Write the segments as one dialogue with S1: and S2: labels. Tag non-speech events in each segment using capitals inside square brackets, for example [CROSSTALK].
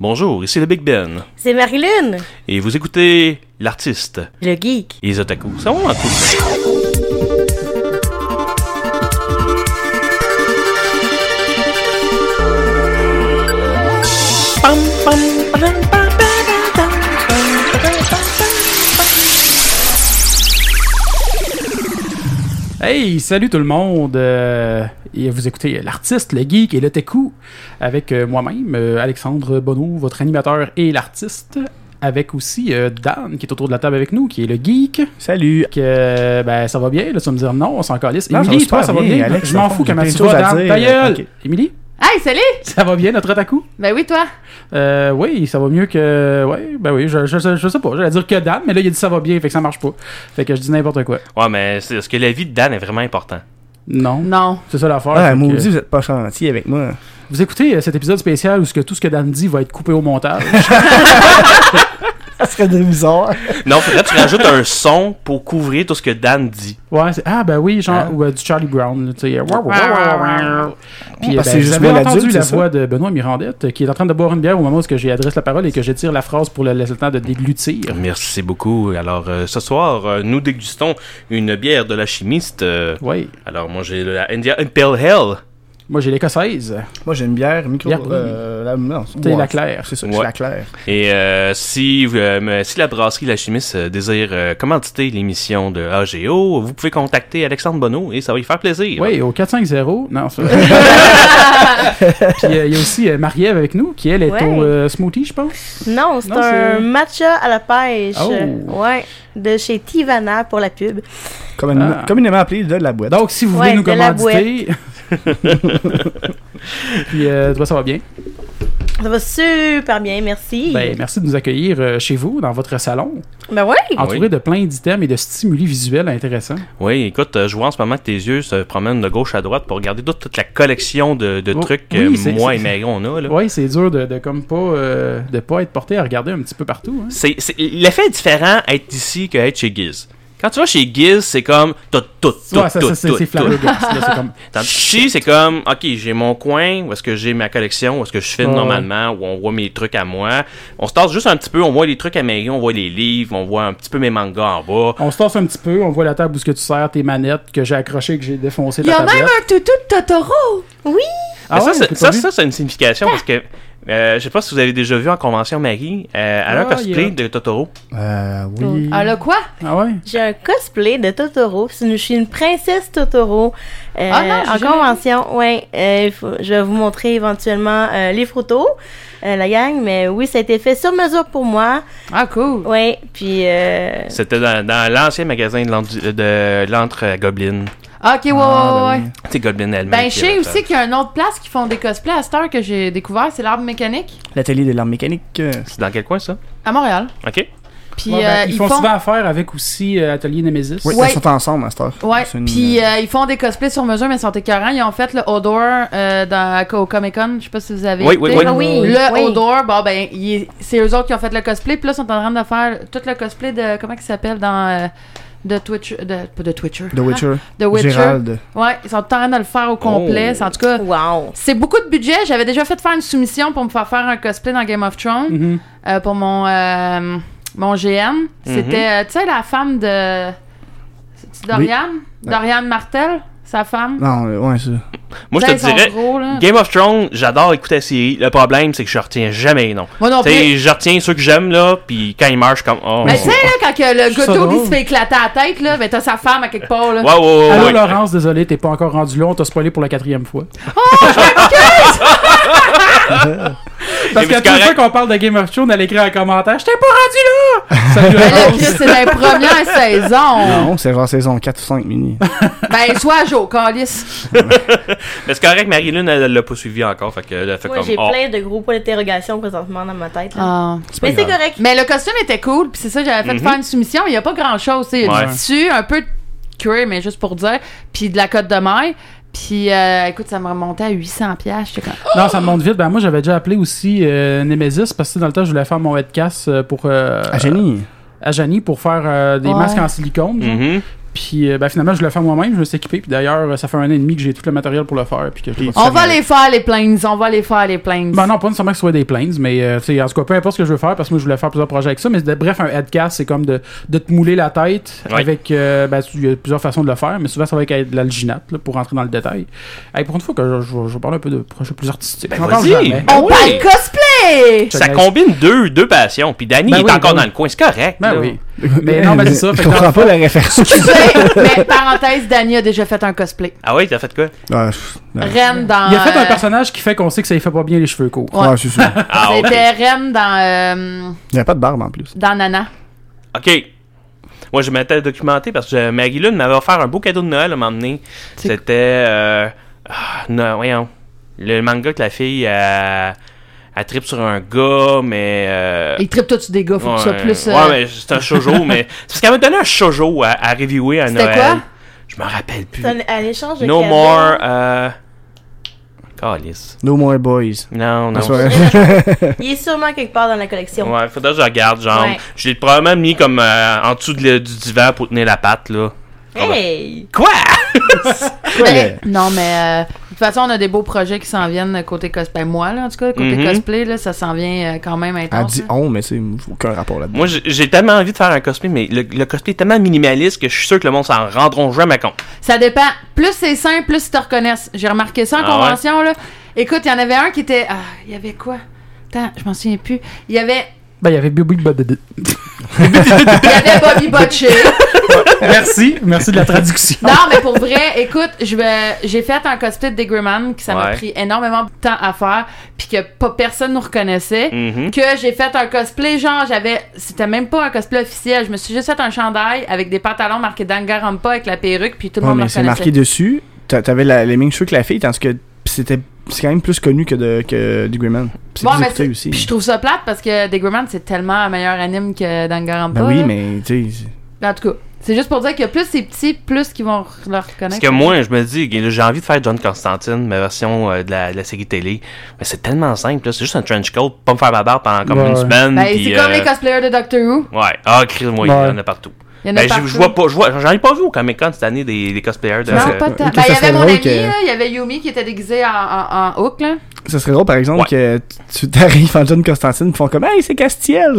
S1: Bonjour, ici le Big Ben.
S2: C'est Marilyn,
S1: Et vous écoutez l'artiste,
S2: le geek.
S1: les otaku. Ça va, mon coup?
S3: Hey, salut tout le monde! Euh, et vous écoutez l'artiste, le geek et le techou avec euh, moi-même, euh, Alexandre Bonneau, votre animateur et l'artiste, avec aussi euh, Dan qui est autour de la table avec nous, qui est le geek.
S4: Salut.
S3: Que, euh, ben, ça va bien, là, tu vas me dire non, on s'en calisse.
S4: Non, ça va
S3: Émilie, toi,
S4: super
S3: ça va
S4: bien,
S3: bien?
S4: Alex,
S3: je m'en
S4: dans le
S3: fous
S4: fond,
S3: comment
S4: j'ai
S3: tu
S4: plein de
S3: vas,
S4: choses à
S3: Dan.
S4: dire.
S3: Ta gueule!
S4: Ok.
S3: Émilie,
S5: Hey, salut!
S3: ça va bien, notre otaku?
S5: Ben oui, toi.
S3: Euh, oui, ça va mieux que. Ouais, ben oui, je, je, je- je sais pas. J'allais dire que Dan, mais là, il a dit ça va bien, fait que ça marche pas. Fait que je dis n'importe quoi.
S1: Ouais, mais c'est- est-ce que la vie de Dan est vraiment importante?
S3: Non.
S5: Non.
S3: C'est ça l'affaire.
S4: Ah,
S3: fait
S4: maudit,
S3: que-
S4: vous êtes pas gentil avec moi.
S3: [LAUGHS] Vous écoutez euh, cet épisode spécial où ce que tout ce que Dan dit va être coupé au
S4: [LAUGHS]
S3: montage.
S4: Ça serait de bizarre.
S1: Non, faudrait que tu rajoutes un son pour couvrir tout ce que Dan dit.
S3: ouais, c'est- ah ben oui, genre
S4: Hein? Ah.
S3: ou, euh, du Charlie Brown, là, tu sais. euh, wouah, wouah, wouah, wouah. Puis euh, ben,
S4: Parce que c'est
S3: vous
S4: juste
S3: avez
S4: Belle
S3: entendu
S4: Adulte,
S3: la
S4: c'est ça?
S3: voix de Benoît Mirandette euh, qui est en train de boire une bière au moment où ce que j'y adresse la parole et que j'étire la phrase pour le laisser le temps de déglutir.
S1: Merci beaucoup. Alors, euh, ce soir, euh, nous dégustons une bière de la chimiste. euh,
S3: Oui,
S1: alors, moi, j'ai la India Impel Hell.
S3: moi j'ai l'écossaise,
S4: Moi, j'ai une bière micro.
S3: Bière, oui.
S4: euh, la, non,
S3: t'es
S4: ouais,
S3: la claire.
S4: C'est ça,
S1: Ouais.
S4: c'est la claire.
S1: Et euh, si, euh, me- si la brasserie La Chimiste euh, désire euh, commanditer l'émission de AGO, vous pouvez contacter Alexandre Bonneau et ça va lui faire plaisir.
S3: Oui, au 450. Non, c'est vrai.
S4: [LAUGHS]
S3: Puis euh, il y a aussi euh, Marie-Ève avec nous qui elle est
S2: Ouais.
S3: au euh, smoothie, je pense.
S2: Non, c'est
S3: Non,
S2: un
S3: c'est-
S2: matcha à la pêche.
S3: Oh.
S2: Ouais, de chez Tivana pour la pub.
S4: Communément,
S3: Ah.
S4: communément appelée de la boîte.
S3: Donc si vous
S2: Ouais,
S3: voulez nous
S2: de la
S3: commanditer. [LAUGHS] Puis euh, toi ça va bien.
S2: Ça va super bien, merci.
S3: Ben, merci de nous accueillir euh, chez vous, dans votre salon,
S2: Ben ouais.
S3: entouré de plein d'items et de stimuli visuels intéressants.
S1: Oui, écoute, euh, je vois en ce moment que tes yeux se promènent de gauche à droite pour regarder toute, toute la collection de, de
S3: Oh,
S1: trucs
S3: oui,
S1: que
S3: c'est-
S1: moi et
S3: c'est-
S1: Marion on a. là.
S3: Oui, c'est dur de, de comme pas euh, de pas être porté à regarder un petit peu partout. hein.
S1: C'est, c'est- l'effet est différent être ici que être chez Giz. Quand tu vas chez Giz, c'est comme t'as tout, tout, tout,
S3: Ouais, ça, ça, c'est
S1: tout,
S3: c'est
S1: tout.
S3: flabbergast, là, c'est comme
S1: Tandis que ici, c'est comme, ok, j'ai mon coin, où est-ce que j'ai ma collection, où est-ce que je filme
S3: Ouais.
S1: normalement, où on voit mes trucs à moi. On se tasse juste un petit peu, on voit les trucs à Marion, on voit les livres, on voit un petit peu mes mangas en bas.
S3: on se tasse un petit peu, on voit la table où ce que tu sers tes manettes que j'ai accrochées que j'ai défoncé
S5: Il y
S3: la
S5: a même
S3: tablette.
S5: un toutou de Totoro!
S2: Oui.
S3: Ah
S1: Mais ça,
S3: ouais, j'ai
S1: c'est,
S3: pas
S1: ça,
S3: vu.
S1: ça, c'est une signification parce que euh, je sais pas si vous avez déjà vu en convention Marie, euh, elle a un
S3: Ah,
S1: cosplay
S3: yeah.
S1: de Totoro.
S4: Euh, oui.
S5: Ah là, quoi?
S3: Ah ouais.
S2: J'ai un cosplay de Totoro. C'est une- Je suis une princesse Totoro. euh,
S5: Ah non, j'ai
S2: en
S5: jamais
S2: convention, ouais. euh, il faut- je vais vous montrer éventuellement euh, les photos, euh, la gang. Mais oui, ça a été fait sur mesure pour moi.
S5: Ah, cool.
S2: Ouais. Puis euh,
S1: C'était dans, dans l'ancien magasin de l'entre- de l'antre Goblin.
S5: Ok, ouais, ouais,
S4: Ah,
S5: ouais,
S4: ben
S5: ouais.
S1: Tu sais, Goblin elle-même.
S5: Ben, je
S1: qui
S5: sais
S1: avait
S5: aussi qu'il y a une autre place qui font des cosplays à cette heure que j'ai découvert, c'est l'arbre mécanique
S4: L'atelier de l'arme mécanique. euh,
S1: ça. C'est dans quel coin ça
S5: à Montréal.
S1: Ok.
S5: Puis
S3: Ouais, ben,
S5: euh,
S3: ils, font, souvent affaire avec aussi euh, Atelier Nemesis.
S4: Oui,
S5: Ouais.
S4: ils sont ensemble, Master.
S5: Ouais,
S4: C'est une-
S5: puis euh, ils font des cosplays sur mesure, mais ils sont écœurants. Ils ont fait le Odor euh, dans, au Comic Con, je sais pas si vous avez.
S1: Oui, oui,
S5: été.
S1: oui.
S2: Ah oui,
S5: Le
S2: oui.
S5: Odor, bon, ben, il est- c'est eux autres qui ont fait le cosplay, puis là, ils sont en train de faire tout le cosplay de. Comment il s'appelle dans. euh, de Twitcher. De, pas de Twitcher.
S4: The Witcher.
S5: De Ah, Witcher.
S4: Gérald.
S5: Ouais, ils sont en train de le faire au complet.
S1: Oh.
S5: C'est- En tout cas,
S2: wow.
S5: c'est beaucoup de budget. J'avais déjà fait faire une soumission pour me faire faire un cosplay dans Game of Thrones
S3: Mhm.
S5: euh, pour mon, euh, mon GM. C'était, euh, tu sais, la femme de. C'est-tu Dorian Dorian Martel, sa femme.
S4: Non, euh, ouais, ça.
S1: Moi, je
S5: Tu
S1: te
S5: sais, Ben, ils sont
S1: dirais.
S5: gros, là.
S1: Game of Thrones, j'adore écouter la série. Le problème, c'est que je retiens jamais les noms.
S5: Moi non
S1: Tu
S5: plus.
S1: sais, je retiens ceux que j'aime, là, puis quand ils marchent, comme. Oh,
S5: Mais tu sais, là, quand que le
S3: trouve ça
S5: gâteau
S3: drôle.
S5: qui se fait éclater la tête, là, ben t'as sa femme à quelque part, là.
S1: Ouais, ouais, ouais,
S3: Allô
S1: ouais.
S3: Laurence, désolé, t'es pas encore rendu là, on t'a spoilé pour la quatrième fois.
S5: Oh,
S3: Parce
S1: Mais
S3: qu'à
S1: c'est
S3: chaque fois
S1: correct.
S3: qu'on parle de Game of Thrones, elle écrit un commentaire Je t'ai pas rendu là Salut
S5: Ben là,
S3: Laurence.
S5: Chris, c'est la première saison.
S4: Non, c'est genre saison 4 ou 5 mini.
S5: Ben, sois à jour, Calice.
S1: Mais c'est correct, Marie-Lune, elle l'a pas suivi encore. Fait que, elle a fait
S2: Moi,
S1: comme.
S2: j'ai
S1: oh.
S2: plein de gros points d'interrogation présentement dans ma tête. là.
S5: Ah.
S2: Mais
S4: Ah, pas
S2: c'est
S4: grave.
S2: correct.
S5: Mais le costume était cool, puis c'est ça, j'avais fait
S1: Mhm.
S5: faire une soumission, mais il n'y a pas grand chose, tu sais.
S1: Ouais.
S5: Du tissu, un peu de cuir, mais juste pour dire, puis de la cote de maille. Puis, euh, écoute, ça me remontait à 800 pièces. J'étais
S1: Oh,
S5: comme,
S3: Non, ça monte vite. Ben, moi, j'avais déjà appelé aussi euh, Nemesis parce que dans le temps, je voulais faire mon headcast euh, pour, euh,
S4: Ah, génie.
S3: à Janie pour faire euh, des
S5: Ouais.
S3: masques en silicone.
S1: Mhm.
S3: Puis euh, ben, finalement, je le fais moi-même, je me suis équipé. Puis d'ailleurs, euh, ça fait un an et demi que j'ai tout le matériel pour le faire. Puis que je l'ai pas
S5: On
S3: fait.
S5: va les faire, les planes. On va les faire, les planes.
S3: Ben non, pas nécessairement que ce soit des planes, mais euh, tu sais, en tout cas, peu importe ce que je veux faire, parce que moi, je voulais faire plusieurs projets avec ça. Mais de- bref, un headcast, c'est comme de, de te mouler la tête
S1: Ouais.
S3: avec. euh, ben, il y a plusieurs façons de le faire, mais souvent, ça va être avec euh, de l'alginate, là, pour rentrer dans le détail. Hey, pour une fois que je, je, je parle un peu de projets plus artistiques.
S1: Ben,
S3: J'en parle
S1: vas-y.
S3: jamais.
S5: On
S1: Oui.
S5: parle
S1: [LAUGHS]
S5: cosplay!
S1: Ça
S3: Je-
S1: combine deux, deux passions. Puis Danny
S3: Ben
S1: est
S3: oui,
S1: encore
S3: ben
S1: dans
S3: oui.
S1: le coin. C'est correct.
S3: Ben
S1: là.
S3: [LAUGHS] oui. Mais non, mais c'est ça. fait
S4: Je
S3: que dans [LAUGHS] le
S4: comprends pas la référence.
S5: Tu sais, mais parenthèse, Dani a déjà fait un cosplay.
S1: Ah ouais, t'as fait quoi?
S4: [LAUGHS] Ah, pff, non.
S5: Reine dans.
S3: Il a fait un
S5: euh,
S3: personnage qui fait qu'on sait que ça lui fait pas bien les cheveux courts.
S5: Ouais.
S4: Ouais, je suis sûr.
S1: Ah, ok.
S5: C'était Reine dans, euh,
S4: Il n'y a pas de barbe en plus.
S5: dans Nana.
S1: OK. Moi, je m'étais documenté parce que Maggie Lune m'avait offert un beau cadeau de Noël à m'emmener.
S5: C'est-
S1: C'était. Euh, ah, non, voyons. Le manga que la fille a. Elle tripe sur un gars, mais. euh,
S5: Il tripe tout sur des gars, faut que tu sois plus. euh,
S1: ouais, mais c'est un shoujo,
S5: [LAUGHS]
S1: mais. C'est parce qu'elle m'a donné un shoujo à, à reviewer à
S5: C'était
S1: Noël.
S5: quoi?
S1: Je me rappelle plus.
S2: C'est un, un échange de
S1: No
S2: cadeaux.
S1: more. Euh... Calice.
S4: No more boys. euh,
S1: Non,
S5: Ah,
S1: non.
S4: Ça, ouais.
S2: Il est sûrement quelque part dans la collection.
S1: Ouais, faudrait que je regarde, genre.
S5: Ouais.
S1: Je l'ai probablement mis comme euh, en dessous de le- du divan pour tenir la patte, là.
S2: Hey!
S1: Quoi?
S5: Ben, Non, mais euh, de toute façon, on a des beaux projets qui s'en viennent euh, côté cosplay. Moi, là, en tout cas, côté
S1: Mhm.
S5: cosplay, là, ça s'en vient euh, quand même
S1: Ah,
S4: Elle
S5: intense.
S4: dit
S5: là.
S4: on, mais c'est aucun rapport là-dedans.
S1: Moi, j'ai- j'ai tellement envie de faire un cosplay, mais le, le cosplay est tellement minimaliste que je suis sûr que le monde s'en rendront jamais compte.
S5: Ça dépend. Plus c'est simple, plus ils te reconnaissent. J'ai remarqué ça en
S1: Ah ouais?
S5: convention, là. Écoute, il y en avait un qui était. Ah, il y avait quoi? Attends, je m'en souviens plus. Il y avait,
S3: Ben, il y avait Bobby Bob-
S5: il y
S1: [LAUGHS]
S5: avait Bobby Butcher.
S3: Merci, merci de la traduction.
S5: Non, mais pour vrai, écoute, je vais- j'ai fait un cosplay de Diggerman que ça m'a
S1: Ouais.
S5: pris énormément de temps à faire, puis que pas personne nous reconnaissait.
S1: Mhm.
S5: Que j'ai fait un cosplay, genre, j'avais. C'était même pas un cosplay officiel. Je me suis juste fait un chandail avec des pantalons marqués Dangarampa avec la perruque, puis tout le
S4: Ouais,
S5: monde me
S4: mais c'est marqué
S5: reconnaissait.
S4: dessus. T'a- T'avais la- les mêmes cheveux que la fille, tandis que c'était c'est quand même plus connu que de que du Greyman. Puis C'est
S5: Ouais,
S4: plus
S5: mais
S4: écouté
S5: c'est-
S4: aussi.
S5: Puis je trouve ça plate parce que Diggerman, c'est tellement un meilleur anime que Dangarampa.
S4: Ben oui,
S5: là.
S4: mais tu sais,
S5: En tout cas, c'est juste pour dire que plus c'est petit, plus qu'ils vont re- le reconnaître.
S1: Parce que moi, je me dis, que j'ai envie de faire John Constantine, ma version euh, de, la, de la série télé. Mais c'est tellement simple, là. C'est juste un trench coat, pas me faire ma barbe pendant comme
S3: Ouais,
S1: une
S3: ouais.
S1: semaine.
S5: Ben,
S1: puis,
S5: c'est comme
S1: euh,
S5: les cosplayers de Doctor Who.
S1: Ouais. Ah, crime, moi, il y en a partout.
S5: Il y en a
S1: Ben, j'ai-
S5: partout.
S1: je vois pas, je vois- j'en ai pas vu au Comic Con cette année des, des cosplayers de.
S5: Non,
S4: serait-
S5: pas tant.
S4: Ok,
S5: Ben, il
S4: ça
S5: y
S4: serait
S5: avait mon
S4: drôle
S5: ami,
S4: que-
S5: là, il y avait Yumi qui était déguisée en, en, en hook, là.
S4: ça serait drôle par exemple
S1: Ouais.
S4: que tu [LAUGHS] t'arrives en John Constantine ils font comme Hey, c'est Castiel!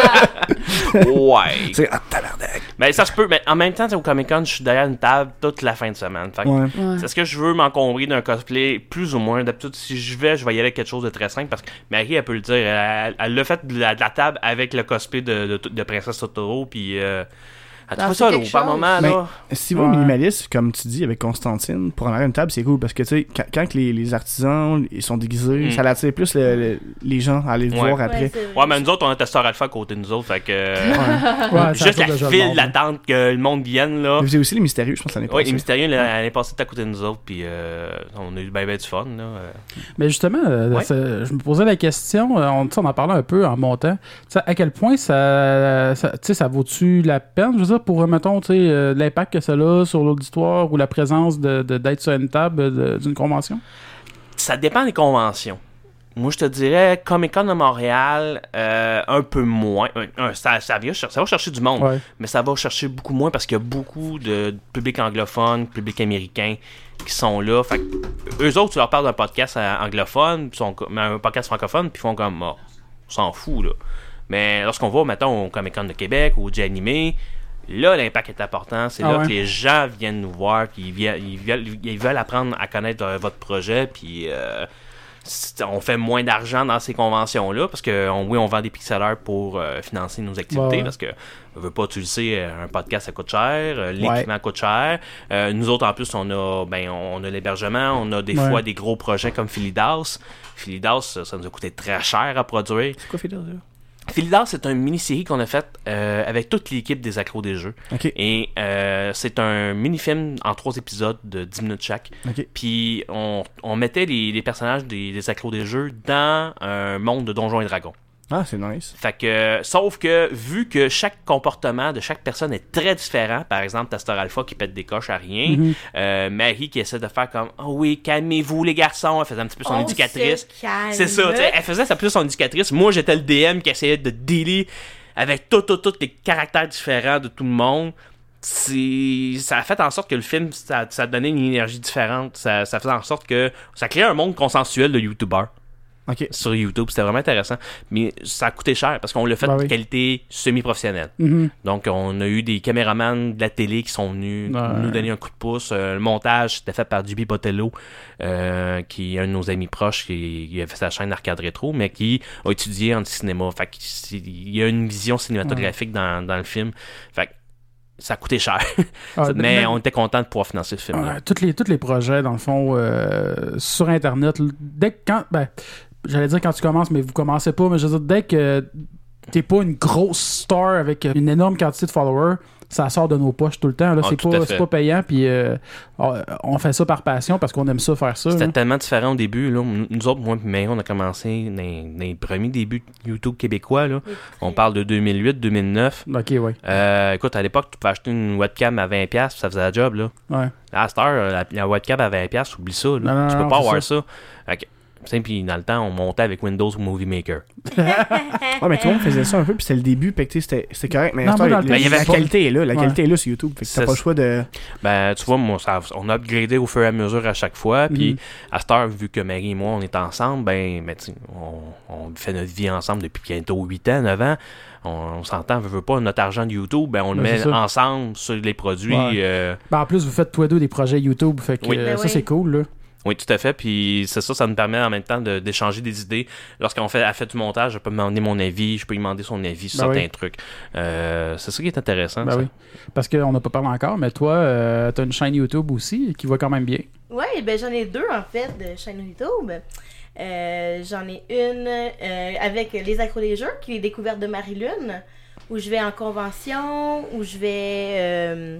S4: [LAUGHS]
S1: ouais.
S4: c'est ah, tabarnak!
S1: Mais ça se peut, mais en même temps, tu sais, au Comic Con, je suis derrière une table toute la fin de semaine. Fait que
S4: [LAUGHS] Ouais.
S5: Ouais.
S1: Est-ce que je veux m'encombrer d'un cosplay plus ou moins D'habitude, si je vais, je vais y aller avec quelque chose de très simple parce que Marie, elle peut le dire, elle, elle l'a fait de la, de la table avec le cosplay de, de, de Princesse Totoro, puis euh, elle
S5: Ah,
S1: trouve
S5: c'est
S1: ça
S5: quelque
S1: lourd par
S5: chose.
S1: moment,
S4: Mais-
S1: là.
S4: Si vous
S3: Ouais.
S4: minimaliste, comme tu dis avec Constantine, pour en avoir une table, c'est cool parce que tu sais, quand, quand les, les artisans ils sont déguisés,
S1: Mm.
S4: ça attire plus le- le- les gens à aller le
S1: Ouais.
S4: voir
S2: Ouais,
S4: après.
S2: c'est vrai.
S1: Ouais, mais nous autres, on a Testor Alpha à côté de nous autres, fait que. euh,
S3: Ouais, Ah, ça
S1: juste la
S3: touche déjà le
S1: file
S3: monde. hein.
S1: d'attente que le monde vienne, là.
S4: Mais Vous avez aussi les mystérieux, je pense, l'année
S1: Ouais,
S4: passée.
S1: les mystérieux, l'année passée, t'es à côté de nous autres, puis euh, on a eu ben, ben du fun, là. euh.
S3: Mais justement, euh,
S1: Ouais.
S3: ça- je me posais la question, euh, on, tu sais, on en parlait un peu en montant, Tu sais, à quel point ça, ça, tu sais, ça vaut-tu la peine, je veux dire, pour, euh, mettons, tu sais, euh, l'impact que ça a sur l'auditoire ou la présence de- de- d'être sur une table euh, de- d'une convention?
S1: Ça dépend des conventions. Moi, je te dirais, Comic Con à Montréal, euh, un peu moins. Euh, euh, ça, ça, vient cher- ça va chercher du monde,
S3: Ouais.
S1: mais ça va chercher beaucoup moins parce qu'il y a beaucoup de public anglophone, public américain qui sont là. Fait que eux autres, tu leur parles d'un podcast euh, anglophone, puis sont co- mais un podcast francophone, puis ils font comme, Ah, on s'en fout, là. Mais lorsqu'on va, mettons, au Comic Con de Québec ou au J-Animé, là, l'impact est important. C'est
S3: Ah
S1: là
S3: ouais.
S1: que les gens viennent nous voir, puis ils, viennent- ils veulent, ils veulent apprendre à connaître euh, votre projet, puis euh, c'est- on fait moins d'argent dans ces conventions-là, parce que on- oui, on vend des pixeleurs pour euh, financer nos activités,
S3: Bah Ouais.
S1: parce que, on veut pas, tu le sais, euh, un podcast, ça coûte cher, euh,
S4: Ouais.
S1: l'équipement coûte cher. Euh, nous autres, en plus, on a, ben, on a l'hébergement, on a des
S3: Ouais.
S1: fois des gros projets comme Philidas. Philidas, ça- ça nous a coûté très cher à produire.
S4: C'est quoi, Fidel, là?
S1: Philidas, c'est une mini-série qu'on a faite euh, avec toute l'équipe des accros des jeux.
S4: Ok,
S1: Et euh, c'est un mini-film en trois épisodes de 10 minutes chaque.
S4: ok.
S1: Puis on, on mettait les, les personnages des, des accros des jeux dans un monde de donjons et dragons.
S4: Ah, c'est nice.
S1: Fait que, sauf que, vu que chaque comportement de chaque personne est très différent, par exemple, Tastor Alpha qui pète des coches à rien, euh, Marie qui essaie de faire comme, oh oui, calmez-vous les garçons, elle faisait un petit peu son
S2: On
S1: éducatrice.
S2: se calme.
S1: C'est ça, tu sais, elle faisait ça plus son éducatrice. Moi, j'étais le DM qui essayait de dealer avec tout, tout, tout les caractères différents de tout le monde. c'est- ça a fait en sorte que le film, ça, ça donnait une énergie différente. Ça, ça faisait en sorte que ça créait un monde consensuel de YouTubers
S4: Ok.
S1: sur YouTube. C'était vraiment intéressant. Mais ça a coûté cher parce qu'on l'a fait
S3: Ben
S1: de
S3: oui.
S1: qualité semi-professionnelle.
S3: Mhm.
S1: Donc, on a eu des caméramans de la télé qui sont venus
S3: Ouais.
S1: nous donner un coup de pouce. Euh, le montage, c'était fait par Juby Botello, euh, qui est un de nos amis proches, qui, qui a fait sa chaîne Arcade Rétro, mais qui a étudié en cinéma. Fait qu'il c'est- il y a une vision cinématographique dans, dans le film. Fait que ça a coûté cher,
S3: Ah,
S1: [LAUGHS] mais
S3: de-
S1: on était content de pouvoir financer ce film-là.
S3: Ouais, toutes les, tous les projets, dans le fond, euh, sur Internet, l- dès que quand. Ben, j'allais dire quand tu commences, mais vous commencez pas, mais je veux dire, dès que t'es pas une grosse star avec une énorme quantité de followers, ça sort de nos poches tout le temps. Là,
S1: Ah,
S3: c'est,
S1: tout
S3: pas,
S1: à fait.
S3: c'est pas payant, puis euh, on, on fait ça par passion parce qu'on aime ça faire ça.
S1: C'était
S3: là.
S1: tellement différent au début. Là. Nous autres, moi et Mayon, on a commencé dans les, dans les premiers débuts de YouTube québécois. Là. On parle de 2008-2009.
S3: Ok, ouais.
S1: Euh, écoute, à l'époque, tu pouvais acheter une webcam à 20$, puis ça faisait la job, là.
S3: ouais.
S1: À cette heure, la, la webcam à 20$, oublie ça, là.
S3: Non, non,
S1: tu
S3: non,
S1: peux pas
S3: c'est
S1: avoir ça. Fait que, tu sais, puis dans le temps, on montait avec Windows ou Movie Maker.
S4: Ouais, mais tout le monde faisait ça un peu, puis c'était le début, fait que tu sais, c'était c'était correct. Mais
S3: Non, moi,
S4: attends,
S3: dans le
S4: la-
S3: temps,
S1: il y avait
S4: la
S1: pas-
S4: qualité est là, la
S3: Ouais.
S4: qualité est là sur YouTube, fait que
S1: C'est
S4: t'as pas le
S1: ça.
S4: choix de.
S1: Ben, tu vois, moi, ça- on a upgradé au fur et à mesure à chaque fois.
S3: Mhm.
S1: Puis, à cette heure, vu que Marie et moi, on est ensemble, ben, ben, tu sais, on, on fait notre vie ensemble depuis bientôt 8 ans, 9 ans. On, on s'entend, on veut pas notre argent de YouTube, ben, on le
S3: Ben,
S1: met
S3: c'est ça.
S1: ensemble sur les produits.
S3: Ouais.
S1: euh,
S3: Ben, en plus, vous faites toi deux des projets YouTube, fait que
S1: Oui.
S3: euh,
S2: Ben
S3: ça,
S2: oui.
S3: c'est cool. Là.
S1: Oui, tout à fait. Puis c'est ça, ça nous permet en même temps de- d'échanger des idées. Lorsqu'on fait, elle fait du montage, je peux demander mon avis, je peux lui demander son avis sur
S3: Ben
S1: certains
S3: oui.
S1: trucs. Euh, c'est ça qui est intéressant.
S3: Ben
S1: ça.
S3: oui. Parce qu'on n'a pas parlé encore, mais toi, euh, t'as une chaîne YouTube aussi qui va quand même bien.
S2: Ouais, ben j'en ai deux en fait de chaîne YouTube. Euh, j'en ai une euh, avec les accros des jeux, qui est découverte de Marie-Lune, où je vais en convention, où je vais. euh,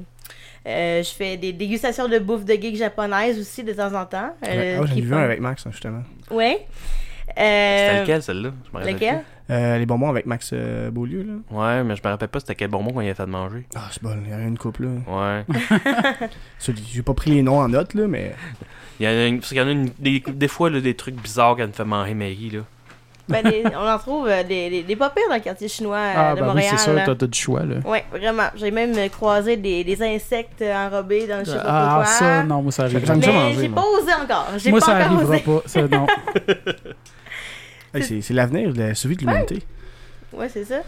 S2: euh, je fais des dégustations de bouffe de geek japonaise aussi de temps en temps.
S4: Ouais,
S2: euh,
S4: ah, j'en ai
S2: qui
S4: vu
S2: font-
S4: un avec Max, hein, justement.
S2: Ouais.
S1: C'était
S2: Euh,
S1: lequel, celle-là Je me rappelle
S2: Lequel
S4: Euh, les bonbons avec Max euh, Beaulieu, là.
S1: plus. Ouais, mais je me rappelle pas c'était quel bonbon qu'on y a fait de manger.
S4: Ah, c'est bon, il y en a une couple, là.
S1: Ouais.
S4: Celui- J'ai pas pris les noms en note, là, mais.
S1: Il y en a une, parce qu'il y en a une- des, des fois là, des trucs bizarres qu'elle nous fait manger Marie. Là.
S2: Ben, des- On en trouve euh, des, des, des pas pires dans le quartier chinois euh,
S3: ah,
S2: de
S3: ben oui,
S2: Montréal.
S3: c'est ça,
S2: là.
S3: t'as, t'as du choix. Là.
S2: Ouais, vraiment. J'ai même euh, croisé des, des insectes euh, enrobés dans le je sais pas
S3: Ah,
S2: quoi.
S3: ça, non, moi, ça arrive.
S4: J'aime ça
S2: Mais
S4: manger,
S2: j'ai
S4: moi.
S2: pas osé encore. J'ai
S3: Moi,
S2: pas
S3: ça
S2: encore
S3: arrivera
S2: osé.
S3: pas. Ça,
S2: [LAUGHS]
S3: non.
S4: Hey, c'est c'est l'avenir de la survie de l'humanité.
S2: Ouais, c'est ça.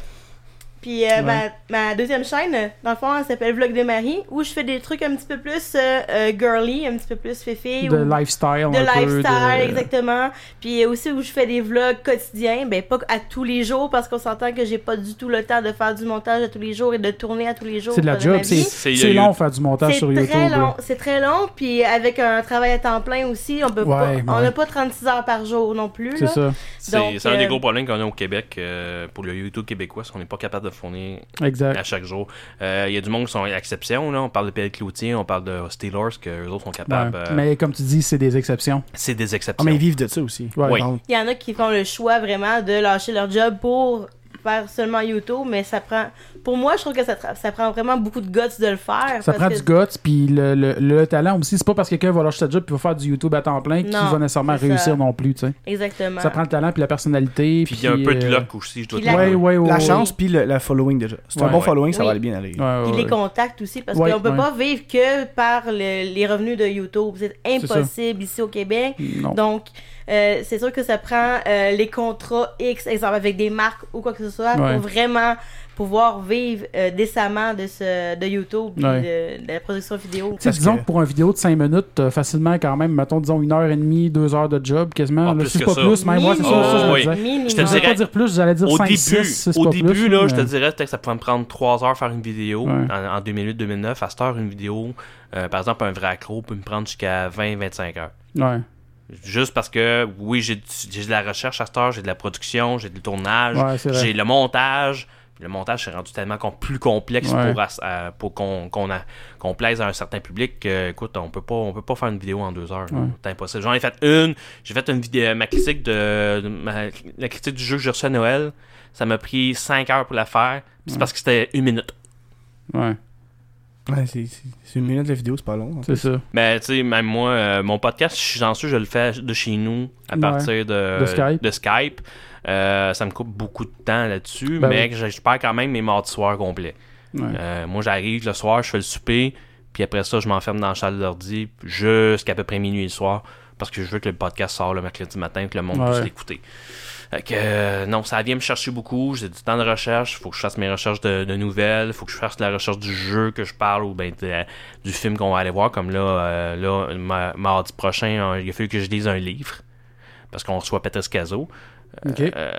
S2: Puis euh, ma, ma deuxième chaîne, euh, dans le fond, elle s'appelle Vlog de Marie, où je fais des trucs un petit peu plus euh, euh, girly, un petit peu plus féfé.
S3: de
S2: ou-
S3: lifestyle.
S2: de
S3: un peu,
S2: lifestyle,
S3: de- euh,
S2: exactement. Puis aussi où je fais des vlogs quotidiens, ben pas à tous les jours, parce qu'on s'entend que j'ai pas du tout le temps de faire du montage à tous les jours et de tourner à tous les jours.
S3: C'est de la
S2: ma
S3: job.
S2: vie.
S3: C'est,
S1: C'est-
S3: c'est
S1: il y a
S3: long
S1: eu-
S3: faire du montage
S2: C'est
S3: sur YouTube.
S2: très long,
S3: là.
S2: c'est très long, puis avec un travail à temps plein aussi, on peut pas,
S3: Ouais,
S2: on
S3: ouais.
S2: n'a pas 36 heures par jour non plus.
S3: C'est
S2: là.
S3: ça.
S1: C'est
S2: Donc,
S1: c'est un des
S2: euh,
S1: gros problèmes qu'on a au Québec euh, pour le YouTube québécois, c'est qu'on n'est pas capable de fournir à
S3: Exact.
S1: chaque jour. Euh, Il y a du monde qui sont exceptions. Là. On parle de Pierre Cloutier, on parle de Steelers, que eux autres sont capables.
S3: Ouais.
S1: euh,
S3: Mais comme tu dis, c'est des exceptions.
S1: C'est des
S4: Ah,
S1: exceptions.
S4: mais ils vivent de ça aussi.
S3: Ouais.
S1: Oui.
S4: Donc,
S2: Il y en a qui font le choix vraiment de lâcher leur job pour faire seulement YouTube, mais ça prend. Pour moi, je trouve que ça, tra- ça prend vraiment beaucoup de guts de le faire.
S3: Ça
S2: parce
S3: prend
S2: que-
S3: du guts, puis le, le- le talent aussi. C'est pas parce que quelqu'un va lâcher sa job puis va faire du YouTube à temps plein qu'il
S2: Non,
S3: va nécessairement
S2: c'est ça.
S3: réussir non plus. tu sais.
S2: Exactement.
S3: Ça prend le talent puis la personnalité.
S1: Puis il y a un peu de
S3: euh,
S1: luck aussi, je dois
S2: puis
S1: te
S2: la-
S1: dire.
S3: Ouais, ouais, ouais.
S4: la
S3: ouais.
S4: chance, puis le, la following déjà. C'est
S3: Oh.
S4: un
S3: Ouais,
S4: bon
S1: ouais.
S4: following, ça
S2: Oui.
S4: va aller bien aller.
S3: Ouais, ouais,
S2: Puis les
S3: Ah ouais.
S2: contacts aussi, parce
S3: Ouais,
S2: qu'on peut
S3: ouais.
S2: pas vivre que par le- les revenus de YouTube. C'est
S3: ça.
S2: impossible ici au Québec.
S3: Non.
S2: Donc, euh, c'est sûr que ça prend euh, les contrats X, exemple, avec des marques ou quoi que ce soit,
S3: Ouais.
S2: pour vraiment pouvoir vivre euh, décemment de, ce, de YouTube et
S3: Ouais.
S2: de, de la production vidéo.
S3: Tu sais,
S4: Parce
S3: disons
S4: que-
S3: que... pour une vidéo de 5 minutes, t'as facilement quand même, mettons, disons une heure et demie, deux heures de job quasiment.
S1: Ah,
S3: Là,
S1: plus
S3: si c'est
S1: que
S3: pas
S1: ça.
S3: plus, même moi, c'est ça,
S1: Minimum.
S3: ça, je
S1: Oh,
S3: me
S1: oui.
S3: disais.
S1: Je te
S3: Je
S2: Minimum.
S3: voulais pas
S1: dirais-
S3: dire plus, j'allais dire
S1: au
S3: 5,
S1: début,
S3: 6,
S1: au début là, je te dirais peut-être que ça pouvait me prendre 3 heures faire une vidéo
S3: Ouais.
S1: en, en 2008-2009. À cette heure, une vidéo, euh, par exemple, un vrai accro peut me prendre jusqu'à 20-25 heures.
S3: Ouais.
S1: Juste parce que, oui, j'ai du- j'ai de la recherche à cette heure, j'ai de la production, j'ai du tournage,
S3: Ouais, c'est vrai.
S1: j'ai le montage. Le montage s'est rendu tellement com- plus complexe
S3: Ouais.
S1: pour, ass- à- pour qu'on qu'on a- qu'on plaise à un certain public que, écoute, on peut pas, on peut pas faire une vidéo en deux heures. là.
S3: Ouais.
S1: C'est impossible. J'en ai fait une, j'ai fait une vidéo, ma critique de, de ma- la critique du jeu que j'ai reçu à Noël. Ça m'a pris cinq heures pour la faire. puis C'est parce que c'était une minute.
S3: Ouais,
S4: Ouais, c'est- c'est c'est une minute de vidéo, c'est pas long. hein.
S3: c'est ça.
S1: Mais Ben, tu sais, même moi, euh, mon podcast, je suis chanceux, je le fais de chez nous à
S3: Ouais.
S1: partir de,
S3: De Skype.
S1: Skype. Euh, ça me coupe beaucoup de temps là-dessus,
S3: Ben
S1: mais j'espère quand même mes mardis soirs complets.
S3: Ouais.
S1: Euh, moi, j'arrive le soir, je fais le souper, puis après ça, je m'enferme dans la salle d'ordi jusqu'à peu près minuit le soir, parce que je veux que le podcast sorte le mercredi matin, que le monde puisse
S3: Ouais.
S1: l'écouter. Fait que, euh, non, ça vient me chercher beaucoup. J'ai du temps de recherche. Faut que je fasse mes recherches de, de nouvelles. Faut que je fasse la recherche du jeu que je parle ou ben, de- du film qu'on va aller voir. Comme là, euh, là ma- mardi prochain, hein, il a fallu que je lise un livre parce qu'on reçoit Petres Caso
S3: Ok.
S1: euh,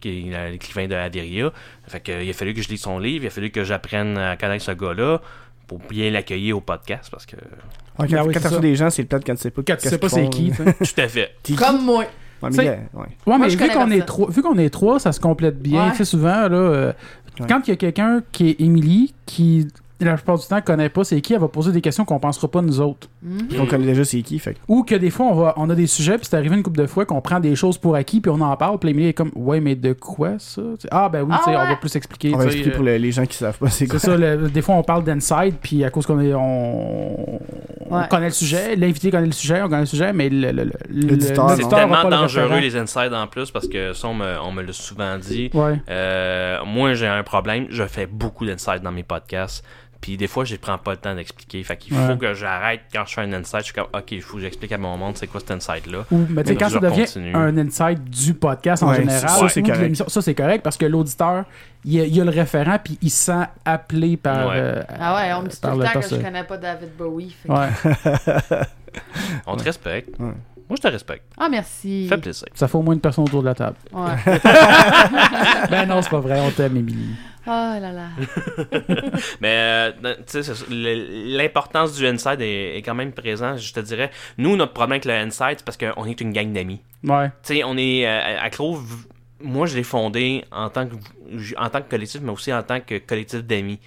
S1: qui est l'écrivain de Averia. Fait que, il a fallu que je lise son livre, il a fallu que j'apprenne à connaître ce gars-là pour bien l'accueillir au podcast parce que.
S4: Ouais,
S3: Ah
S4: quand
S3: oui,
S4: quand
S3: c'est
S4: t'as
S3: ça.
S4: reçu des gens, c'est peut-être quand tu sais pas
S3: Quand tu sais
S4: qu'est-ce
S3: pas
S4: qu'ils
S3: c'est qui,
S4: font, là.
S3: tu sais.
S1: Tout à fait.
S4: T'es qui?
S5: Comme moi.
S4: Ouais,
S3: Tu sais-
S4: mais, euh, ouais.
S3: Ouais, mais
S5: je
S3: vu
S5: connais
S3: qu'on est
S5: personne.
S3: trois, vu qu'on est trois, ça se complète bien.
S5: Ouais.
S3: Tu sais, souvent, là, euh,
S4: Ouais.
S3: quand il y a quelqu'un qui est Émilie, qui la plupart du temps connaît pas c'est qui, elle va poser des questions qu'on pensera pas nous autres.
S4: Puis On connaît déjà c'est qui, fait que-
S3: Ou que des fois, on, va, on a des sujets, puis c'est arrivé une couple de fois qu'on prend des choses pour acquis, puis on en parle, puis Émilie est comme Ouais, mais de quoi ça Tu sais, Ah, ben oui,
S5: Ah
S3: tu sais, on
S5: ouais.
S3: va plus expliquer.
S4: on va
S3: tu sais,
S4: expliquer
S3: euh,
S4: pour le- les gens qui savent pas c'est quoi.
S3: C'est ça, le- des fois on parle d'inside, puis à cause qu'on est, on, on
S5: Ouais.
S3: connaît le sujet, l'invité connaît le sujet, on connaît le sujet, mais le, le, le-
S4: L'auditeur,
S3: le-
S4: non.
S1: C'est
S3: l'auditeur a
S1: tellement
S3: Ah pas le référent.
S1: dangereux les insides en plus parce que ça, on me, on me l'a souvent dit.
S3: Ouais.
S1: Euh, moi, j'ai un problème, je fais beaucoup d'insides dans mes podcasts. Puis des fois, je prends pas le temps d'expliquer. Fait qu'il
S3: Ouais.
S1: faut que j'arrête quand je fais un inside. Je suis comme, OK, il faut que j'explique à mon monde c'est quoi cet inside-là.
S3: Ou, mais tu sais,
S1: Mais
S3: quand ça
S1: je
S3: devient
S1: continue.
S3: un insight du podcast en
S4: Ouais,
S3: général,
S4: ça, c'est
S3: ou de
S4: correct.
S3: l'émission, ça c'est correct parce que l'auditeur, il, a- il a le référent puis il se sent appelé par.
S1: Ouais.
S3: euh,
S5: Ah ouais, on me dit tout
S3: par
S5: le temps que
S3: parce-
S5: je connais pas David Bowie. fait que-
S3: Ouais,
S1: On te respecte.
S4: Ouais.
S1: Moi, je te respecte.
S5: Ah, merci.
S1: Fais plaisir.
S3: ça fait au moins une personne autour de la table.
S5: Ouais.
S3: [LAUGHS] ben non, c'est pas vrai, on t'aime, Émilie.
S5: Oh là là.
S1: Mais euh, non, tu sais, c'est ça, le- l'importance du inside est, est quand même présent. Je te dirais, nous, notre problème avec le inside, c'est parce qu'on est une gang d'amis.
S3: Ouais,
S1: Tu sais, on est euh, à Clove. v- Moi, je l'ai fondé en tant que j- en tant que collectif, mais aussi en tant que collectif d'amis.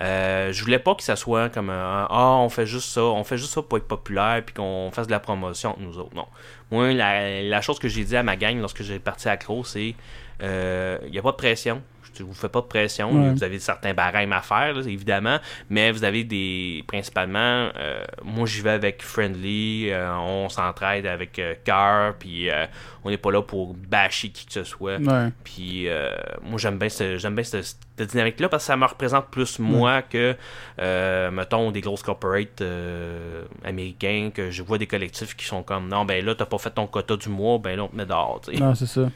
S1: Euh, je voulais pas que ça soit comme un, ah on fait juste ça, on fait juste ça pour être populaire puis qu'on fasse de la promotion entre nous autres. Non. Moi, la, la chose que j'ai dit à ma gang lorsque j'ai parti à Clove, c'est euh, il n'y a pas de pression. Je vous fais pas de pression.
S3: Ouais.
S1: Vous avez certains barèmes à faire, là, évidemment, mais vous avez des. Principalement, euh, moi j'y vais avec friendly, euh, on s'entraide avec euh, cœur, puis euh, on n'est pas là pour bâcher qui que ce soit.
S3: ouais.
S1: Puis euh, moi j'aime bien ce, j'aime bien ce- cette dynamique-là parce que ça me représente plus moi que euh, mettons des grosses corporates euh, américains que je vois des collectifs qui sont comme non ben là t'as pas fait ton quota du mois, ben là on te met dehors. tu sais.
S3: Non, c'est ça.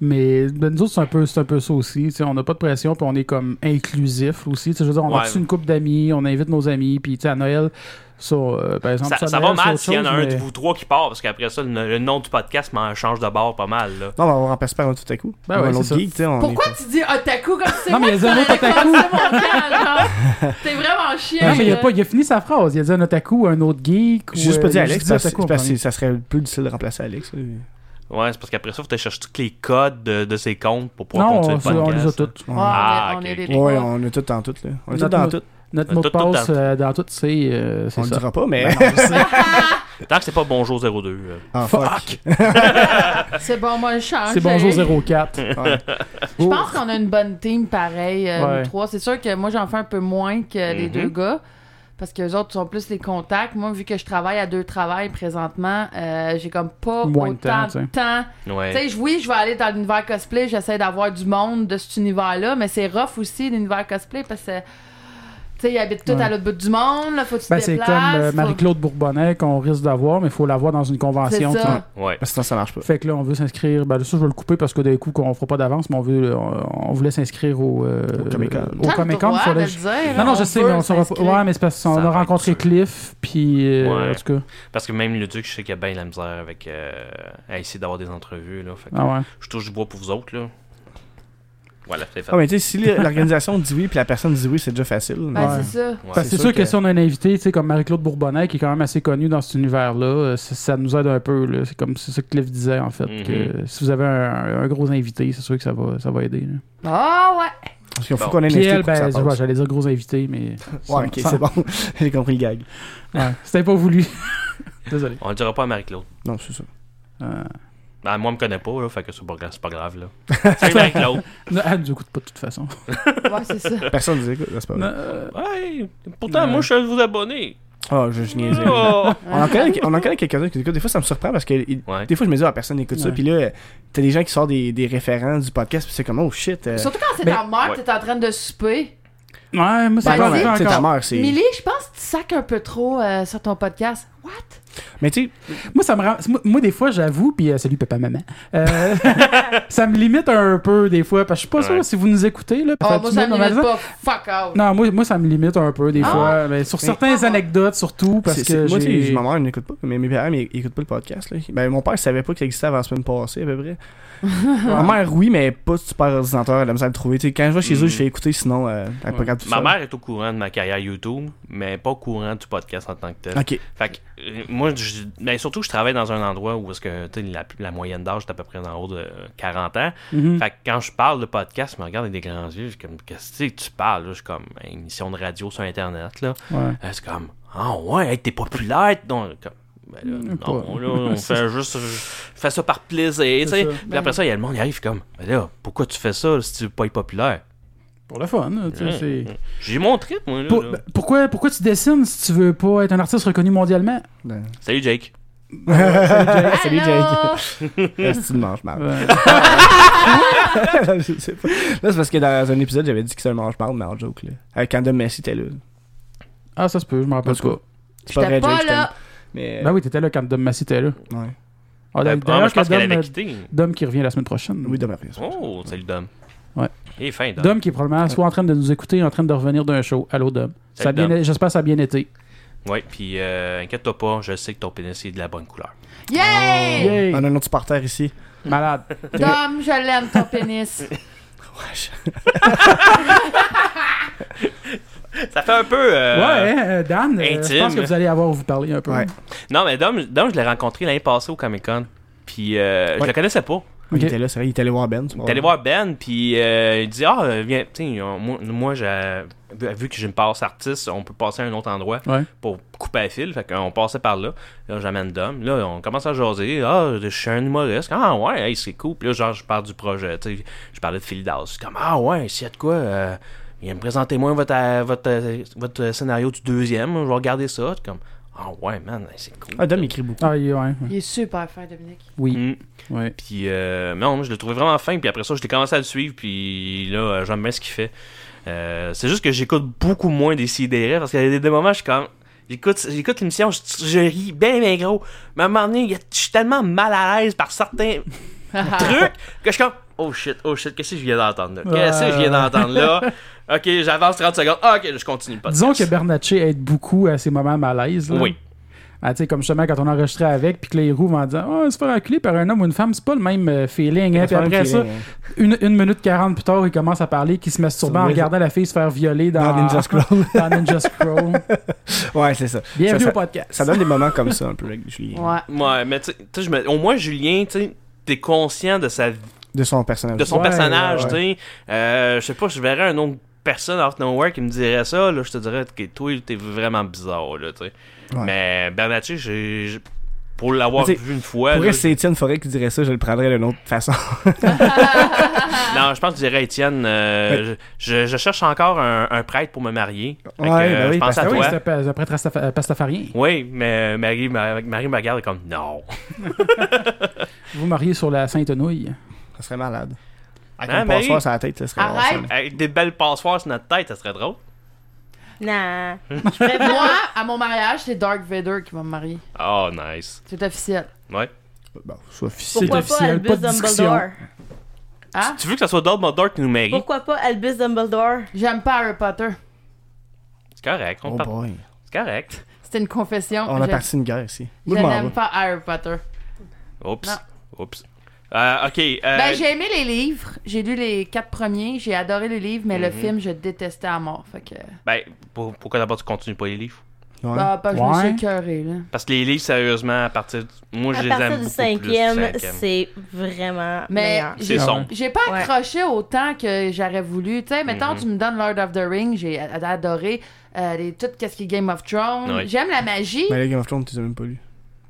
S3: Mais ben, nous autres, c'est un, peu- c'est un peu ça aussi. tu sais, on n'a pas de pression, puis on est comme inclusif aussi. Tu sais, Je veux dire, on
S1: Ouais.
S3: a reçu une couple d'amis, on invite nos amis, puis tu sais, à Noël, sur, euh, par exemple,
S1: Ça,
S3: sur
S1: ça va
S3: Noël,
S1: mal
S3: sur
S1: s'il y en a
S3: autre
S1: un
S3: chose,
S1: de
S3: mais-
S1: vous trois qui part, parce qu'après ça, le, le nom du podcast m'en change de bord pas mal. Là.
S4: Non, mais on va remplacer par un tout à coup.
S3: Ben
S4: Ou
S3: ouais,
S4: un
S3: c'est
S4: autre
S3: ça.
S4: geek, tu sais, on
S5: Pourquoi
S4: est-
S5: tu dis otaku comme si c'est
S3: Non,
S5: moi
S3: mais il
S5: qui
S3: y a un autre
S5: prenais
S3: otaku.
S5: comme ça mon temps, genre? T'es vraiment chiant.
S3: Non, mais il a,
S5: là.
S3: pas, il a fini sa phrase. Il a dit un otaku, un autre geek.
S4: J'ai
S3: ou,
S4: juste pas
S3: euh,
S4: dit
S3: il a
S4: Alex,
S3: juste
S4: parce
S3: otaku en
S4: c'est parce que
S3: premier.
S4: ça serait plus difficile de remplacer Alex. là.
S1: Ouais, c'est parce qu'après ça, faut que tu cherches tous les codes de, de ses comptes pour pouvoir
S3: Non,
S1: continuer
S3: on,
S1: le podcast.
S3: on les a toutes.
S5: Ouais,
S1: Ah,
S5: on est, on
S1: ok,
S5: est des
S1: ok.
S5: les
S4: Ouais,
S5: trois.
S4: on est tout dans tout, là. On est
S3: Notre
S4: tout dans
S3: mot-
S4: tout.
S3: Notre
S1: On
S3: mot de
S1: a tout- tout
S3: passe
S1: dans tout.
S3: euh, dans tout, c'est euh, c'est
S4: On le
S3: ça.
S4: dira pas, mais.
S1: hein. Tant que c'est pas Bonjour 02. euh.
S4: [LAUGHS] Ah,
S3: Fuck!
S5: C'est bon, moi je change.
S3: C'est bonjour
S1: [LAUGHS]
S3: 04.
S4: Ouais.
S5: Je pense qu'on a une bonne team pareil, euh,
S3: Ouais.
S5: nous trois. C'est sûr que moi, j'en fais un peu moins que les
S1: Mhm.
S5: deux gars. Parce que les autres sont plus les contacts. Moi, vu que je travaille à deux travails présentement, euh, j'ai comme pas
S3: Moins de temps,
S5: autant
S3: tu sais.
S5: de temps. Tu
S1: Ouais.
S5: sais, je- oui, je vais aller dans l'univers cosplay, j'essaie d'avoir du monde de cet univers-là, mais c'est rough aussi, l'univers cosplay, parce que, tu sais, ils habitent tous
S3: Ouais.
S5: à l'autre bout du monde, là, faut que tu te
S3: Ben, c'est
S5: déplaces.
S3: comme euh,
S5: faut-
S3: Marie-Claude Bourbonnais qu'on risque d'avoir, mais il faut l'avoir dans une
S5: C'est
S3: convention. tu sais.
S5: ça.
S1: Ouais.
S4: Parce que sinon,
S3: [LAUGHS]
S4: ça marche pas.
S3: Fait que là, on veut s'inscrire. Ben, ça, je vais le couper parce que d'un coup, qu'on fera pas d'avance, mais on, veut, euh, on, on voulait s'inscrire au, euh,
S4: Au Comic-Con.
S3: Au
S5: T'as le
S3: Comic-Con,
S5: droit
S3: faut
S5: de
S3: le- hein.
S5: le dire,
S3: Non, non,
S5: on
S3: je sais,
S5: peut
S3: mais on saura pas.
S5: s'inscrire.
S3: Ouais, mais c'est parce qu'on
S1: Ça
S3: a
S1: va être
S3: rencontré
S1: sûr.
S3: Cliff, puis. euh,
S1: Ouais.
S3: En tout cas.
S1: Parce que même le Duc, je sais qu'il y a bien de la misère avec euh, à essayer d'avoir des entrevues. Là. Fait que
S3: Ah ouais.
S1: Je touche du bois pour vous autres. Là. Voilà, c'est fait.
S4: Ah, mais tu sais, si l- l'organisation dit oui puis la personne dit oui, c'est déjà facile. mais-
S5: Ben,
S3: Ouais.
S5: c'est ça.
S1: Ouais.
S3: Parce que c'est sûr que... si on a un invité, tu sais, comme Marie-Claude Bourbonnais, qui est quand même assez connue dans cet univers-là, euh, ça, ça nous aide un peu. là. C'est comme c'est ça que Cliff disait, en fait.
S1: Mhm.
S3: que si vous avez un, un gros invité, c'est sûr que ça va, ça va aider. là.
S5: Ah ouais!
S4: Parce qu'il faut
S1: Bon.
S4: qu'on ait une
S3: Puis
S4: invité
S3: elle,
S4: pour que
S3: ben,
S4: ça
S3: je- ouais,
S4: passe.
S3: j'allais dire gros invité,
S4: [LAUGHS]
S3: mais.
S4: Ouais, ok, c'est bon. [LAUGHS] J'ai compris le gag.
S3: Ouais, C'était pas voulu. [LAUGHS] Désolé.
S1: On le dira pas à Marie-Claude.
S4: Non, c'est ça.
S3: Euh,
S1: Ben, moi, on me connaît pas, là, fait que c'est pas grave. C'est pas grave
S3: [LAUGHS]
S1: là. Salut Marie-Claude.
S3: non, elle nous écoute pas de toute façon.
S5: Ouais, c'est ça.
S4: Personne ne dit écoute, là, c'est pas vrai.
S3: Euh,
S1: Ouais, pourtant,
S3: Euh.
S1: moi, je suis vous abonner.
S4: Ah, je,
S3: [LAUGHS]
S4: je niaisais.
S1: Oh.
S4: On en connaît, on en connaît quelques-uns qui écoutent. Des fois, ça me surprend parce que il-
S1: Ouais.
S4: des fois, je me dis, ah, personne n'écoute ça.
S3: Ouais.
S4: Puis là, t'as des gens qui sortent des, des référents du podcast. Puis c'est comme, oh shit. euh,
S5: Surtout quand c'est
S3: Ben,
S5: ta mère,
S1: ouais.
S5: t'es en train de souper.
S3: Ouais, moi, c'est
S5: Ben,
S3: pas
S5: vas-y.
S3: encore.
S4: c'est ta mère, c'est.
S5: Millie, je pense que tu sacs un peu trop euh, sur ton podcast. What?
S4: Mais tu sais,
S3: Moi, ça me rend- moi- Moi, des fois, j'avoue, puis euh, salut papa, maman. Euh, [LAUGHS] ça me limite un peu, des fois, parce que je suis pas
S1: Ouais.
S3: sûr si vous nous écoutez. Là,
S5: Oh, moi,
S3: faites-le
S5: ça me limite
S3: normalement.
S5: pas. Fuck out.
S3: Non, moi, moi, ça me limite un peu, des
S5: Ah.
S3: fois. Mais sur
S4: Mais-
S3: certaines anecdotes, surtout, parce
S4: c'est- c'est-
S3: que.
S4: moi, tu sais,
S3: j'ai-
S4: ma mère elle n'écoute pas, mais mes parents ils, ils écoutent pas le podcast. Là. Ben, mon père il savait pas qu'il existait avant la semaine passée, à peu
S5: [LAUGHS]
S4: près. ma mère, oui, mais pas super ordinateur, elle a besoin de le trouver. Tu sais, quand je vais chez
S1: Mm.
S4: eux, je fais écouter, sinon, euh, elle est pas capable tout
S1: Ma
S4: seul.
S1: mère est au courant de ma carrière YouTube, mais pas au courant du podcast en tant que tel.
S4: Ok.
S1: Fait que, euh, moi, je, ben, surtout, je travaille dans un endroit où est-ce que tu sais, la, la moyenne d'âge est à peu près en haut de euh, 40 ans.
S3: Mhm.
S1: Fait que quand je parle de podcast, je me regarde avec des grands yeux. Je suis comme, qu'est-ce que c'est que tu parles? là? Je suis comme, ben, une émission de radio sur Internet. là.
S3: Ouais.
S1: Euh, C'est comme, ah ouais, hey, t'es populaire. Donc, comme, ben là,
S3: Mm, Pas-
S1: non, là,
S3: [LAUGHS]
S1: on fait juste, je fais ça par plaisir. tu sais.
S3: ça.
S1: Puis après ça, il y a le monde qui arrive comme, ben là, pourquoi tu fais ça si tu veux pas être populaire?
S3: Pour le fun, là, tu sais,
S1: Ouais.
S3: c'est-
S1: J'ai mon trip, moi. Là,
S3: Pour-
S1: là.
S3: ben, pourquoi, pourquoi tu dessines si tu veux pas être un artiste reconnu mondialement?
S4: Ben,
S1: Salut, Jake.
S4: Salut,
S5: Allô?
S4: Est-ce que tu me
S3: [LAUGHS]
S4: manges mal?
S3: Ouais.
S4: [LAUGHS] je sais pas. Là, c'est parce que dans un épisode, j'avais dit que c'est un mange mal, mais en joke. Là. Avec Andom Messi, t'es là.
S3: Ah, ça se peut, je m'en rappelle
S4: En tout
S3: pas.
S4: cas, c'est pas vrai,
S5: J'étais pas
S4: Jake, je t'aime.
S5: là.
S4: Mais.
S3: Ben oui, t'étais là quand Dom Massy était là.
S4: ouais.
S3: Ah,
S1: Euh, Ah,
S3: d'ailleurs,
S1: moi, je pense
S3: que
S1: qu'elle
S3: Dom,
S1: avait
S3: euh,
S1: quitté.
S3: Dom qui revient la semaine prochaine.
S4: Oui, demain, rien.
S1: Oh, salut, Dom.
S3: Ouais.
S1: Et Eh, fin, Dom.
S3: Dom qui est probablement soit en train de nous écouter, en train de revenir d'un show. Allô, Dom. Ça a
S1: Salut,
S3: bien- J'espère que ça a bien été.
S1: Ouais, puis euh, inquiète-toi pas, je sais que ton pénis est de la bonne couleur.
S5: Yay!
S3: Yay!
S4: On a un autre supporter ici.
S1: Ah.
S3: Malade.
S1: Euh,
S5: Dom, je l'aime ton pénis.
S1: Ça fait un peu. euh,
S3: ouais, hein, euh, Dan, euh, je
S1: intime.
S3: pense que vous allez avoir où vous parler un peu.
S4: Ouais.
S1: Non, mais Dom, Dom je l'ai rencontré l'année passée au Comic Con. Puis euh, je
S4: Ouais.
S1: le connaissais pas.
S4: Il
S3: Ok.
S4: était là, c'est vrai. Il était allé voir Ben.
S1: Il est allé voir Ben, puis euh, il dit Ah, viens, tu sais, on- moi, moi, j'ai- vu vu que j'ai une passe artiste, on peut passer à un autre endroit
S3: Ouais.
S1: pour couper à fil. Fait qu'on passait par là. Là, j'amène Dom. Là, on commence à jaser. Ah, je suis un humoriste. Ah, ouais, hey, c'est cool. Puis là, genre, je parle du projet. Tu sais, je parlais de Philidas. C'est comme Ah, ouais, s'il y a de quoi. euh, viens me présenter moi votre, euh, votre, euh, votre scénario du deuxième. Je vais regarder ça. C'est comme Ah, ouais, man, hey, c'est cool.
S4: Ah, Dom, il écrit beaucoup.
S3: Ah, il- ouais, ouais.
S5: Il est super fin, Dominique.
S3: Oui.
S1: Mm.
S3: Ouais.
S1: Puis, euh, non, moi, je le trouvais vraiment fin. Puis après ça, j'ai commencé à le suivre. Puis là, euh, j'aime bien ce qu'il fait. Euh, c'est juste que j'écoute beaucoup moins des CDR parce qu'il y a des- des moments, je suis comme. J'écoute, j'écoute l'émission, je, je ris bien, bien gros. Mais à un moment donné, il y a- je suis tellement mal à l'aise par certains trucs que je suis comme. Oh shit, oh shit, qu'est-ce que je viens d'entendre là? Qu'est-ce que je viens d'entendre là? Ok, j'avance 30 secondes. Ah, ok, je continue pas.
S3: Disons que Bernatchez aide beaucoup à ces moments malaise.
S1: Oui.
S3: Ah, tu sais, comme justement quand on enregistrait avec, puis que les roues en disant Oh, se faire enculer par un homme ou une femme, c'est pas le même euh, feeling. hein. Puis après ça, une, une minute quarante plus tard, il commence à parler qu'il se masturbait en
S4: Oui.
S3: regardant la fille se faire violer dans,
S4: Dans Ninja Scroll.
S3: [LAUGHS] dans Ninja Scroll.
S4: ouais, c'est ça.
S3: Bienvenue
S4: Ça, ça-
S3: au podcast.
S4: Ça donne des moments comme ça, un peu, avec Julien.
S5: Ouais.
S1: Ouais, mais tu sais- tu sais, je me- au moins, Julien, tu sais, t'es conscient de sa
S4: De son personnage.
S1: de son
S3: Ouais,
S1: personnage,
S3: ouais,
S1: tu sais. Euh, je sais pas, je verrais un autre personne out of nowhere qui me dirait ça, là, je te dirais que toi, t'es vraiment bizarre, là, tu sais.
S4: Ouais.
S1: Mais Bernatchez, j'ai- j'ai- pour l'avoir
S4: Mais tu sais,
S1: vu une fois,
S4: Pour
S1: là,
S4: vrai, si c'est Étienne Forêt qui dirait ça, je le prendrais d'une autre façon. [LAUGHS]
S1: je- non, je pense que je dirais Étienne, euh, je, je- je cherche encore un, un prêtre pour me marier. Fait que,
S4: Ouais,
S1: euh,
S4: ben oui,
S1: je pense
S4: parce
S1: à
S3: Ah oui,
S1: toi.
S3: c'était pa- après Trastafa- euh, Pastafarien.
S1: Oui, mais Marie, Marie, Marie me regarde comme non.
S3: Vous mariez sur la Sainte-Nouille.
S4: Ça serait malade. Avec
S1: Hein,
S4: un
S1: Marie?
S4: passoire sur la tête, ça serait
S5: Arrête.
S4: awesome.
S1: Avec des belles passoires sur notre tête, ça serait drôle.
S2: Non.
S5: Moi, à mon mariage, c'est Dark Vader qui va me marier.
S1: Oh, nice.
S5: C'est officiel.
S1: Ouais.
S4: Bon, c'est officiel.
S2: Pourquoi pas
S3: officiel, pas
S2: Albus
S3: de discussion.
S2: Dumbledore?
S5: Hein?
S1: Tu veux que ça soit Dumbledore qui nous
S4: Oh.
S1: marie?
S2: Pourquoi pas Albus Dumbledore?
S5: J'aime pas Harry Potter.
S1: C'est correct. on
S4: Oh
S1: part-
S4: boy.
S1: C'est correct.
S5: C'était une confession.
S4: On a
S5: Je-
S4: parti une guerre ici.
S5: Je
S4: Moi, je m'en
S5: n'aime
S4: vais.
S5: pas Harry Potter.
S1: Euh, Oups.
S5: Non.
S1: Oups. Euh, ok. euh,
S5: Ben, j'ai aimé les livres. J'ai lu les quatre premiers. J'ai adoré les livres, mais le
S1: Mhm.
S5: film, je détestais à mort. Fait que.
S1: ben, pour- pourquoi d'abord tu continues pas les livres
S4: Ouais.
S5: Bah, pas je me
S3: Ouais.
S5: suis écœurée, là.
S1: Parce que les livres, sérieusement, à partir. du- Moi, je
S2: À
S1: les aime.
S2: partir du
S1: beaucoup
S2: cinquième,
S1: plus,
S2: c'est vraiment
S5: Mais
S2: meilleur.
S1: C'est
S5: j'ai-
S1: sombre.
S5: j'ai pas
S2: Ouais.
S5: accroché autant que j'aurais voulu. Tu sais, mettons,
S1: Mhm.
S5: tu me donnes Lord of the Ring, j'ai a- adoré euh, les- tout qu'est-ce qui est Game of Thrones.
S1: Oui.
S5: J'aime la magie.
S4: Mais les Game of Thrones, tu les as même pas lu.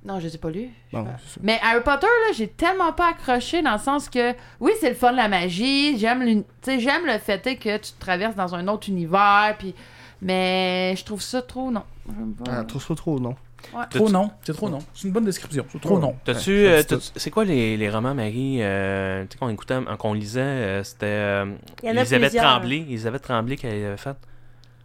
S5: Non, je les ai pas lus.
S4: Bon, c'est ça.
S5: Mais Harry Potter, là, j'ai tellement pas accroché dans le sens que, oui, c'est le fun de la magie, j'aime l'uni- tu sais, j'aime le fait est que tu te traverses dans un autre univers, puis... mais je trouve ça trop, non. J'aime pas.
S4: Ah, trop, trop, trop, non.
S3: Trop non. C'est trop non. C'est une bonne description. C'est trop non.
S1: T'as-tu.
S4: Ouais,
S1: euh,
S4: c'est
S1: t'as-tu- c'est quoi les, les romans, Marie euh, Tu sais, qu'on écoutait, euh, qu'on lisait, euh, c'était. euh,
S2: Il y en a
S1: Elisabeth
S2: plusieurs.
S1: Tremblay. Elisabeth Tremblay qu'elle avait faite.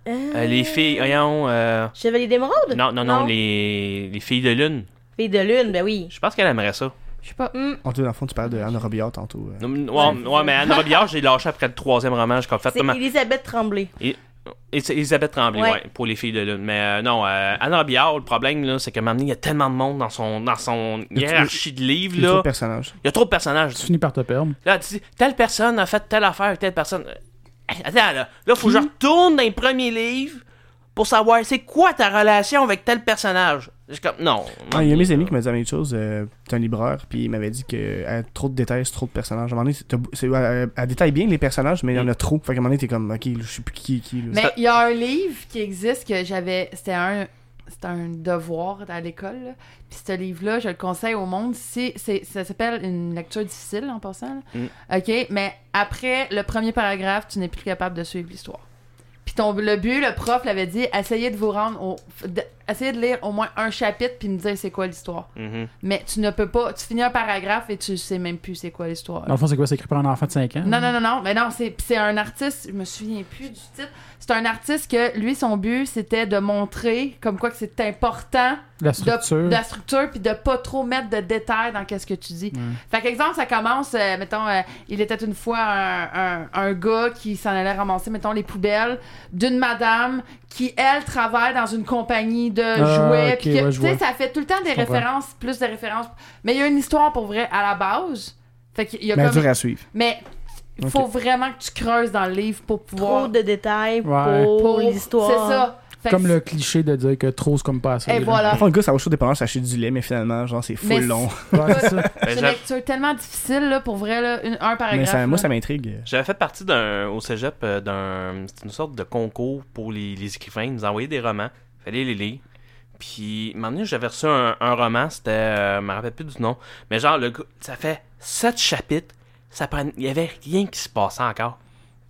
S1: Euh, les filles, voyons. euh,
S2: Chevalier d'émeraude?
S1: Non, non, non, les, les filles de lune.
S2: Filles de lune, ben oui.
S1: Je pense qu'elle aimerait ça.
S5: Je sais pas.
S2: Hmm.
S4: En tout cas, dans le fond, tu parles de Anne Robillard tantôt. euh.
S1: Non, Ouais, ouais, mais Anne Robillard, j'ai lâché après le troisième roman. Je suis
S2: C'est
S1: complètement.
S2: Elisabeth Tremblay.
S1: Et c'est Elisabeth Tremblay, ouais.
S2: Ouais.
S1: pour les filles de lune. Mais euh, non, euh, Anne Robillard, le problème, là, c'est que maintenant, il y a tellement de monde dans son, dans son
S4: y a-
S1: hiérarchie de livres,
S4: Il y a trop de
S1: là.
S4: personnages.
S1: Il y a trop de personnages.
S3: Tu finis par te perdre.
S1: Là, tu dis, telle personne a fait telle affaire, telle personne. Euh, Attends, là, là, faut que je retourne dans les premiers livres pour savoir c'est quoi ta relation avec tel personnage. Je suis comme, non.
S4: Ah, il y a mes amis qui me disaient la même chose. euh, T'es un libraire, puis il m'avait dit que euh, trop de détails, c'est trop de personnages. À un moment donné, c'est- t'as- c'est- elle, elle- elle détaille bien les personnages, mais il y en a trop. Fait qu'à un moment donné, t'es comme, ok, là, je sais plus qui est qui. là.
S5: Mais il y a un livre qui existe que j'avais. C'était un. C'était un devoir à l'école. là. Puis ce livre-là, je le conseille au monde. C'est, c'est- ça s'appelle Une lecture difficile en passant. là. OK? Mais après le premier paragraphe, tu n'es plus capable de suivre l'histoire. Puis ton, le but, le prof l'avait dit essayez de vous rendre au. f- de- essayez de lire au moins un chapitre puis me dire c'est quoi l'histoire.
S1: Mhm.
S5: Mais tu ne peux pas. Tu finis un paragraphe et tu sais même plus c'est quoi l'histoire.
S3: Dans le fond, c'est quoi? C'est écrit par un enfant de 5 ans?
S5: Non, non, non, non, mais non, c'est c'est un artiste, je me souviens plus du titre. C'est un artiste que lui, son but, c'était de montrer comme quoi que c'est important
S3: La
S5: de-
S3: structure.
S5: de la structure puis de pas trop mettre de détails dans qu'est-ce que tu dis. Fait qu'exemple, ça commence, euh, mettons, euh, il était une fois un, un- un gars qui s'en allait ramasser, mettons, les poubelles d'une madame qui, elle, travaille dans une compagnie de
S3: Ah,
S5: jouets.
S3: ok,
S5: puis que,
S3: ouais, je
S5: tu sais,
S3: vois.
S5: ça fait tout le temps des
S3: Je comprends.
S5: références, plus de références. Mais il y a une histoire pour vrai à la base. Fait qu'il y a
S4: Mais
S5: comme...
S4: dur à suivre.
S5: Mais il faut vraiment que tu creuses dans le livre pour pouvoir.
S2: Trop de détails
S3: Ouais.
S2: pour,
S5: pour-
S2: l'histoire.
S5: C'est ça. Fait que
S3: Comme le cliché de dire que trop c'est comme pas assez.
S5: Et
S3: là.
S4: Dans
S5: voilà.
S4: le fond, le gars, ça va chaud dépendant, s'acheter du lait, mais finalement, genre, c'est
S5: Ah. Mais
S4: full long.
S3: Ouais, c'est ça.
S1: Ben,
S5: C'est une
S1: j'av-
S5: lecture tellement difficile, là, pour vrai, là, une- un paragraphe.
S4: Mais ça, moi,
S5: là.
S4: ça m'intrigue.
S1: J'avais fait partie d'un au cégep euh, d'un c'était une sorte de concours pour les, les écrivains. Ils nous envoyaient des romans, fallait les lire. Puis, un moment donné, j'avais reçu un, un roman, c'était, euh, je me rappelle plus du nom, mais genre le gars- ça fait sept chapitres, ça prend, il y avait rien qui se passait encore,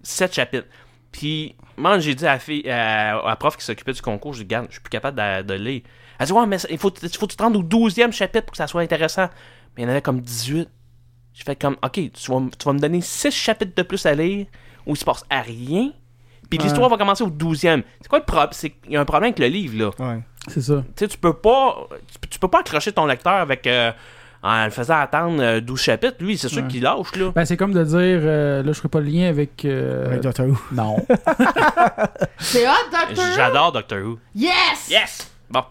S1: sept chapitres. Puis, man, j'ai dit à la, fille, à, à la prof qui s'occupait du concours, je dis, garde, je suis plus capable de, de lire. Elle dit, ouais, mais ça- il faut, il faut que tu te rendre au 12e chapitre pour que ça soit intéressant. Mais il y en avait comme 18. Je fais comme, ok, tu vas, m- tu vas me donner 6 chapitres de plus à lire où il se passe à rien. Puis
S3: Ouais.
S1: l'histoire va commencer au 12e. C'est quoi le problème? C'est qu'il y a un problème avec le livre, là.
S4: Ouais.
S3: C'est ça.
S1: Tu sais, tu peux pas, tu, peux- tu peux pas accrocher ton lecteur avec, euh, en le faisant attendre euh, 12 chapitres. Lui, c'est sûr
S3: Ouais.
S1: qu'il lâche, là.
S3: Ben, c'est comme de dire, euh, là, je ferai pas le lien avec. euh,
S4: Avec Doctor Who.
S3: non.
S5: C'est hot, Doctor!
S1: J'adore Doctor Who.
S5: Yes!
S1: Yes! Bon.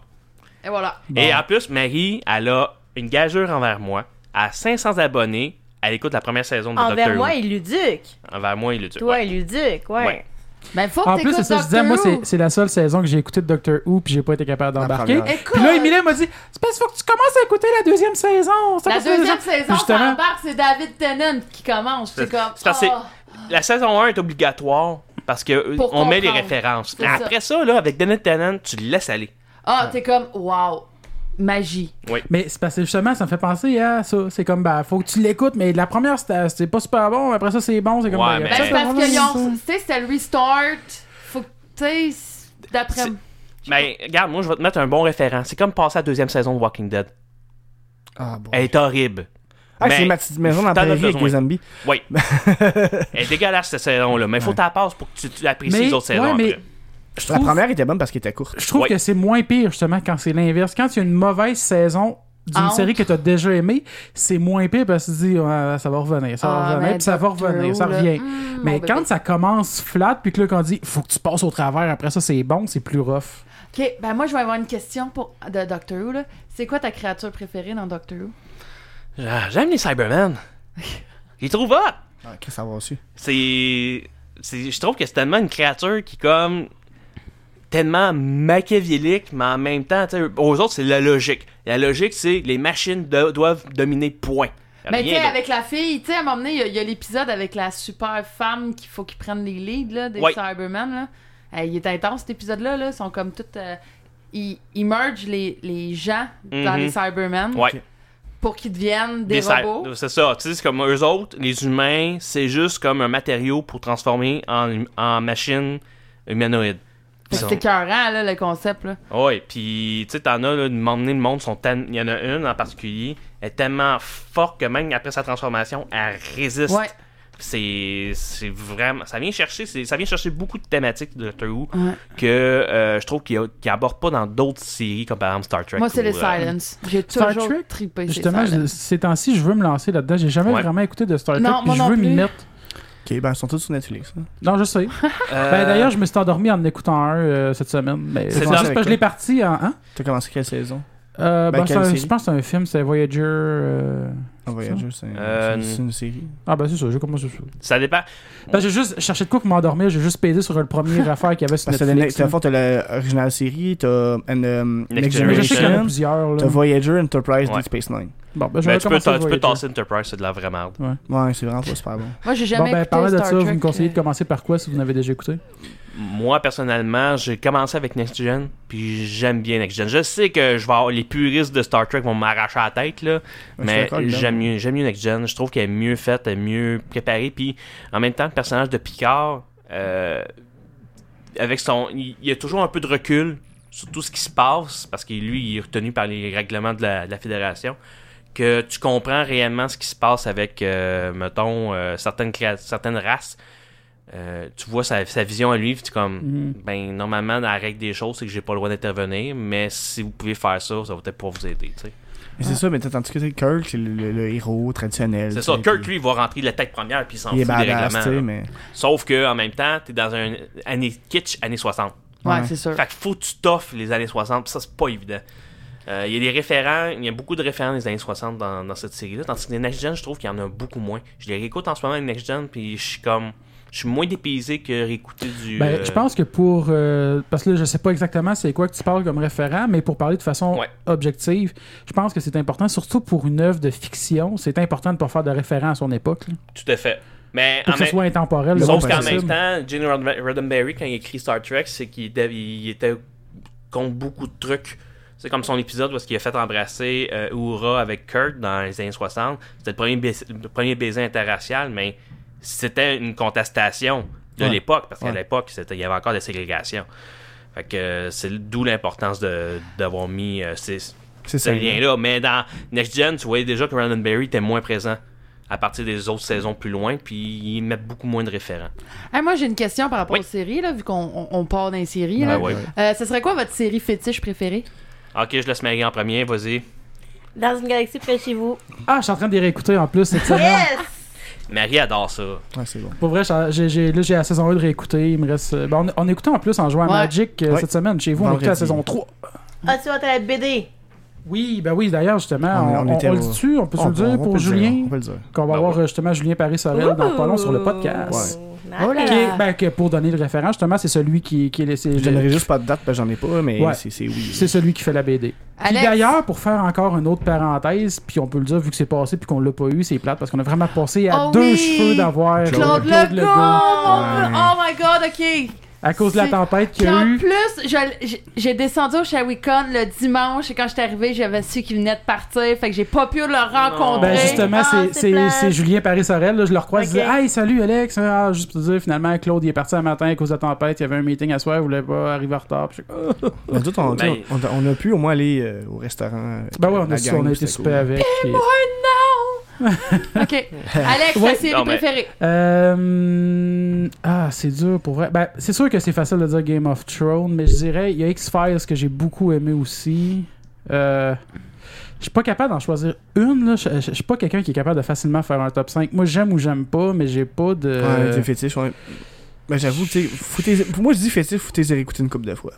S5: Et voilà.
S1: Et en plus, Marie, elle a une gageure envers moi. À 500 abonnés, elle écoute la première saison de
S2: Envers
S1: Doctor
S2: moi
S1: Who.
S2: et Luduc.
S1: Envers moi, il le dit.
S2: Toi et Luduc, ouais.
S1: Ouais.
S5: Ben, faut que
S3: En plus, c'est
S5: t'écoutes
S3: ça, je disais,
S5: Doctor
S3: moi, c'est-
S5: Who.
S3: c'est la seule saison que j'ai écouté de Doctor Who, puis j'ai pas été capable d'embarquer.
S4: première.
S5: Écoute!
S3: Puis là, Emilia m'a dit, c'est parce qu'il faut que tu commences à écouter la deuxième saison. C'est
S5: La
S3: parce que
S5: deuxième saison, ça
S3: Justement.
S5: embarque, c'est David Tennant qui commence. C'est
S1: C'est-
S5: comme.
S1: c'est parce que-
S5: oh.
S1: La saison 1 est obligatoire parce que euh, on
S5: Pour
S1: met les
S5: comprendre.
S1: références.
S5: C'est
S1: Après ça, là, avec Dennett Tennant, tu le laisses aller.
S5: Ah, t'es comme, wow! Magie.
S1: Ben
S3: Mais c'est parce que justement, ça me fait penser à ça. C'est comme, bah, faut que tu l'écoutes, mais la première, c'était c'était pas super bon, mais après ça, c'est bon. C'est comme,
S1: Ouais,
S3: bah,
S1: mais-
S5: Ben,
S3: ça,
S5: c'est parce
S3: vraiment
S5: que, ils ont-
S3: ça.
S5: tu sais, c'était le restart. Faut que, tu sais, d'après.
S1: Mais regarde, moi, je vais te mettre un bon référent. C'est comme passer à la deuxième saison de Walking Dead.
S4: Ah, bon.
S1: Elle est horrible.
S4: Ah,
S1: Eh, Mais-
S4: c'est ma petite maison dans
S1: T'en as
S4: la prairie avec
S1: besoin.
S4: des zombies.
S3: [LAUGHS]
S1: Oui. Elle est dégueulasse, cette saison-là. Mais il faut que tu la passes pour que tu, tu apprécies
S3: Mais-
S1: les autres saisons
S3: ouais, mais-
S1: après.
S3: Je
S4: La
S3: trouve-
S4: première était bonne parce qu'elle était courte.
S3: Je trouve
S1: Ouais.
S3: que c'est moins pire justement quand c'est l'inverse. Quand il y a une mauvaise saison d'une
S5: Entre.
S3: série que t'as déjà aimée, c'est moins pire parce que tu dis Ah, ça va revenir, ça
S5: Ah,
S3: va revenir,
S5: mais
S3: puis ça va
S5: Doctor
S3: revenir, ça
S5: Who, là.
S3: revient.
S5: Mm, mon
S3: mais
S5: bébé.
S3: quand ça commence flat, puis que là qu'on dit faut que tu passes au travers, après ça c'est bon, c'est plus rough.
S5: Ok, ben moi je vais avoir une question pour de Doctor Who là. C'est quoi ta créature préférée dans Doctor Who
S1: Ah, J'aime les
S3: [LAUGHS]
S1: Cybermen. Ils trouvent hot.
S4: Ah, qu'est-ce que ça va aussi.
S1: C'est. c'est- Je trouve que c'est tellement une créature qui, comme. tellement machiavélique, mais en même temps, tu sais, aux autres, c'est la logique. La logique, c'est les machines do- doivent dominer, point.
S5: Mais Ben, tu sais,
S1: Rien d'autre.
S5: avec la fille, tu sais, à un moment donné, il y a- il y a, l'épisode avec la super femme qu'il faut qu'ils prennent les leads là, des
S1: Ouais.
S5: Cybermen. Là. Euh, il est intense cet épisode-là. Là. Ils sont comme toutes. euh, ils, ils mergent les, les gens dans
S1: Mhm.
S5: les Cybermen
S1: Ouais.
S5: pour qu'ils deviennent des
S1: Des cy-
S5: robots.
S1: C'est ça. Tu sais, c'est comme eux autres, les humains, c'est juste comme un matériau pour transformer en, en machine humanoïde.
S5: Fait que C'est écœurant, là, le concept. Là.
S1: Ouais, puis tu sais, t'en as, là, de m'emmener le monde, sont tan- il y en a une en particulier, elle est tellement forte que même après sa transformation, elle résiste.
S5: Ouais.
S1: C'est c'est vraiment. Ça vient chercher c'est- ça vient chercher beaucoup de thématiques de Doctor Who
S5: Ouais.
S1: que euh, je trouve qu'il n'aborde aborde pas dans d'autres séries, comme par exemple Star Trek.
S5: Moi, c'est
S1: ou,
S5: le
S1: euh,
S5: Silence. J'ai
S3: Star
S5: toujours
S3: Trek,
S5: trippé. ces
S3: Justement, je-
S5: Silence.
S3: ces temps-ci, je veux me lancer là-dedans. J'ai jamais
S1: Ouais.
S3: vraiment écouté de Star Trek.
S5: Non,
S3: puis
S5: moi
S3: je
S5: non
S3: veux
S5: plus.
S3: m'y mettre.
S4: Ok, ben, ils sont tous sur Netflix. hein.
S3: Non, je sais.
S1: euh,
S3: Ben, D'ailleurs, je me suis endormi en écoutant un euh, cette semaine. Mais
S1: C'est
S3: je
S1: ça.
S3: pense que je l'ai parti en. hein?
S4: T'as commencé quelle saison
S3: Euh,
S4: Ben,
S3: ben, c'est
S4: quelle
S3: un-
S4: série?
S3: je pense que c'est un film, c'est Voyager. euh,
S4: En Voyager, c'est
S1: Euh,
S4: c'est- c'est une série.
S3: Ah, ben c'est ça, j'ai commencé ça.
S1: Ça dépend.
S3: Ben, j'ai juste cherché de quoi pour m'endormir, j'ai juste pesé sur le
S4: [LAUGHS]
S3: premier affaire qu'il y avait sur
S4: Parce que t'as
S3: Netflix.
S4: t'as
S3: là.
S4: fort, t'as l'original série, t'as An, um,
S1: Next
S4: Next
S3: Mais je sais qu'il y en a
S4: Generation,
S3: plusieurs.
S4: t'as
S3: Là.
S4: Voyager, Enterprise,
S1: Ouais.
S4: Deep Space Nine.
S3: Bon, ben, je
S1: Mais
S3: vais
S1: tu peux,
S3: commencer
S1: ta- tu peux
S3: Voyager.
S1: tasser Enterprise, c'est de la vraie merde.
S3: Ouais.
S4: Ouais, c'est vraiment pas super bon.
S5: Moi, j'ai
S3: Bon,
S5: jamais
S3: ben,
S5: écouté
S3: parlant de
S5: Star
S3: ça, vous
S5: Trek,
S3: me conseillez de
S5: euh,
S3: commencer par quoi si vous n'avez déjà écouté
S1: Euh, Moi, personnellement, j'ai commencé avec Next Gen, puis j'aime bien Next Gen. Je sais que je vais avoir- les puristes de Star Trek vont m'arracher la tête, là,
S4: suis
S1: mais
S4: d'accord avec Dan.
S1: j'aime mieux, j'aime mieux Next Gen. Je trouve qu'elle est mieux faite, elle est mieux préparée, puis en même temps, le personnage de Picard, euh, avec son, il, il a toujours un peu de recul sur tout ce qui se passe, parce que lui, il est retenu par les règlements de la, de la Fédération. Que tu comprends réellement ce qui se passe avec, euh, mettons, euh, certaines, créa- certaines races. Euh, tu vois sa, sa vision à lui, puis tu es comme, ben, normalement, dans la règle des choses, c'est que j'ai pas le droit d'intervenir, mais si vous pouvez faire ça, ça va peut-être pouvoir vous aider, tu sais.
S4: Mais c'est ça, mais t'as- tandis que t'sais, Kirk, c'est le, le- le héros traditionnel.
S1: C'est
S4: t'sais,
S1: ça, Kirk,
S4: puis
S1: lui, il va rentrer la tête première, puis il s'en
S4: Il
S1: fout
S4: est
S1: des
S4: badass, tu
S1: règlements.
S4: sais,
S1: là.
S4: mais.
S1: Sauf que, en même temps, t'es dans un année kitsch, années 60.
S5: Ouais,
S4: Ouais.
S5: c'est sûr.
S1: Fait que faut que tu t'offres les années 60, puis ça, c'est pas évident. Euh, Il y a des référents, il y a beaucoup de référents des années 60 dans, dans cette série-là, tandis que les Next Gen, je trouve qu'il y en a beaucoup moins. Je les réécoute en ce moment, les Next Gen, puis je suis comme. Je suis moins dépaysé que réécouter du.
S3: Ben,
S1: euh,
S3: je pense que pour. euh, parce que là, je sais pas exactement c'est quoi que tu parles comme référent, mais pour parler de façon
S1: Ouais.
S3: objective, je pense que c'est important, surtout pour une œuvre de fiction, c'est important de pas faire de référent à son époque. là,
S1: Tout à fait. Ah, Mais
S3: pour
S1: en
S3: que ce
S1: même-
S3: soit intemporel. le
S4: Ils
S3: moins
S4: ont
S1: Sauf
S4: pas
S1: qu'en
S4: fait
S1: même
S3: possible.
S1: temps, Gene Rodden- Roddenberry, quand il a écrit Star Trek, c'est qu'il dev- il était contre beaucoup de trucs. C'est comme son épisode où il a fait embrasser euh, Uhura avec Kirk dans les années 60. C'était le premier, baiser, le premier baiser interracial, mais c'était une contestation de
S4: Ouais.
S1: l'époque, parce qu'à
S4: Ouais.
S1: l'époque, c'était- il y avait encore des ségrégations. Fait que euh, c'est d'où l'importance de- d'avoir mis euh, ces,
S4: C'est
S1: ce
S4: ça.
S1: lien-là. Mais dans Next Gen, tu voyais déjà que Roddenberry était moins présent à partir des autres saisons plus loin, puis ils mettent beaucoup moins de référents.
S5: Hey, moi, j'ai une question par rapport
S1: Oui.
S5: aux séries, là, vu qu'on on- on part dans les séries.
S3: Ben
S1: Ah
S5: là.
S1: ouais.
S5: Euh, ce serait quoi votre série fétiche préférée?
S1: Ok, je laisse Maggie en premier, vas-y.
S2: Dans une galaxie près de chez vous.
S3: Ah, je suis en train de les réécouter en plus cette semaine.
S2: Yes!
S1: Marie adore ça.
S4: Ouais, c'est bon.
S3: Pour vrai, j'ai- j'ai- là, j'ai la saison 1 de réécouter. Il me reste. euh, ben, on, on écoutait en plus en jouant à
S5: Ouais.
S3: Magic euh,
S4: Ouais.
S3: cette semaine. Chez vous, on écoutait la
S4: Vendredi.
S3: saison 3.
S2: As-tu entendu la BD?
S3: Oui, ben oui, d'ailleurs, justement, on,
S4: On- on
S3: on-
S4: était
S3: on le
S4: au-
S3: dit-tu, on peut se
S4: On-
S3: le dire
S4: on- on
S3: pour
S4: peut le
S3: Julien,
S4: On peut le dire. Ah
S3: qu'on va
S1: Ben
S3: avoir euh, justement Julien Paris-Sorel dans pas long sur le podcast.
S2: Ouh,
S5: Oh là
S2: nice.
S3: Qui est-
S5: Ah.
S3: ben, que pour donner le référent, justement, c'est celui qui, qui est laissé.
S4: Je donnerai juste pas de date, parce que j'en ai pas, mais
S3: Ouais.
S4: c'est c'est oui.
S3: C'est celui qui fait la BD. Puis
S5: Alex?
S3: d'ailleurs, pour faire encore une autre parenthèse, puis on peut le dire vu que c'est passé puis qu'on l'a pas eu, c'est plate parce qu'on a vraiment passé à
S5: Oh
S3: deux
S5: oui!
S3: cheveux d'avoir
S5: Claude, Legault!
S3: Legault.
S5: mon
S4: Ouais.
S5: Dieu! Oh my God, OK!
S3: à cause de la
S5: C'est-
S3: tempête qu'il
S5: Puis
S3: y a
S5: en
S3: eu.
S5: plus, je- je- j'ai descendu au Shawicon le dimanche et quand j'étais arrivée, j'avais su qu'il venait de partir, fait que j'ai pas pu le rencontrer.
S3: Ben justement,
S2: Ah,
S3: c'est-
S2: c'est
S3: c'est
S2: plate.
S3: c'est Julien Paris-Sorel, là, je le recroise,
S2: Ok.
S3: je dis Hey, salut Alex! Ah, juste pour te dire, finalement, Claude il est parti un matin à cause de la tempête, il y avait un meeting à soir, il voulait pas arriver en retard. Puis je-
S4: Mais nous autres, on,
S1: Ben-
S4: on- on a pu au moins aller euh, au restaurant. euh,
S3: Ben ouais, on
S4: la
S3: a,
S4: gang,
S3: on a
S4: c'était
S3: été
S4: cool.
S3: super avec. puis-
S5: Oh
S3: [LAUGHS]
S5: non! OK. Alex,
S3: Ouais.
S5: ta série
S1: Non, mais-
S5: préférée?
S3: Euh, ah, c'est dur pour vrai. Ben, c'est sûr que c'est facile de dire Game of Thrones, mais je dirais, il y a X-Files que j'ai beaucoup aimé aussi. Euh, je suis pas capable d'en choisir une. là. Je je- je suis pas quelqu'un qui est capable de facilement faire un top 5. Moi, j'aime ou j'aime pas, mais j'ai pas de.
S4: Ouais, t'es fétiche. ouais. Ben j'avoue, tu sais, foutez- pour moi je dis fétiche, foutez les écouter une couple de fois.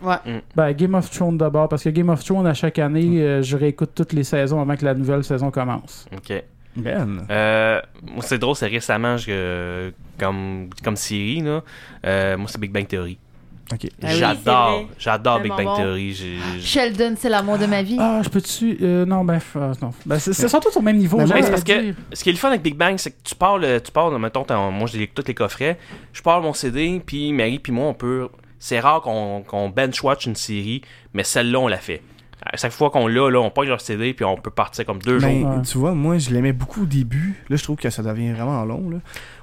S3: Ben, Game of Thrones d'abord, parce que Game of Thrones, à chaque
S1: Mm.
S3: année, euh, je réécoute toutes les saisons avant que la nouvelle saison commence.
S1: Ok.
S4: Ben.
S1: Euh, moi, c'est drôle, c'est récemment, je, euh, comme, comme série, là. Euh, moi, c'est Big Bang Theory.
S4: Ok.
S2: Ah oui,
S1: j'adore,
S2: c'est vrai.
S1: j'adore Big
S2: Tellement
S1: Bang
S2: bon.
S1: Theory. j'ai- j'ai-
S5: Sheldon, c'est l'amour de ma vie.
S3: Ah, je peux-tu. euh, non, ben, f- ah, non. Ben, c'est c'est surtout au même niveau.
S4: Ben,
S3: j'allais
S1: Mais c'est parce que
S3: dire.
S1: ce qui est le fun avec Big Bang, c'est que tu parles, euh, tu parles, mettons, t'as- moi, j'ai tous les coffrets. Je parle mon CD, puis Marie, puis moi, on peut. C'est rare qu'on qu'on bench-watch une série, mais celle-là, on l'a fait. À chaque fois qu'on l'a, là, on pogne leur CD, puis on peut partir comme deux jours.
S4: Ben,
S3: Ouais.
S4: tu vois, moi je l'aimais beaucoup au début. Là, je trouve que ça devient vraiment long. Là.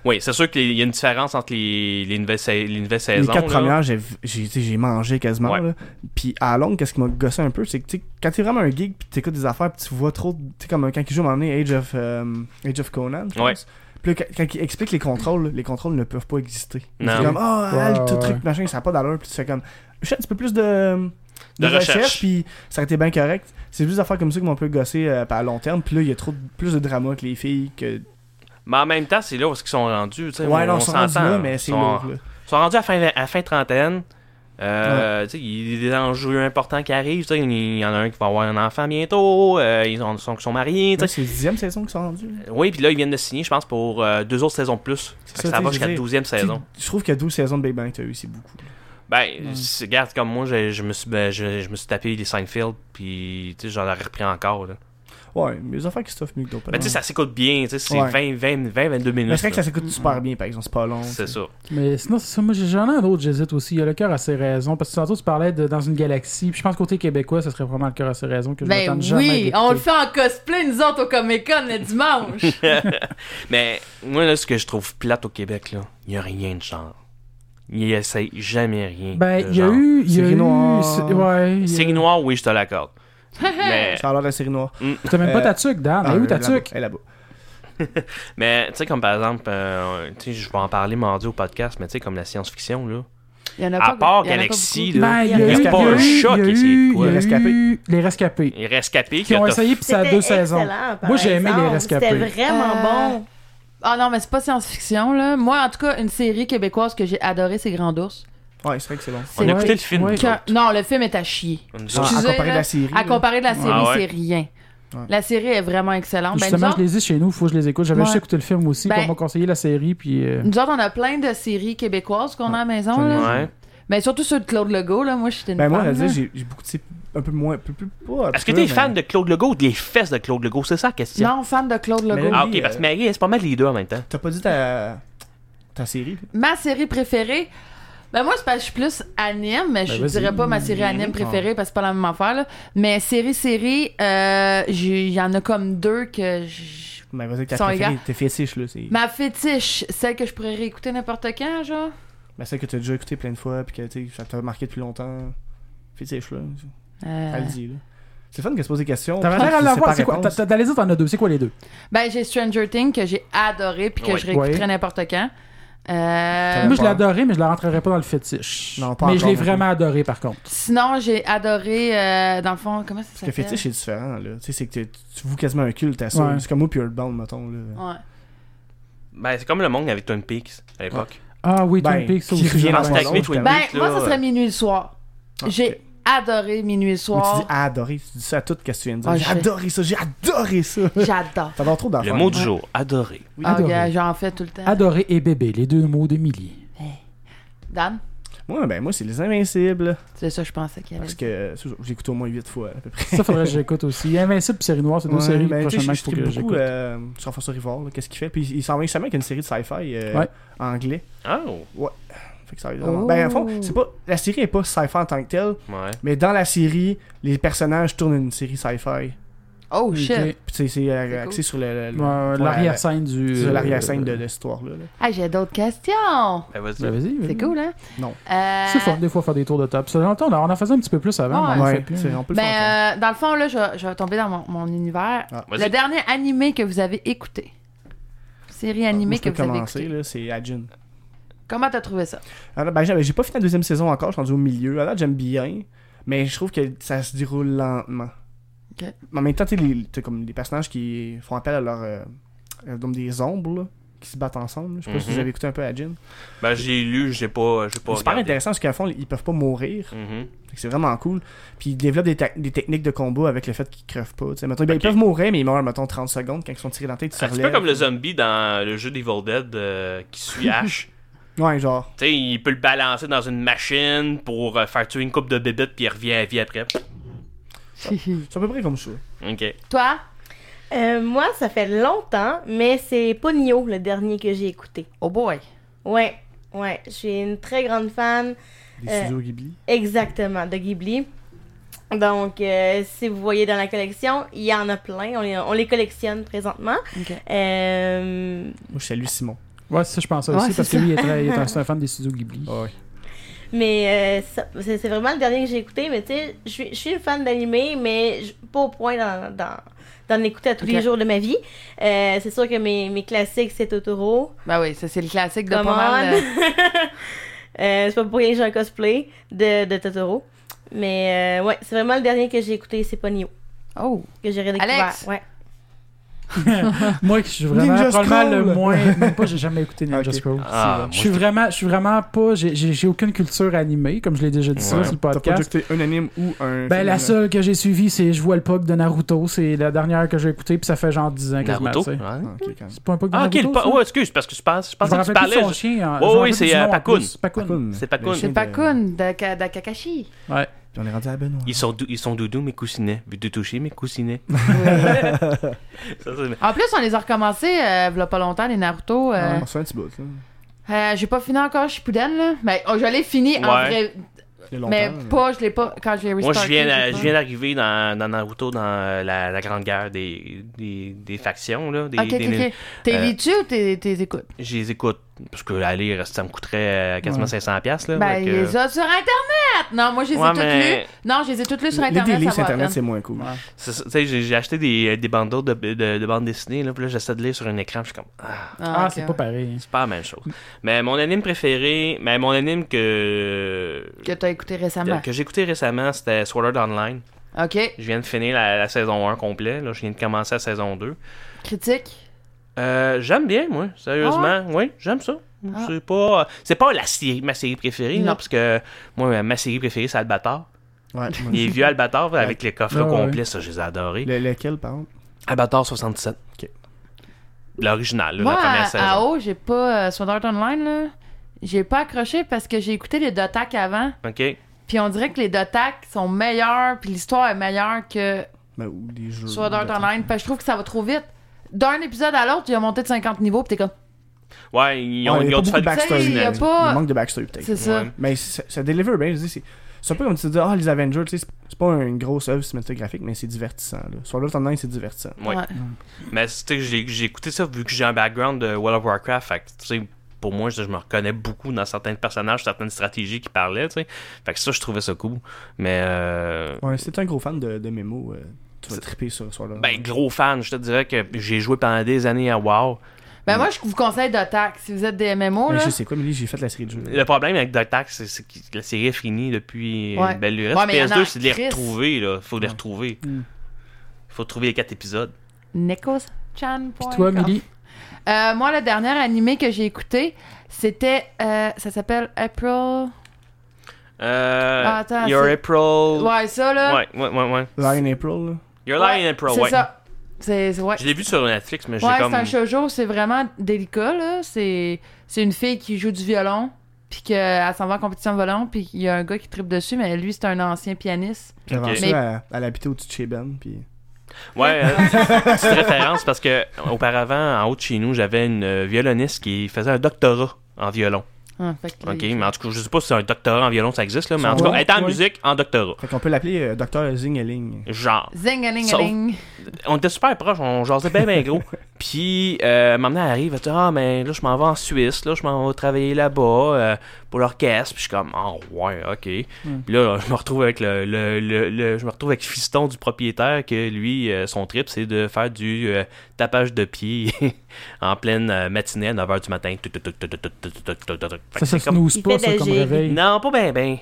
S1: Oui, c'est sûr qu'il y a une différence entre les, les nouvelles, sa- les nouvelles
S4: Les
S1: saisons.
S4: quatre
S1: là.
S4: premières, j'ai, j'ai, tu sais, j'ai mangé quasiment.
S1: Ouais.
S4: Là. Puis à la longue, qu'est-ce qui m'a gossé un peu, c'est que tu sais, quand t'es vraiment un geek, puis t'écoutes des affaires, puis tu vois trop. Tu sais, comme quand ils jouent à un moment donné, Age of, euh, Age of Conan. je
S1: Ouais.
S4: pense. Puis là, quand- quand il explique les contrôles, là, les contrôles ne peuvent pas exister.
S1: Non.
S4: C'est comme, ah,
S3: Ouais,
S4: le tout
S3: ouais,
S4: truc,
S3: ouais.
S4: machin, ça n'a pas d'allure. Puis tu fais comme, je fais un petit peu plus de,
S1: De recherche.
S4: Puis ça a été bien correct. C'est juste des affaires comme ça qui m'ont un peu gossé euh, à long terme. Puis là, il y a trop de- plus de drama que les filles. que
S1: Mais en même temps, c'est là où ils sont rendus. tu sais,
S4: Ouais, non,
S1: on
S4: ils sont rendus
S1: s'entend,
S4: là,
S1: là.
S4: mais c'est
S1: Ils sont-
S4: lourd. là.
S1: Ils sont rendus à fin, à fin trentaine. Euh, tu sais, Il y a des enjeux importants qui arrivent. tu sais, Il y en a un qui va avoir un enfant bientôt. euh, ils ont- sont, sont mariés. tu
S4: Là,
S1: sais.
S4: C'est la dixième saison qu'ils sont rendus. là.
S1: Oui, puis là, ils viennent de signer, je pense, pour euh, deux autres saisons de plus. Fait que
S4: ça,
S1: ça
S4: tu
S1: va
S4: sais,
S1: jusqu'à
S4: je
S1: la
S4: veux dire,
S1: douzième saison.
S4: Tu- Je trouve que 12 saisons de Big Bang, t'as eu, c'est beaucoup.
S1: Ben, c'est- regarde, comme moi, je, je me suis, ben, je, je me suis tapé les Seinfeld, puis tu sais, j'en ai repris encore. Là.
S4: Ouais, mais les affaires qui se toffent mieux que d'autres.
S1: Ben, tu sais, ça s'écoute bien. tu sais, C'est
S4: Ouais.
S1: 20, 20, 20, 22 minutes.
S4: Mais c'est vrai que ça
S1: là.
S4: s'écoute super bien, par exemple, c'est pas long.
S1: C'est ça.
S3: Mais sinon, c'est ça. Moi, j'ai- j'en ai un autre, j'hésite aussi. Il y a le cœur à ses raisons. Parce que tantôt, tu parlais de Dans une galaxie. Puis je pense, côté québécois, ce serait vraiment le cœur à ses raisons que je
S5: Ben
S3: m'attends jamais à
S5: oui,
S3: l'écouter.
S5: on le fait en cosplay, nous autres, au Comic Con
S3: [LAUGHS]
S5: le dimanche.
S1: Mais moi, là, ce que je trouve plate au Québec, là, il n'y a rien de genre. Il essaye jamais rien.
S3: Ben,
S1: de
S3: il y a
S1: genre.
S3: eu. euh, Il y a
S4: Série
S3: eu.
S4: noire.
S3: c'est- Ouais. il y a-
S1: Signe noir, oui, je te
S3: [LAUGHS]
S1: l'accorde. mais,
S4: Ça a l'air de la série noire.
S1: Mm.
S3: T'as même pas
S4: Euh,
S3: ta tuque, Dan. Elle est où Ah ta tuque
S4: Elle est là-bas.
S1: mais tu sais, comme par exemple, euh, tu sais, je vais en parler mardi au podcast, mais tu sais, comme la science-fiction, là.
S5: Il y en a
S1: À
S5: pas-
S1: part
S5: il y en a pas
S1: Galaxy,
S3: Ben,
S1: là,
S3: il
S1: il
S3: y a eu-
S1: n'y a pas
S3: il y a
S1: un
S3: eu-
S1: chat
S3: il y
S1: qui
S3: a
S1: essaie de
S3: eu-
S1: quoi.
S3: il y a
S4: Rescapés.
S3: eu Les rescapés.
S1: Les rescapés qui
S3: Qui ont essayé, puis ça a
S2: C'était
S3: deux saisons.
S2: excellent, par
S3: Moi, j'ai aimé
S2: exemple.
S3: Les Rescapés.
S2: C'était vraiment
S5: Euh,
S2: bon.
S5: Ah non, mais c'est pas science-fiction, là. Moi, en tout cas, une série québécoise que j'ai adorée, c'est Grand Ours.
S4: Ouais, c'est vrai que c'est bon.
S1: On
S5: C'est-
S1: a écouté le film.
S3: ouais.
S1: nous
S5: Que-
S1: autres.
S5: Non, le film est à chier.
S1: Nous
S4: Ah,
S1: autres.
S5: Excusez,
S4: à comparer
S5: là,
S4: de la série.
S5: À
S4: là.
S5: comparer de la série,
S1: Ah ouais.
S5: c'est rien.
S4: Ouais.
S5: La série est vraiment excellente. Ben, nous,
S3: Justement,
S5: autres,
S3: je les ai chez nous, faut que je les écoute. J'avais
S5: Ouais.
S3: juste écouté le film aussi
S5: Ben-
S3: pour me conseiller la série. Puis. euh,
S5: nous autres, on a plein de séries québécoises qu'on a à la maison.
S3: j'en ai-
S5: Là.
S1: Ouais.
S5: Mais surtout ceux de Claude Legault, là. Moi, je suis une
S4: Ben, moi,
S5: fan,
S4: à dire,
S5: là.
S4: j'ai j'ai beaucoup de. c'est Un peu moins. un peu plus- pas un
S1: Est-ce que
S4: peu,
S1: t'es
S4: mais-
S3: ben.
S1: fan de Claude Legault ou des fesses de Claude Legault C'est ça la question.
S5: Non, fan de Claude Legault.
S4: Mais-
S1: Ah, ok,
S4: Oui,
S1: parce
S4: euh,
S1: que Marie, c'est pas mal les deux en même temps.
S4: T'as pas dit ta. ta série là?
S5: Ma série préférée. Ben moi, c'est parce que je suis plus anime, mais je
S3: Ben, vas-y.
S5: dirais pas ma série
S4: Ah.
S5: anime préférée parce que c'est pas la même affaire. Là. Mais série, série, euh, j'ai- il y en a comme deux que je-
S4: Ben, vas-y, que
S5: Son
S4: ta préférée.
S5: gars.
S4: T'es fétiche, là. c'est-
S5: Ma fétiche, celle que je pourrais réécouter n'importe quand, genre.
S4: Ben, celle que t'as déjà écoutée plein de fois, puis que tu sais, ça t'a marqué depuis longtemps. Fétiche, là.
S5: Euh,
S4: Elle dit, là. C'est fun que se pose des questions.
S3: T'avais
S4: puis
S3: l'air à
S4: tu sais
S3: l'avoir,
S4: pas
S3: c'est quoi?
S4: réponse.
S3: T'as- t'as- T'allais dire t'en as deux, c'est quoi les deux?
S5: Ben j'ai Stranger Things que j'ai adoré puis que
S1: Ouais.
S5: je réécouterais
S3: Ouais.
S5: n'importe quand. Euh,
S3: Moi, je
S4: pas.
S3: l'adorais, mais je la rentrerais pas dans le fétiche.
S4: Non, pas
S3: mais je l'ai
S4: encore.
S3: vraiment adoré, par contre.
S5: sinon, j'ai adoré, euh, dans le fond, comment ça
S4: Parce que
S5: s'appelle?
S4: fétiche, c'est différent, là. Tu sais, c'est que t'es- tu voues quasiment un culte à ça.
S3: Ouais.
S4: C'est comme moi, puis Earthbound, mettons, là.
S5: Ouais.
S1: Ben, c'est comme le monde avec Twin Peaks à l'époque.
S3: Ah oui,
S4: Ben,
S3: Twin Peaks, ça
S4: qui
S3: aussi.
S4: revient
S3: j'avais
S4: dans
S1: Ah, c'était
S3: adoré.
S1: avec Twin
S5: Ben,
S1: Peaks,
S5: moi,
S1: là.
S5: ça serait minuit le soir.
S4: Ah,
S5: j'ai
S4: ok.
S5: adoré minuit le
S4: Mais tu
S5: soir.
S4: dis ah, adoré, tu dis ça à tout ce que tu viens de dire.
S5: Ah,
S4: j'ai
S5: je sais.
S4: adoré ça, j'ai adoré ça.
S5: J'adore.
S4: T'adores trop d'affaires.
S1: Le mot du
S5: Ouais.
S1: jour, adoré.
S3: Oui,
S5: Ah,
S3: adoré.
S5: gars, j'en fais tout le temps.
S3: Adoré et bébé, les deux mots d'Emilie.
S5: Dan,
S4: Moi, ben, moi, c'est Les Invincibles.
S5: c'est ça, je pensais qu'il y avait.
S4: Parce que c'est ça, j'ai écouté au moins 8 fois, à
S3: [LAUGHS]
S4: peu près.
S3: Ça, faudrait que j'écoute aussi. Invincible et Série Noire, c'est deux
S4: Ouais,
S3: séries
S4: ben, tu sais,
S3: prochainement
S4: je-
S3: qu'il faut que
S4: je tripe
S3: j'écoute.
S4: beaucoup euh, sur François Rivard, là, qu'est-ce qu'il fait. Puis il s'en vient justement avec une série de sci-fi euh,
S3: Ouais.
S4: anglais.
S1: Oh,
S4: Fait que ça va être vraiment-
S5: Oh.
S4: Ben, en fond, c'est pas... la série est pas sci-fi en tant que telle,
S1: ouais.
S4: mais dans la série, les personnages tournent une série sci-fi.
S5: Oh
S3: Ok.
S5: shit!
S3: Ouais,
S4: Puis tu sais, c'est euh,
S5: C'est
S4: axé
S5: cool.
S4: sur le- le- le-
S3: euh, L'arrière-scène du.
S4: sur
S3: euh,
S4: l'arrière-scène de, de cette histoire-là. là.
S5: Ah, j'ai d'autres questions!
S1: Ben, vas-y.
S3: Ben, vas-y.
S5: C'est
S3: vas-y.
S5: cool, hein?
S4: Non.
S5: Euh,
S3: C'est fun, des fois, faire des tours de table. Ça, dans le temps, on en- on en faisait un petit peu plus avant, mais on en fait
S4: Ouais,
S3: plus.
S4: c'est- on peut le faire. encore.
S5: Ben, euh, dans le fond, là, je, vais- je vais tomber dans mon, mon univers.
S4: Ah,
S1: vas-y.
S5: le dernier animé que vous avez écouté. Série
S4: Ah, moi,
S5: animée
S4: je
S5: que
S4: peux
S5: vous avez
S4: commencer,
S5: écoutée.
S4: là, c'est Adjun.
S5: Comment t'as
S3: [LAUGHS]
S5: trouvé ça?
S4: Alors, ben, j'ai j'ai pas fini la deuxième saison encore, je suis rendu au milieu. Alors, j'aime bien, mais je trouve que ça se déroule lentement.
S5: Ok.
S4: Mais en même temps, tu sais, les- t'as comme des personnages qui font appel à leur. euh, euh, comme des ombres, là, qui se battent ensemble. là. Je sais pas si
S1: Mhm.
S4: vous avez écouté un peu Adjun.
S1: Ben, j'ai lu, j'ai pas, j'ai pas
S4: C'est super
S1: regardé.
S4: intéressant parce qu'à fond, ils peuvent pas mourir.
S1: Mhm.
S4: Fait que C'est vraiment cool. Puis ils développent des, ta- des techniques de combat avec le fait qu'ils crevent pas. tu sais. Mettons, ben,
S1: Ok. Ah,
S4: Ils peuvent mourir, mais ils meurent, mettons, 30 secondes quand ils sont tirés dans la tête. Ils se
S1: C'est un petit peu
S4: relèvent.
S1: comme le zombie dans le jeu d'Evil Dead euh, qui suit Ash.
S4: Ouais, genre.
S1: Tu sais, il peut le balancer dans une machine pour euh, faire tuer une coupe de bébites puis il revient à vie après.
S4: C'est à peu près comme
S5: Euh,
S4: ça.
S1: Ok.
S5: Toi?
S2: Euh, moi, ça fait longtemps, mais c'est Ponyo, le dernier que j'ai écouté.
S5: Oh boy!
S2: Ouais, ouais. Je suis une très grande fan,
S4: Des
S2: Euh,
S4: studios Ghibli.
S2: exactement, de Ghibli. Donc, euh, si vous voyez dans la collection, il y en a plein. On les, on les collectionne présentement.
S5: Ok.
S2: Euh,
S4: Moi, je salue Simon.
S3: Ouais, c'est ça, je pensais
S5: Ouais,
S3: aussi,
S5: c'est
S3: parce que
S5: ça. [LAUGHS]
S1: Ah
S3: lui, il est, très, il est un, c'est un fan des studios Ghibli.
S4: Ouais.
S2: Mais euh, ça- c'est c'est vraiment le dernier que j'ai écouté. Mais tu sais, je suis- je suis une fan d'animé, mais je- pas au point d'en- d'en d'en écouter à tous
S5: Ok.
S2: les jours de ma vie. Euh, c'est sûr que mes, mes classiques, c'est Totoro.
S5: Ben oui, ça, c'est le classique de
S2: Come
S5: pas mal.
S2: on!
S5: de-
S2: [LAUGHS] Euh, c'est pas pour rien que j'ai un cosplay de, de Totoro. Mais euh, ouais, c'est vraiment le dernier que j'ai écouté, c'est Ponyo,
S5: Oh!
S2: que j'ai redécouvert.
S5: Alex!
S2: Ouais.
S3: [LAUGHS] Moi, je suis vraiment
S4: Ninja
S3: probablement le
S4: Scroll. [LAUGHS]
S3: moins. Même pas, j'ai jamais écouté Ninja
S4: Ok.
S3: Scroll.
S1: Ah,
S3: Je suis vraiment, je suis vraiment pas. j'ai- J'ai j'ai aucune culture animée, comme je l'ai déjà dit ça
S1: Ouais.
S3: sur le
S4: T'as pas
S3: podcast.
S4: écouté un anime ou un.
S3: Ben,
S4: film,
S3: la
S4: là.
S3: seule que j'ai suivie, c'est Je vois le POC de Naruto. C'est la dernière que j'ai écoutée, puis ça fait genre 10 ans quasiment.
S1: Naruto.
S3: tu sais.
S1: ouais.
S4: Ah, ok, quand même.
S3: C'est pas un POC de
S1: Ah, ok,
S3: Naruto.
S1: le pa-
S3: ça?
S1: ouais, excuse, parce que je pense, je
S3: Je me
S1: pensais que tu
S3: rappelle plus de
S1: parlais.
S3: son chien. hein.
S1: Ouais,
S3: Je me
S1: ouais,
S3: rappelle
S1: c'est,
S3: plus du
S1: euh,
S3: nom en
S1: Pakun.
S3: plus. Pakun.
S4: Pakun.
S1: C'est Pakun.
S4: Le chien
S5: C'est
S4: de-
S5: Pakun de, Ka- de Kakashi.
S3: Ouais.
S4: Puis on est rendu à la Benoît.
S1: Ils sont, dou- ils sont doudous, mes coussinets. Vu de toucher, mes coussinets. [LAUGHS] Ça, c'est-
S5: En plus, on les a recommencés euh, v'là pas longtemps, les Naruto. euh,
S4: Ah, On se fait un petit bout. là.
S5: euh, j'ai pas fini encore Shippuden, là. Mais oh, je l'ai fini en
S1: Ouais.
S5: vrai.
S4: Il y a longtemps,
S5: Mais
S4: là.
S5: pas, je l'ai pas. Quand je l'ai
S1: Moi,
S5: restarté.
S1: je viens,
S5: j'ai
S1: je
S5: pas-
S1: viens d'arriver dans, dans Naruto, dans euh, la, la grande guerre des, des, des factions. Là, des,
S5: Ok,
S1: des-
S5: ok, ok. T'es
S1: euh,
S5: lis-tu ou t'es t'es écoutes?
S1: Je les écoute. Parce que aller, ça me coûterait euh, quasiment
S3: Ouais.
S1: 500$. Là,
S5: Ben,
S1: fait
S5: il
S1: que-
S5: les a sur Internet! Non, moi, je les ai
S1: euh, Ouais,
S5: toutes
S1: mais-
S5: lues. Non, je les ai toutes lues sur
S4: Les
S5: Internet.
S4: délais
S5: ça
S4: sur
S5: va hein. à
S4: Internet,
S5: peine.
S4: c'est moins cool.
S1: C'est ça, tu sais, j'ai j'ai acheté des, des bandeaux de, de, de bandes dessinées, là, puis là, j'essaie de lire sur un écran, puis je suis comme, ah,
S3: Ah,
S5: ok,
S3: c'est pas
S5: ouais.
S3: pareil.
S1: c'est pas la même chose. Mais mon anime préféré, mais mon anime que,
S5: Que t'as écouté récemment.
S1: que j'ai écouté récemment, c'était Sword Art Online.
S5: Ok.
S1: Je viens de finir la, la saison 1 complet, là, je viens de commencer la saison 2.
S5: Critique.
S1: Euh, j'aime bien, moi, sérieusement. Oui, j'aime ça.
S5: Ah.
S1: C'est pas, c'est pas la série, ma série préférée,
S5: Non.
S1: là, parce que moi, ma série préférée, c'est Albator.
S4: Ouais. moi,
S1: Les vieux Albator avec les coffres
S3: Ah, ouais.
S1: complets, ça, je les ai adorés.
S4: Le- lequel, par contre
S1: Albator 67.
S4: Ok.
S1: L'original, là,
S5: Moi,
S1: la première saison.
S5: à, à haut, j'ai pas euh, Sword Art Online, là. J'ai pas accroché parce que j'ai écouté les Dotak avant.
S1: OK.
S5: Puis on dirait que les Dotak sont meilleurs, puis l'histoire est meilleure que
S4: Ben, ou des jeux.
S5: Sword Art
S4: là,
S5: Online. Parce que je trouve que ça va trop vite. D'un épisode à l'autre, il a monté de 50 niveaux, puis t'es comme.
S1: Ouais, ils ont,
S4: Ouais,
S1: ils
S4: y a
S1: ont
S4: pas
S1: tout
S4: beaucoup
S1: fait
S4: de
S1: le
S5: Tu sais,
S4: backstory.
S5: il y a
S4: là.
S5: pas-
S4: Il manque de backstory, peut-être.
S5: C'est ça.
S1: Ouais.
S4: Mais ça, ça deliver bien, je dis, c'est. C'est un peu comme tu dis, ah, les Avengers, tu sais, c'est- c'est pas une grosse œuvre cinématographique, mais c'est divertissant. Là. Sword Art Online, c'est divertissant.
S1: Ouais.
S5: Ouais.
S1: Mais tu sais, j'ai j'ai écouté ça vu que j'ai un background de World of Warcraft. Fait que, tu sais, pour moi, je, je me reconnais beaucoup dans certains personnages, certaines stratégies qu'ils parlaient, tu sais. Fait que ça, je trouvais ça cool. Mais, euh,
S4: Ouais, si t'es un gros fan de, de mémo, euh, tu vas triper sur Sword Art
S1: ben,
S4: Online.
S1: gros fan, je te dirais que j'ai joué pendant des années à WoW.
S3: Mm.
S5: Ben, moi, je vous conseille Dotak. Si vous êtes des MMO,
S4: Mais
S5: là.
S4: je sais quoi, mais j'ai fait la série de jeux.
S1: Le problème avec Doctax, c'est- c'est que la série est finie depuis euh, ben,
S5: Ouais.
S1: une belle lurette.
S5: Ouais, mais il y en a
S1: PS2, c'est de les
S5: Chris. Hmm.
S1: retrouver, là. Faut les retrouver. Faut trouver les quatre épisodes.
S5: Nekos-chan.
S3: Puis toi, Millie,
S5: Euh, moi, le dernier animé que j'ai écouté, c'était. euh, ça s'appelle April.
S1: Euh,
S5: Ah, attends,
S1: Your
S5: c'est-
S1: April.
S5: Ouais, ça, là.
S1: ouais, ouais, ouais. ouais.
S4: Lion April, là.
S1: Your
S5: Ouais,
S1: Lion April,
S5: C'est
S1: ouais.
S5: ça. C'est, c'est- ouais.
S1: Je l'ai vu sur Netflix, mais j'ai
S5: Ouais,
S1: comme.
S5: c'est un shoujo, c'est vraiment délicat, là. C'est, c'est une fille qui joue du violon, puis qu'elle s'en va en compétition de violon, puis il y a un gars qui tripe dessus, mais lui, c'est un ancien pianiste.
S4: Puis avant
S1: Ok.
S4: ça,
S5: Mais-
S4: elle, elle habitait au-dessus de chez Ben, puis.
S5: [LAUGHS]
S1: Ouais, euh, petite référence parce que auparavant, en haut de chez nous, j'avais une euh, violoniste qui faisait un doctorat en violon.
S5: Ah, fait que-
S1: Ok, mais en tout cas, je sais pas si un doctorat en violon ça existe là, mais en tout cas,
S4: Ouais,
S1: elle était en
S4: ouais.
S1: musique en doctorat.
S4: Fait qu'on peut l'appeler euh, Dr. Zingeling.
S1: Genre,
S5: Zing-a-ling-a-ling.
S1: on était super proches, on jasait bien ben
S3: [LAUGHS]
S1: gros. Puis, euh, maintenant, elle arrive, elle dit Ah, mais là, je m'en vais en Suisse, là, je m'en vais travailler là-bas euh, pour l'orchestre. Puis, je suis comme Ah, ouais, ok.
S3: Hmm.
S1: Puis là, je me retrouve avec le, le, le- le- je me retrouve avec Fiston du propriétaire que lui, euh, son trip, c'est de faire du euh, tapage de pied [LAUGHS] en pleine euh, matinée à 9h du matin. Tout, tout, tout, tout, tout, tout, tout, tout, tout, tout. Fait que
S3: ça, ça
S1: c'est comme-
S3: snooze
S2: Il
S3: pas,
S2: fait
S3: ça,
S2: de
S3: comme
S2: la gigue.
S3: réveil.
S1: Non, pas ben, ben.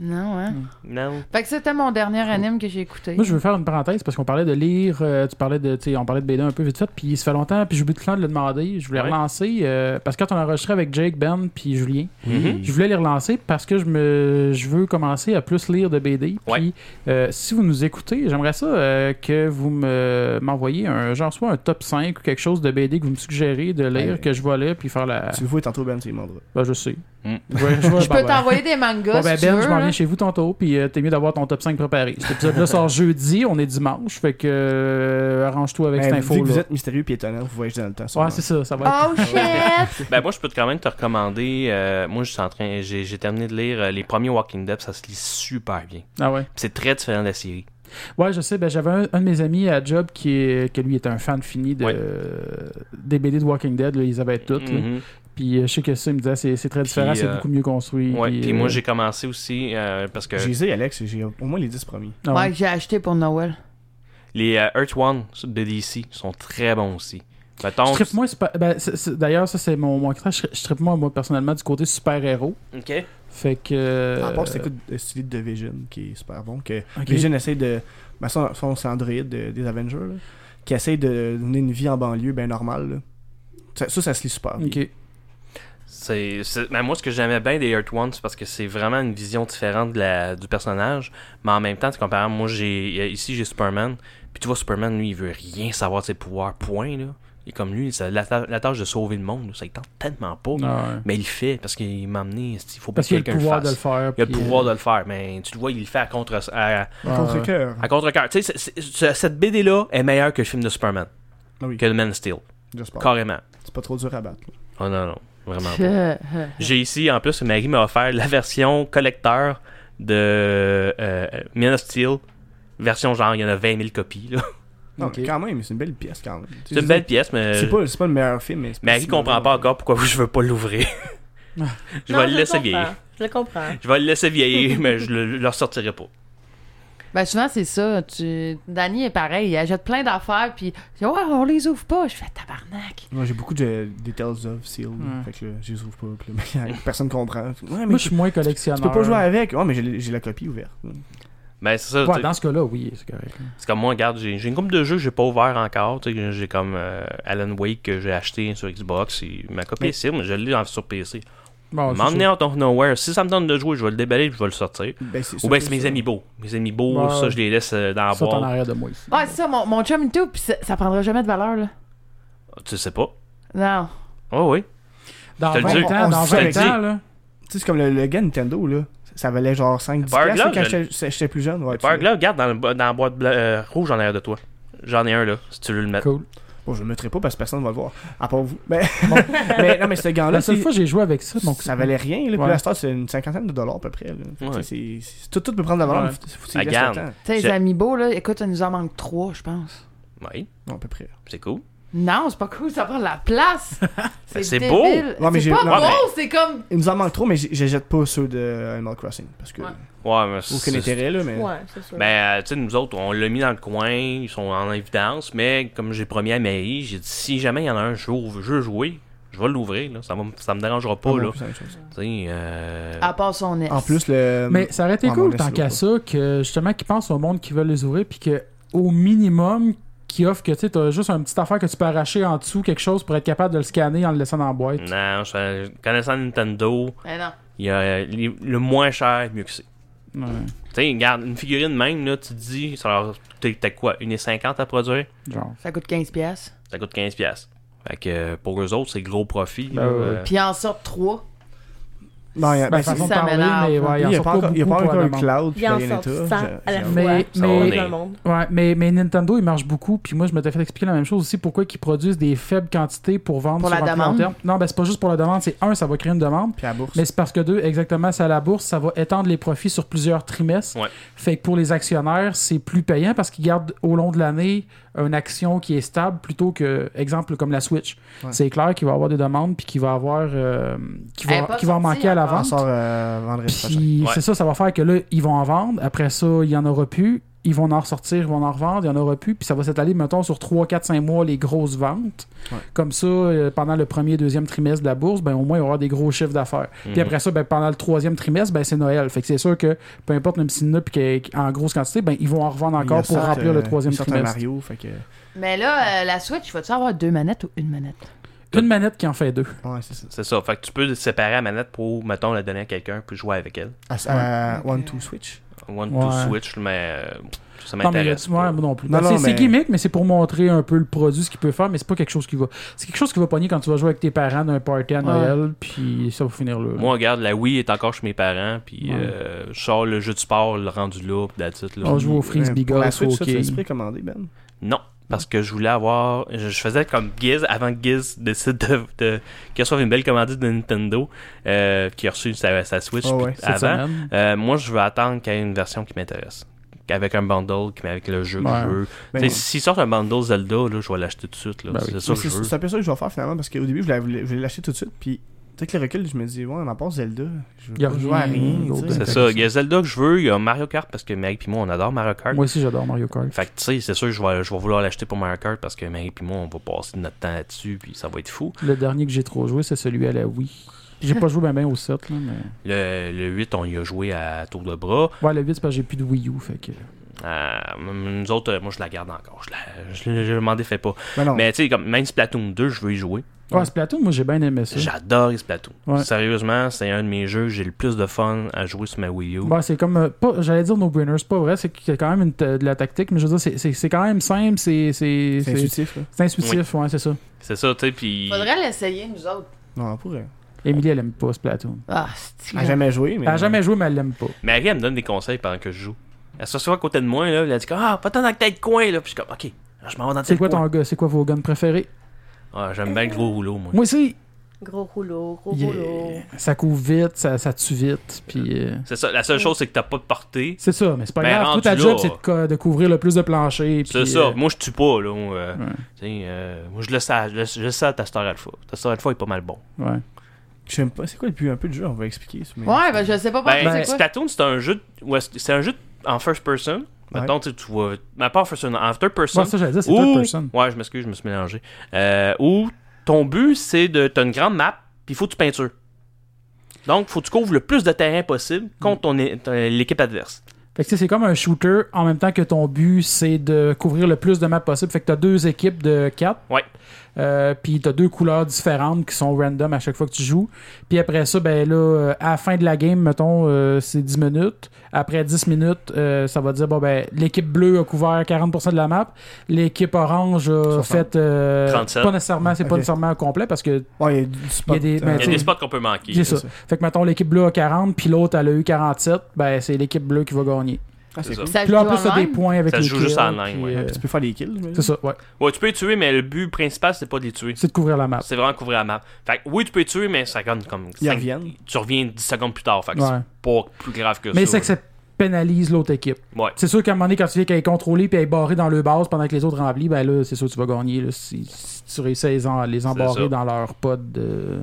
S5: Non, hein.
S1: Non.
S5: Fait que c'était mon dernier anime que j'ai écouté.
S3: Moi, je veux faire une parenthèse parce qu'on parlait de lire, euh, tu parlais de, tu sais, on parlait de BD un peu vite fait, puis ça fait longtemps, puis j'ai oublié tout le temps de le demander. Je voulais
S1: Ouais.
S3: relancer euh, parce que quand on a enregistré avec Jake, Ben, puis Julien,
S1: Mhm.
S3: je voulais les relancer parce que je me, je veux commencer à plus lire de BD. Puis
S1: Ouais.
S3: euh, si vous nous écoutez, j'aimerais ça euh, que vous me m'envoyez un genre soit un top 5 ou quelque chose de BD que vous me suggérez de lire
S4: Ouais.
S3: que je vais lire puis faire la.
S4: Tu le vois tantôt, Ben, tu lui demanderas.
S3: Ben, je sais.
S1: Mm.
S3: Ouais, je vais-
S5: [LAUGHS] Je
S3: ben, ben.
S5: peux t'envoyer des mangas
S3: Bon, ben,
S5: si tu
S3: Ben,
S5: veux,
S3: je m'en
S5: là.
S3: viens chez vous tantôt, puis euh, t'es mieux d'avoir ton top 5 préparé.
S1: [LAUGHS]
S3: Cet épisode-là sort jeudi, on est dimanche, fait que euh, arrange-toi avec cette
S4: Ben, vu que vous
S3: info-là.
S4: êtes mystérieux et étonnant, vous voyagez dans le temps.
S3: Ouais,
S4: sûrement.
S3: c'est ça,
S1: Ah.
S3: ça va être.
S5: Oh shit!
S1: Ben moi je peux te- quand même te recommander. euh, moi je suis en train, j'ai j'ai terminé de lire euh, les premiers Walking Dead, ça se lit super bien.
S3: Ah ouais.
S1: C'est très différent de la série.
S3: Ouais, je sais, ben, j'avais un, un de mes amis à Job qui, est, que lui était un fan fini de,
S1: Ouais.
S3: euh, des BD de Walking Dead, là, ils avaient toutes. là.
S1: Mhm.
S3: Puis euh, je sais que ça, il me disait, c'est c'est très
S1: Puis,
S3: différent, c'est
S1: euh,
S3: beaucoup mieux construit.
S1: Ouais, puis moi
S3: euh,
S1: j'ai commencé aussi euh, parce que
S4: J'ai essayé, Alex, et j'ai au moins les 10 premiers.
S3: ah ouais.
S5: Ouais, que j'ai acheté pour Noël.
S1: les euh, Earth One de DC sont très bons aussi. Mettons,
S3: Je trippe moins super- ben, c'est- c'est- D'ailleurs, ça, c'est mon, mon critère. Je, je trippe moins, moi, personnellement, du côté super-héros.
S1: ok.
S3: Fait que. euh,
S4: Par rapport, c'est quoi le style de Vision qui est super bon. Que
S3: ok.
S4: Vision essaie de. Ben, son, son c'est Android de- des Avengers, là, qui essaie de donner une vie en banlieue bien normale. là. Ça, ça, ça se lit super. bien.
S3: euh, Ok.
S1: C'est, c'est- ben, moi, ce que j'aimais bien des Earth One, c'est parce que c'est vraiment une vision différente de la, du personnage. Mais en même temps, tu compares, moi, j'ai, ici, j'ai Superman. Puis tu vois, Superman, lui, il veut rien savoir de ses pouvoirs, point, là. Et comme lui, ça- la, ta- la tâche de sauver le monde, ça il tente tellement pas.
S3: Ah ouais.
S1: Oh. Mais il le fait parce qu'il m'a amené, il faut pas
S3: Parce
S1: que
S3: qu'il a
S1: quelqu'un
S3: le
S1: le
S3: pouvoir de
S1: fasse.
S3: le faire.
S1: Il a le
S3: puis,
S1: pouvoir
S3: euh,
S1: de le faire, mais tu le vois, il le fait à contre, à,
S3: ouais,
S4: Contre
S3: ouais.
S4: cœur.
S1: à contre cœur. Tu sais, c'est- c'est- cette BD-là est meilleure que le film de Superman,
S4: Ah oui,
S1: que le Man of Steel,
S4: j'espère.
S1: carrément.
S4: C'est pas trop dur à battre.
S1: Oh non, non, vraiment pas.
S5: Je-
S1: J'ai ici, en plus, Marie m'a offert la version collecteur de euh, Man of Steel. Version genre, il y en a 20 000 copies. là.
S4: Non,
S3: Ok.
S4: mais quand même, c'est une belle pièce quand même. Tu sais,
S1: C'est
S4: je
S1: une belle
S4: dis,
S1: pièce, mais
S4: C'est pas, c'est pas le meilleur film, mais. c'est pas
S1: Marie
S4: si
S1: comprend
S4: mauvais. Ah.
S1: pas encore pourquoi je veux pas l'ouvrir. [LAUGHS] je
S2: Non,
S1: vais le laisser
S2: comprends.
S1: vieillir.
S2: Je le comprends.
S1: Je vais le laisser vieillir, mais je le, le ressortirai pas.
S5: Ben souvent c'est ça. Tu... Danny est pareil, il achète plein d'affaires puis il dit, ouais on les ouvre pas. Je fais tabarnak.
S4: Moi, j'ai beaucoup de des Tales of Seal.
S3: Ouais.
S4: Fait que là, je les ouvre pas. puis là, [LAUGHS] personne comprend. Ouais, mais
S3: Moi, je
S4: tu,
S3: suis moins
S4: tu
S3: collectionneur.
S4: peux pas jouer avec. Ouais, mais j'ai j'ai la copie ouverte.
S1: Mais Ben, c'est ça, tu
S3: Ouais,
S1: sais,
S3: dans ce cas-là, oui, c'est correct.
S1: c'est comme moi, regarde, j'ai j'ai une coupe de jeux que j'ai pas ouvert encore. tu sais, J'ai comme euh, Alan Wake que j'ai acheté sur Xbox. et ma copie
S4: Mais- Ah,
S1: est Steam, je l'ai en- sur PC.
S3: Bon, c'est
S1: M'emmener
S3: ça.
S1: en ton nowhere. Si ça me donne de jouer, je vais le déballer et je vais le sortir.
S4: Ben, c'est
S1: Ou
S4: ça,
S1: bien c'est
S4: ça.
S1: mes beaux. Mes amis beaux,
S3: Ouais.
S1: ça, je les laisse euh, dans la
S3: Ça, t'en
S1: boîte.
S3: arrière de moi ici.
S5: Ouais c'est ça mon, mon chum il tout puis ça, ça prendra jamais de valeur là.
S1: Tu sais pas.
S5: Non.
S1: Oh oui.
S3: Dans
S1: Je te le
S3: 20
S1: dis.
S3: ans, dans
S4: On se
S3: 20
S4: le
S1: dit.
S3: ans, là.
S4: Tu sais, c'est comme le, le gars Nintendo, là. Ça valait genre 5-10
S1: Power
S4: piastres là,
S1: Glove,
S4: quand j'étais- j'étais plus jeune. Ouais, tu
S1: Par
S4: sais.
S1: là, regarde dans, le bo- dans la boîte bla- euh, rouge en arrière de toi. J'en ai un là, si tu veux le mettre.
S3: Cool.
S4: Bon, je le mettrai pas parce que personne va le voir. À part vous. Mais, [LAUGHS] mais non, mais ce gars-là,
S3: La seule
S4: Ah, c'est-
S3: fois que j'ai joué avec ça, donc
S4: ça valait rien. Là,
S3: Ouais.
S4: Puis la star, c'est une cinquantaine de dollars à peu près. là. Fait que,
S1: Ouais.
S4: tu sais, c'est- c'est- tout, tout peut prendre de la valeur.
S3: Ouais.
S4: mais faut- faut que tu
S1: Ah,
S4: y restes
S1: garde.
S4: longtemps.
S5: Tu sais
S1: Je-
S5: les amiibo là, écoute il nous en manque trois je pense.
S1: Oui,
S4: Non, à peu près.
S1: c'est cool.
S5: Non c'est pas cool ça prend de la place.
S1: c'est
S5: débile.
S1: beau.
S4: Ouais, mais
S5: c'est
S4: j'ai-
S5: pas
S4: non,
S5: beau
S1: mais-
S5: c'est comme
S4: Il nous en manque trop, mais j- je jette pas ceux de Animal Crossing. Parce que.
S5: Ouais.
S1: Ouais, mais c'est-
S4: Aucun intérêt, là, mais.
S2: Ouais, c'est sûr.
S1: Ben, euh, tu sais, nous autres, on l'a mis dans le coin, ils sont en évidence, mais comme j'ai promis à Maï, j'ai dit si jamais il y en a un jour où je veux jouer, je vais l'ouvrir, là. Ça, va, me- ça me dérangera pas,
S4: Ah,
S1: là.
S4: bon, Ah, c'est la même chose.
S1: Tu sais, euh,
S5: à part son ex.
S4: En plus, le.
S3: Mais ça aurait été
S4: Ah, bon,
S3: cool
S4: laisse-le
S3: tant qu'à
S4: pas.
S3: ça que justement qu'ils pensent au monde qui veulent les ouvrir puis que au minimum qu'ils offrent que tu sais t'as juste une petite affaire que tu peux arracher en dessous quelque chose pour être capable de le scanner en le laissant dans la boîte.
S1: Non, je- connaissant Nintendo,
S5: Mais non.
S1: il y a, euh, les- le moins cher, mieux que c'est.
S3: Ouais.
S1: Tu sais, regarde, une figurine même, là, tu te dis, ça leur- t'es t'as quoi, 1,50 à produire?
S3: Genre.
S5: Ça coûte 15 pièces.
S1: Ça coûte 15$. piastres. Fait que euh, pour eux autres, c'est gros profit.
S3: Ben
S1: là,
S3: ouais.
S1: euh.
S5: Puis en sorte trois.
S4: Non, il y a-
S3: Ben,
S4: ben,
S3: façon de
S5: ça
S3: parler,
S5: m'énerve,
S3: mais
S5: là.
S3: ouais,
S4: Il
S3: il
S4: n'y
S3: y
S4: a
S3: en sort
S4: pas
S3: pas
S4: encore il y a pas
S3: beaucoup
S4: encore un
S3: probablement.
S4: cloud,
S2: Bien
S4: puis
S2: en sortent 100
S4: Bayonetta.
S2: à la
S4: J'ai-
S2: fois.
S3: Mais,
S1: Ça va
S3: mais-
S1: venir.
S2: Dans le monde.
S3: Ouais, mais, mais Nintendo, il marche beaucoup. Puis moi, je m'étais fait expliquer la même chose aussi. Pourquoi ils produisent des faibles quantités pour vendre
S5: Pour
S3: sur
S5: la
S3: un long
S5: demande.
S3: terme. Non, ben c'est pas juste pour la demande. C'est un, ça va créer une demande.
S4: Puis à la bourse.
S3: Mais c'est parce que deux, exactement, c'est à la bourse, ça va étendre les profits sur plusieurs trimestres.
S1: Ouais.
S3: Fait que pour les actionnaires, c'est plus payant parce qu'ils gardent au long de l'année une action qui est stable plutôt que, exemple, comme la Switch.
S4: Ouais.
S3: C'est clair qu'il va y avoir des demandes puis qu'il va avoir, euh, qu'il va,
S5: Elle est pas
S3: qu'il va en
S5: sortie
S3: manquer à la
S5: encore.
S4: On
S3: vente.
S4: sort euh, vendredi prochain.
S3: Puis
S1: Ouais.
S3: c'est ça, ça va faire que là, ils vont en vendre. Après ça, il n'y en aura plus. Ils vont en ressortir, ils vont en revendre, il n'y en aura plus. Puis ça va s'étaler, mettons, sur 3, 4, 5 mois, les grosses ventes.
S4: Ouais.
S3: Comme ça, euh, pendant le premier, deuxième trimestre de la bourse, ben, au moins, il va y avoir des gros chiffres d'affaires.
S4: Mhm.
S3: Puis après ça, ben, pendant le troisième trimestre, ben, c'est Noël. Fait que c'est sûr que, peu importe, même s'il y en a puis qu'il y a- en grosse quantité, ben, ils vont en revendre encore
S4: Ils
S3: pour
S4: sortent,
S3: remplir
S4: euh,
S3: le troisième
S4: ils sortent un
S3: trimestre.
S4: Mario, fait que.
S5: Mais là, euh, la Switch, vas-tu avoir deux manettes ou une manette?
S3: Une manette qui en fait deux.
S4: Ouais, c'est ça.
S1: C'est ça. Fait que tu peux séparer la manette pour, mettons, la donner à quelqu'un puis jouer avec elle.
S4: À- à One Two Switch.
S1: One,
S3: Ouais.
S1: two, switch, mais euh, ça
S3: Non, mais
S1: m'intéresse.
S3: tu vois,
S1: pas.
S3: moi non plus.
S4: Non,
S3: Ben,
S4: non,
S3: c'est- c'est
S4: mais-
S3: gimmick, mais c'est pour montrer un peu le produit, ce qu'il peut faire, mais c'est pas quelque chose qui va. C'est quelque chose qui va pogner quand tu vas jouer avec tes parents d'un party à Noël, puis ça va finir là.
S1: Moi, regarde, la Wii est encore chez mes parents, puis
S3: Ouais.
S1: euh, je sors le jeu de sport, le rendu là, puis that's it, là.
S3: On joue au frisbee
S4: Ouais, pour la
S3: golf, au
S4: Switch, ça, tu
S3: hockey.
S4: l'as précommandé, Ben.
S1: Non, parce que je voulais avoir. Je, je faisais comme Giz avant que Giz décide de, de- qu'il reçoive une belle commandite de Nintendo, euh, qui a reçu sa, sa Switch
S4: Ah ouais,
S1: puis
S3: cette
S1: avant.
S3: semaine.
S1: Euh, moi, je veux attendre qu'il y ait une version qui m'intéresse. avec un bundle, mais avec le jeu que
S3: Ouais.
S1: je veux.
S4: Ben,
S1: Tu sais, S'ils sortent un bundle Zelda, là, je vais l'acheter tout de suite. là.
S3: Ben oui.
S1: C'est ça
S4: Mais
S1: que je
S4: C'est
S1: veux.
S4: c'est un peu ça que je vais faire finalement parce qu'au début, je l'avais- je voulais l'acheter tout de suite. Puis, tu sais, que le recul, je me dis, ouais, on en passe Zelda. Je
S3: Y a
S4: veux pas jouer à
S3: rien
S4: rien.
S3: d'autre
S4: tu
S3: de
S4: sais.
S1: C'est ça. Il y a Zelda que je veux, il y a Mario Kart parce que Marie et moi, on adore Mario Kart.
S3: Moi aussi, j'adore Mario Kart.
S1: Fait que, tu sais, c'est sûr que je vais, je vais vouloir l'acheter pour Mario Kart parce que Marie et moi, on va passer notre temps là-dessus, puis ça va être fou.
S3: Le dernier que j'ai trop joué, c'est celui à la Wii. J'ai pas joué bien ben au 7, là, mais.
S1: Le, le 8, on y a joué à tour de bras.
S3: Ouais, le 8, c'est parce que j'ai plus de Wii U. Fait que...
S1: Euh, nous autres, euh, moi, je la garde encore. Je, la- je, je m'en défais pas.
S4: Ben non.
S1: Mais, tu sais, comme même Splatoon 2, je veux y jouer.
S3: Ouais, Splatoon, moi, j'ai bien aimé ça.
S1: J'adore Splatoon.
S3: Ouais.
S1: Sérieusement, c'est un de mes jeux que j'ai le plus de fun à jouer sur ma Wii U.
S3: Ouais, c'est comme. euh, pas- J'allais dire no-brainer, c'est pas vrai, c'est qu'il y a quand même une ta- de la tactique, mais je veux dire, c'est- c'est c'est quand même simple, c'est. C'est
S4: C'est
S3: c'est-
S4: intuitif, là.
S3: c'est intuitif, ouais, c'est ça.
S1: C'est ça, tu sais, puis...
S5: Faudrait l'essayer, nous autres.
S4: Non, on pourrait.
S3: Émilie, elle aime pas Splatoon.
S5: Ah, c'est
S4: Elle a jamais joué, mais.
S3: Elle a jamais joué, mais elle l'aime pas.
S1: Marie, elle me donne des conseils pendant que je joue. Elle se souvient à côté de moi, là, elle a dit « Ah, pas tant dans tel coin, là! » Puis je suis comme « OK, je m'en vais dans
S3: C'est
S1: tel
S3: quoi
S1: coin.
S3: ton gars C'est quoi vos guns préférés
S1: Ah, J'aime bien le gros rouleau, moi.
S3: Moi aussi,
S2: Gros rouleau, gros
S3: Yeah.
S2: rouleau.
S3: ça couvre vite, ça, ça tue vite, puis. euh,
S1: C'est ça. La seule chose, c'est que t'as pas de portée.
S3: C'est ça, mais c'est pas
S1: Ben,
S3: grave. Tout
S1: rendu
S3: ta
S1: là.
S3: job, c'est de, co- de couvrir le plus de plancher.
S1: C'est
S3: puis,
S1: ça.
S3: euh,
S1: Moi, je tue pas, là. Moi, euh, tu sais, euh, moi, je le sais, je, le- je le sais à Tastor Alpha. Tastor Alpha est pas mal bon.
S3: ouais.
S4: Je sais même pas. C'est quoi le but un peu du jeu On va expliquer. mais-
S5: Ouais, ben je sais pas pourquoi.
S1: Ben,
S5: c'est quoi.
S1: Splatoon, c'est un jeu, de- ouais, c'est c'est un jeu de- en first person. Mettons, tu sais, tu vois, mais pas en first person, en third person.
S3: Ouais, ça, j'allais dire, c'est
S1: Ou-
S3: third person.
S1: Ouais, je m'excuse, je me suis mélangé. Euh, Ou ton but, c'est de. T'as une grande map, puis faut que tu peintures. Donc, faut que tu couvres le plus de terrain possible contre ton é- ton- l'équipe adverse.
S3: Fait que tu sais, c'est comme un shooter en même temps que ton but, c'est de couvrir le plus de maps possible. Fait que t'as deux équipes de quatre.
S1: Ouais.
S3: Euh, puis t'as deux couleurs différentes qui sont random à chaque fois que tu joues. Puis après ça, ben là, euh, à la fin de la game, mettons, euh, c'est 10 minutes. Après 10 minutes, euh, ça va dire, bon, ben, l'équipe bleue a couvert 40% de la map. L'équipe orange a
S4: 60.
S3: fait. euh,
S1: 37.
S3: Pas nécessairement, c'est pas
S4: Ok.
S3: nécessairement au complet parce que
S4: Ouais, il y a du spot. euh,
S3: Il y a des- mais
S1: Il y a
S3: tu
S1: des
S3: sais,
S1: spots qu'on peut manquer.
S3: C'est ça.
S4: ça.
S3: Fait que mettons l'équipe bleue a 40, puis l'autre elle a eu 47, ben c'est l'équipe bleue qui va gagner.
S4: Ah, c'est
S1: C'est
S4: cool.
S1: ça.
S5: Ça
S3: Puis là en
S5: joue
S3: plus t'as des
S5: online?
S3: points avec
S1: Ça
S3: les
S1: se joue juste
S3: kills,
S1: en ligne,
S3: puis,
S1: ouais.
S3: euh,
S4: Puis tu peux faire des kills. j'imagine.
S3: C'est ça, ouais.
S1: Ouais, tu peux les tuer, mais le but principal, c'est pas de les tuer.
S3: C'est de couvrir la map.
S1: C'est vraiment couvrir la map. Fait que oui, tu peux les tuer, mais ça gagne comme.
S4: Ils
S1: cinq-
S4: reviennent.
S1: Tu reviens 10 secondes plus tard. Fait que
S3: Ouais.
S1: c'est pas plus grave que ça.
S3: Mais c'est que ça pénalise l'autre équipe.
S1: Ouais.
S3: C'est sûr qu'à un moment donné, quand tu viens qu'elle est contrôlée puis elle est barrée dans le base pendant que les autres remplissent, ben là, c'est sûr que tu vas gagner là, si, si tu réussis à les, en- les embarrer
S1: ça.
S3: dans leur pod de,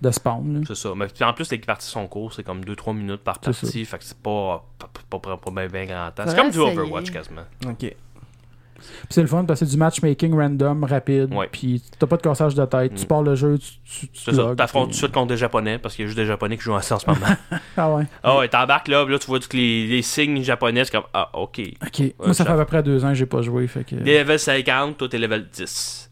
S3: de spawn. là.
S1: C'est ça. Mais puis en plus, les parties sont courtes, c'est comme 2-3 minutes par
S3: C'est ça.
S1: partie. Fait que c'est pas, pas, pas, pas- pas bien, bien grand temps. C'est
S5: Faudrait
S1: comme du
S5: essayer.
S1: Overwatch quasiment.
S4: Ok.
S3: Puis c'est le fun parce que c'est du matchmaking random, rapide,
S1: Ouais. Mm.
S3: puis t'as pas de cassage de tête. Tu pars le jeu, tu, tu, tu
S1: C'est ça.
S3: logs,
S1: T'affrontes tout de
S3: puis-
S1: suite contre des Japonais parce qu'il y a juste des Japonais qui jouent en ça en ce
S3: [LAUGHS]
S1: moment.
S3: Ah ouais.
S1: Ah ouais, t'embarques là, là, tu vois tous les, les signes japonais. C'est comme Ah, ok.
S3: Ok. Moi, ça
S1: ça-
S3: fait à peu près deux ans que j'ai pas joué. Fait que...
S1: Des level 50, toi t'es level 10.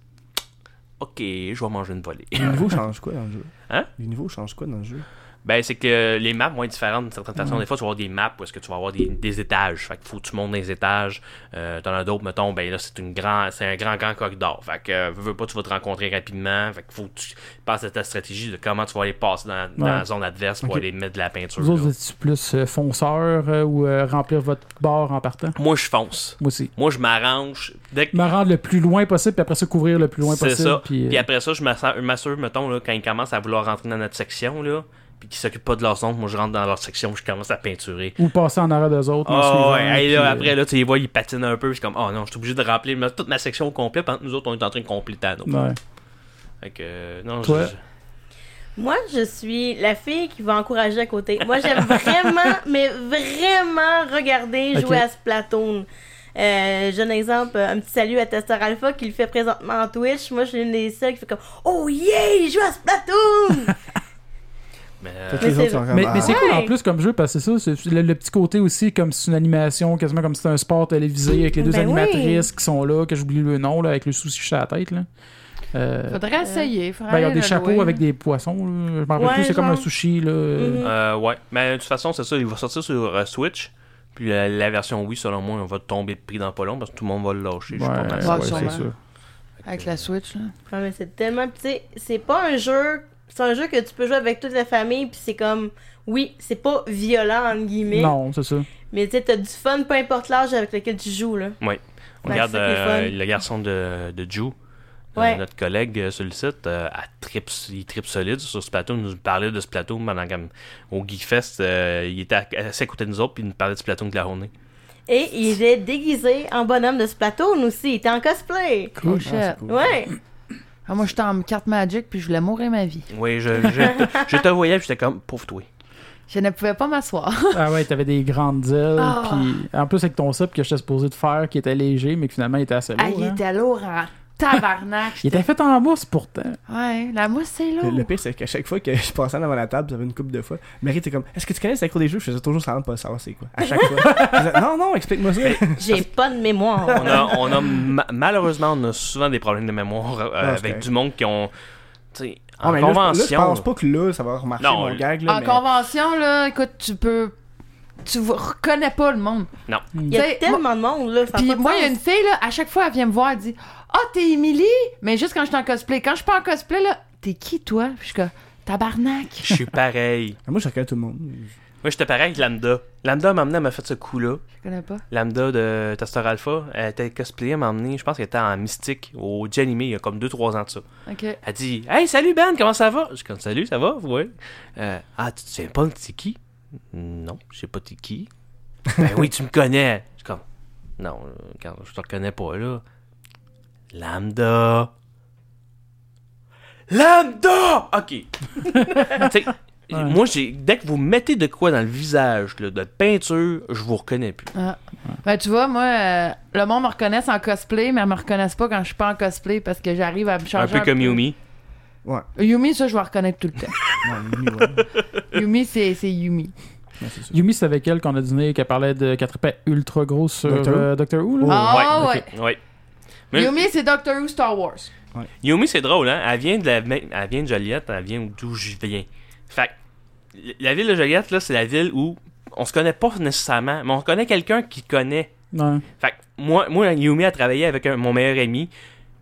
S1: Ok, je vais manger une volée.
S4: Les niveaux changent quoi dans le jeu
S1: Hein?
S4: Les niveaux changent quoi dans le jeu
S1: Ben, c'est que les maps vont être différentes d'une certaine
S3: Mhm.
S1: façon. Des fois, tu vas avoir des maps où est-ce que tu vas avoir des, des étages. Fait que faut que tu montes dans les étages. Euh, T'en as d'autres, mettons, ben là, c'est une grand, c'est un grand, grand corridor. Fait que, euh, veux, veux pas, tu vas te rencontrer rapidement. Fait que faut que tu passes à ta stratégie de comment tu vas aller passer dans, dans
S3: Ouais.
S1: la zone adverse pour aller mettre de la peinture.
S3: Vous
S1: là.
S3: autres, vous êtes plus euh, fonceur euh, ou euh, remplir votre barre en partant?
S1: Moi, je fonce.
S3: Moi aussi.
S1: Moi, je m'arrange. Dès que
S3: Me rendre le plus loin possible, puis après ça, couvrir le plus loin
S1: C'est
S3: possible.
S1: ça.
S3: Puis, euh,
S1: Puis après ça, je m'assa- m'assure, mettons, là, quand ils commencent à vouloir rentrer dans notre section, là, puis qu'ils s'occupent pas de leur zone, moi, je rentre dans leur section, je commence à peinturer.
S3: Ou passer en arrière des autres. en
S1: Oh,
S3: suivant,
S1: ouais, hey, là,
S3: puis, euh,
S1: après, là, tu les vois, ils patinent un peu. puis C'est comme, oh non, je suis obligé de remplir ma- toute ma section au complet pendant que nous autres, on est en train de compléter la nôtre.
S3: euh, ouais.
S1: Fait que, euh, non,
S3: Toi?
S1: je-
S2: Moi, je suis la fille qui va encourager à côté. Moi, j'aime [LAUGHS] vraiment, mais vraiment regarder
S3: Ok.
S2: jouer à Splatoon. Euh, jeune exemple, un petit salut à Tester Alpha qui le fait présentement en Twitch. Moi, je suis l'une des seules qui fait comme Oh yeah, il joue
S1: [LAUGHS]
S2: à Splatoon!
S1: mais, euh,
S4: Toutes les
S2: c'est-
S4: autres sont comme,
S3: Mais,
S4: ah,
S3: mais c'est cool en
S2: Ouais.
S3: plus comme jeu parce que c'est ça, c'est le, le petit côté aussi comme si c'est une animation, quasiment comme si c'était un sport télévisé avec les deux
S2: Ben oui.
S3: animatrices qui sont là, que j'oublie le nom, là, avec le souci chez la tête. Là. Euh,
S5: Faudrait essayer. Faudrait
S3: ben, il y a
S5: aller
S3: des
S5: le
S3: chapeaux
S5: louer.
S3: avec des poissons, là. je m'en rappelle
S2: Ouais,
S3: plus, c'est comme
S2: genre.
S3: un sushi. Là.
S5: Mm-hmm.
S2: Mhm.
S1: euh, ouais. Mais de toute façon, c'est ça, il va sortir sur euh, Switch. Puis euh, la version Wii, selon moi, on va tomber de prix dans pas long parce que tout le monde va le lâcher. je suis pas
S3: Ouais,
S1: mal
S3: ouais,
S1: sûr.
S5: Ouais,
S3: c'est
S5: sûrement.
S3: sûr.
S5: Avec la Switch, là.
S2: Ah, mais c'est tellement. Tu sais, c'est pas un jeu. C'est un jeu que tu peux jouer avec toute la famille, puis c'est comme. Oui, c'est pas violent, entre guillemets.
S3: Non, c'est ça.
S2: Mais tu sais, t'as du fun, peu importe l'âge avec lequel tu joues, là.
S1: On
S2: Ouais,
S1: regarde
S2: Ben, c'est ça qui est
S1: euh,
S2: fun.
S1: le garçon de, de Ju, euh,
S2: Ouais.
S1: notre collègue euh, sur le site, euh, à trip, il tripe solide sur ce plateau. Il nous parlait de ce plateau pendant qu'au Geek Fest, euh, il était à- assez à côté de nous autres, puis il nous parlait de ce plateau de la journée.
S2: Et il est déguisé en bonhomme de Splatoon aussi. Il était en cosplay.
S5: Oh,
S4: Ah,
S3: [LAUGHS]
S5: shit.
S4: c'est cool.
S2: Ouais.
S5: Ah, moi, j'étais en carte Magic, puis je voulais mourir ma vie.
S1: Oui, je, je, je te voyais, puis j'étais comme, pauvre toi.
S5: Je ne pouvais pas m'asseoir.
S6: Ah ouais, t'avais des grandes ailes.
S5: Ah.
S6: Puis en plus, avec ton sub que j'étais supposé de faire, qui était léger, mais que finalement, il était assez lourd.
S5: Ah, il
S6: hein.
S5: était lourd en tabarnak. [LAUGHS]
S6: Il était fait en mousse pourtant.
S5: Ouais, la mousse, c'est
S4: Le,
S5: lourd.
S4: le pire, c'est qu'à chaque fois que je passais devant la table, ça avait une coupe de fois. Marie était comme Est-ce que tu connais la cour des jeux Je faisais toujours semblant de pas savoir c'est quoi. À chaque
S5: [LAUGHS]
S4: fois. Je disais, non, non, explique-moi ça.
S2: J'ai pas de mémoire.
S1: On a, on a ma- malheureusement, on a souvent des problèmes de mémoire euh,
S4: Ah, c'est
S1: avec
S4: correct.
S1: du monde qui ont. tu sais,
S4: Ah,
S1: En
S4: mais là, je- là, je
S1: convention.
S4: pense pas que là, ça va remarquer
S1: Non,
S4: mon
S1: le-
S4: gag. Là,
S5: En
S4: mais-
S5: convention, là, écoute, tu peux. Tu vo- reconnais pas le monde.
S2: Il y a
S5: T'sais,
S2: tellement de monde, là. ça a pas
S5: Puis
S2: de
S5: moi, il y a
S2: sens.
S5: une fille, là, à chaque fois, elle vient me voir, elle dit Ah, t'es Émilie Mais juste quand je suis en cosplay. Quand je suis pas en cosplay, là, t'es qui, toi Puis je suis comme Tabarnak.
S1: Je suis pareil.
S4: Ah, Moi, je reconnais tout le monde.
S1: Moi, j'étais pareil avec Lambda. Lambda m'a amené, elle m'a fait ce coup-là.
S5: Je connais pas.
S1: Lambda de Testor Alpha, elle était cosplayée, elle m'a emmené, je pense qu'elle était en mystique au Janime il y a comme 2-3 ans de ça.
S5: Ok.
S1: Elle dit Hey, salut Ben, comment ça va Je suis comme Salut, ça va Ouais. Euh, ah, tu te souviens pas de t'es qui Non, je sais pas t'es
S5: [LAUGHS]
S1: qui. ben oui, tu me connais. Je suis comme Non, euh, quand je te reconnais pas là. Lambda. Lambda Ok. [LAUGHS] Tu sais, Moi, j'ai, dès que vous mettez de quoi dans le visage, là, de peinture, je vous reconnais plus.
S5: Ben, tu vois, moi, euh, le monde me reconnaît en cosplay, mais ils me reconnaissent pas quand je suis pas en cosplay parce que j'arrive à me
S1: Un
S5: changer.
S1: peu comme Yumi.
S4: Ouais.
S5: Yumi, ça, je vais reconnaître tout le
S1: [LAUGHS]
S5: temps.
S4: Non, lui, ouais.
S5: [LAUGHS] Yumi, c'est c'est Yumi.
S4: Ouais, c'est ça.
S6: Yumi, c'est avec elle qu'on a dîné, qu'elle parlait de qu'elle tripait ultra grosse sur
S4: Doctor Who?
S6: euh, Doctor Who. là.
S4: Oh,
S5: Ah, ouais.
S1: Ouais. Mais-
S5: Yumi, c'est Doctor Who Star Wars.
S1: Yumi, c'est drôle, hein? Elle vient de, la... elle vient de Joliette, elle vient d'où je viens. Fait que, la ville de Joliette, là, c'est la ville où on se connaît pas nécessairement, mais on connaît quelqu'un qui connaît.
S5: Oh.
S6: Ouais.
S1: Fait que, moi, moi, Yumi a travaillé avec un- mon meilleur ami,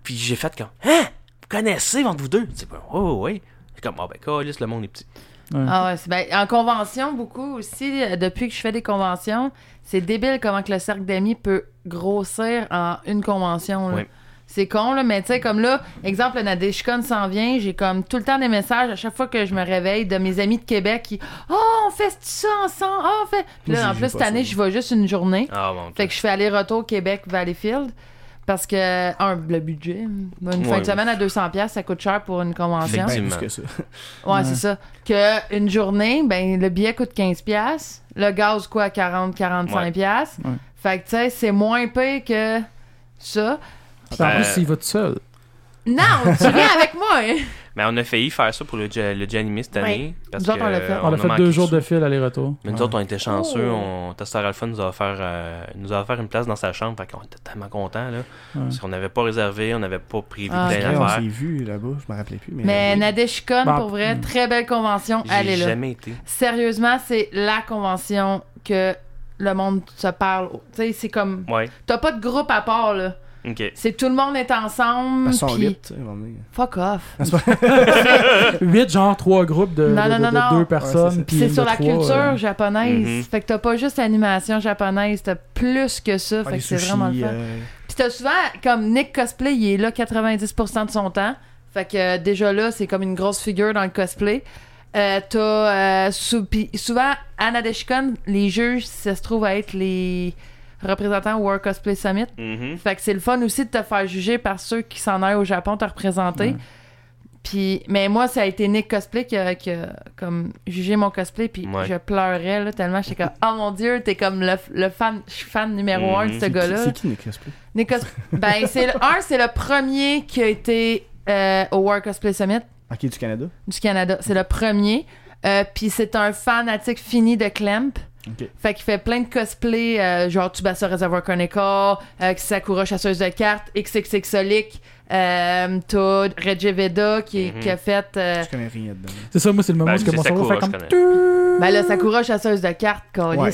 S1: puis j'ai fait comme, hein? Vous connaissez entre vous deux? C'est comme, oh, ouais. C'est comme, ah ben, câlisse, le monde est petit.
S5: Ah ouais, c'est- ben, en convention, beaucoup aussi, euh, depuis que je fais des conventions, c'est débile comment que le cercle d'amis peut grossir en une convention. là.
S1: Oui.
S5: C'est con, là, mais tu sais, comme là, exemple, le Nadeshikon s'en vient, j'ai comme tout le temps des messages à chaque fois que je me réveille de mes amis de Québec qui « Oh, on fait ça ensemble! Oh, on fait... » Puis
S4: Moi,
S5: là,
S4: j'y
S5: en
S4: joue
S5: plus,
S4: pas
S5: cette année,
S4: ça.
S5: je vais juste une journée.
S1: Ah, bon.
S5: Fait que je fais aller-retour Québec-Valleyfield parce que, un, le budget, une fin
S1: Ouais.
S5: de semaine à 200$, piastres, ça coûte cher pour une convention.
S1: Effectivement.
S4: Ben, plus que ça.
S5: Ouais, c'est ça. Que une journée, ben le billet coûte 15 pièces, le gaz quoi 40 45
S1: Ouais.
S5: pièces.
S6: Ouais.
S5: Fait que tu sais, c'est moins payé que ça.
S6: Puis en
S1: Euh,
S6: plus, il va tout seul.
S5: Non, tu viens avec moi. Hein?
S1: Mais on a failli faire ça pour le, J- le Janimé cette
S2: Ouais.
S1: année. Parce
S5: Nous autres,
S1: que,
S5: on l'a fait.
S1: euh,
S6: On a fait
S1: manqué
S6: deux
S1: de
S6: jours
S1: sous.
S6: de fil aller-retour.
S1: Mais nous autres, on était chanceux.
S5: Oh.
S1: On... Testeur Alpha nous a, offert, euh, nous a offert une place dans sa chambre. Fait qu'on était tellement contents. Là, Parce qu'on n'avait pas réservé, on n'avait pas prévu
S5: Ah,
S1: plein
S5: ok.
S4: Ouais, on
S1: d'affaires.
S4: s'est vu là-bas, je me rappelais plus. Mais, euh,
S5: Mais
S4: oui.
S5: Nadeshikon
S6: Bon.
S5: pour vrai, très belle convention, allez
S1: J'ai
S5: là.
S1: jamais été.
S5: Sérieusement, c'est la convention que le monde se parle. Tu sais, c'est comme
S1: Ouais.
S5: t'as pas de groupe à part là.
S1: OK.
S5: C'est tout le monde est ensemble
S4: Parce qu'ils sont
S5: puis
S4: vite, tu sais, à un moment donné.
S5: fuck off.
S6: Huit, genre, trois groupes de,
S5: Non,
S6: de-
S5: non,
S6: de-
S5: non,
S6: de
S5: non.
S6: deux
S4: Ouais, c'est
S6: personnes.
S4: ça.
S6: puis
S5: C'est
S6: de
S5: sur la
S6: trois,
S5: culture
S6: euh,
S5: japonaise.
S1: Mhm.
S5: Fait que t'as pas juste l'animation japonaise, t'as plus que ça.
S4: Ah,
S5: fait
S4: les
S5: que c'est
S4: sushis,
S5: vraiment le fun.
S4: euh,
S5: Puis t'as souvent, comme Nick Cosplay, il est là 90% de son temps. Fait que euh, déjà là, c'est comme une grosse figure dans le cosplay. Euh, t'as euh, sou- puis souvent à Nadeshikon, les juges, ça se trouve à être les représentants au World Cosplay Summit.
S1: Mhm.
S5: Fait que c'est le fun aussi de te faire juger par ceux qui s'en aillent au Japon te représenter. Puis, mais moi, ça a été Nick Cosplay qui a, qui a, comme jugé mon cosplay, puis
S1: Ouais.
S5: je pleurais là, tellement j'étais comme oh mon dieu, t'es comme le, le fan, je suis fan numéro
S1: Mhm.
S5: un de ce
S4: c'est qui-
S5: gars-là.
S4: C'est qui Nick Cosplay
S5: Nick
S4: [LAUGHS]
S5: Cos- ben c'est le un, c'est le premier qui a été euh, au World Cosplay Summit
S4: Ok, du Canada.
S5: du Canada. C'est le premier. Euh, puis c'est un fanatique fini de Clamp.
S4: Ok.
S5: Fait qu'il fait plein de cosplay, euh, genre Tsubasa Reservoir Chronicle, euh, Sakura Chasseuse de cartes, XXXolic, euh, t'as Reggie Veda qui,
S1: Mhm.
S5: qui a fait... euh,
S4: Je connais rien dedans.
S6: C'est ça, moi, c'est le moment
S1: Ben,
S6: où
S1: je
S6: ce que
S1: sais
S6: mon cerveau
S1: Sakura,
S6: fait
S1: je
S6: comme.
S1: connais.
S5: ben là, Sakura Chasseuse de cartes, Calis.
S4: Ouais.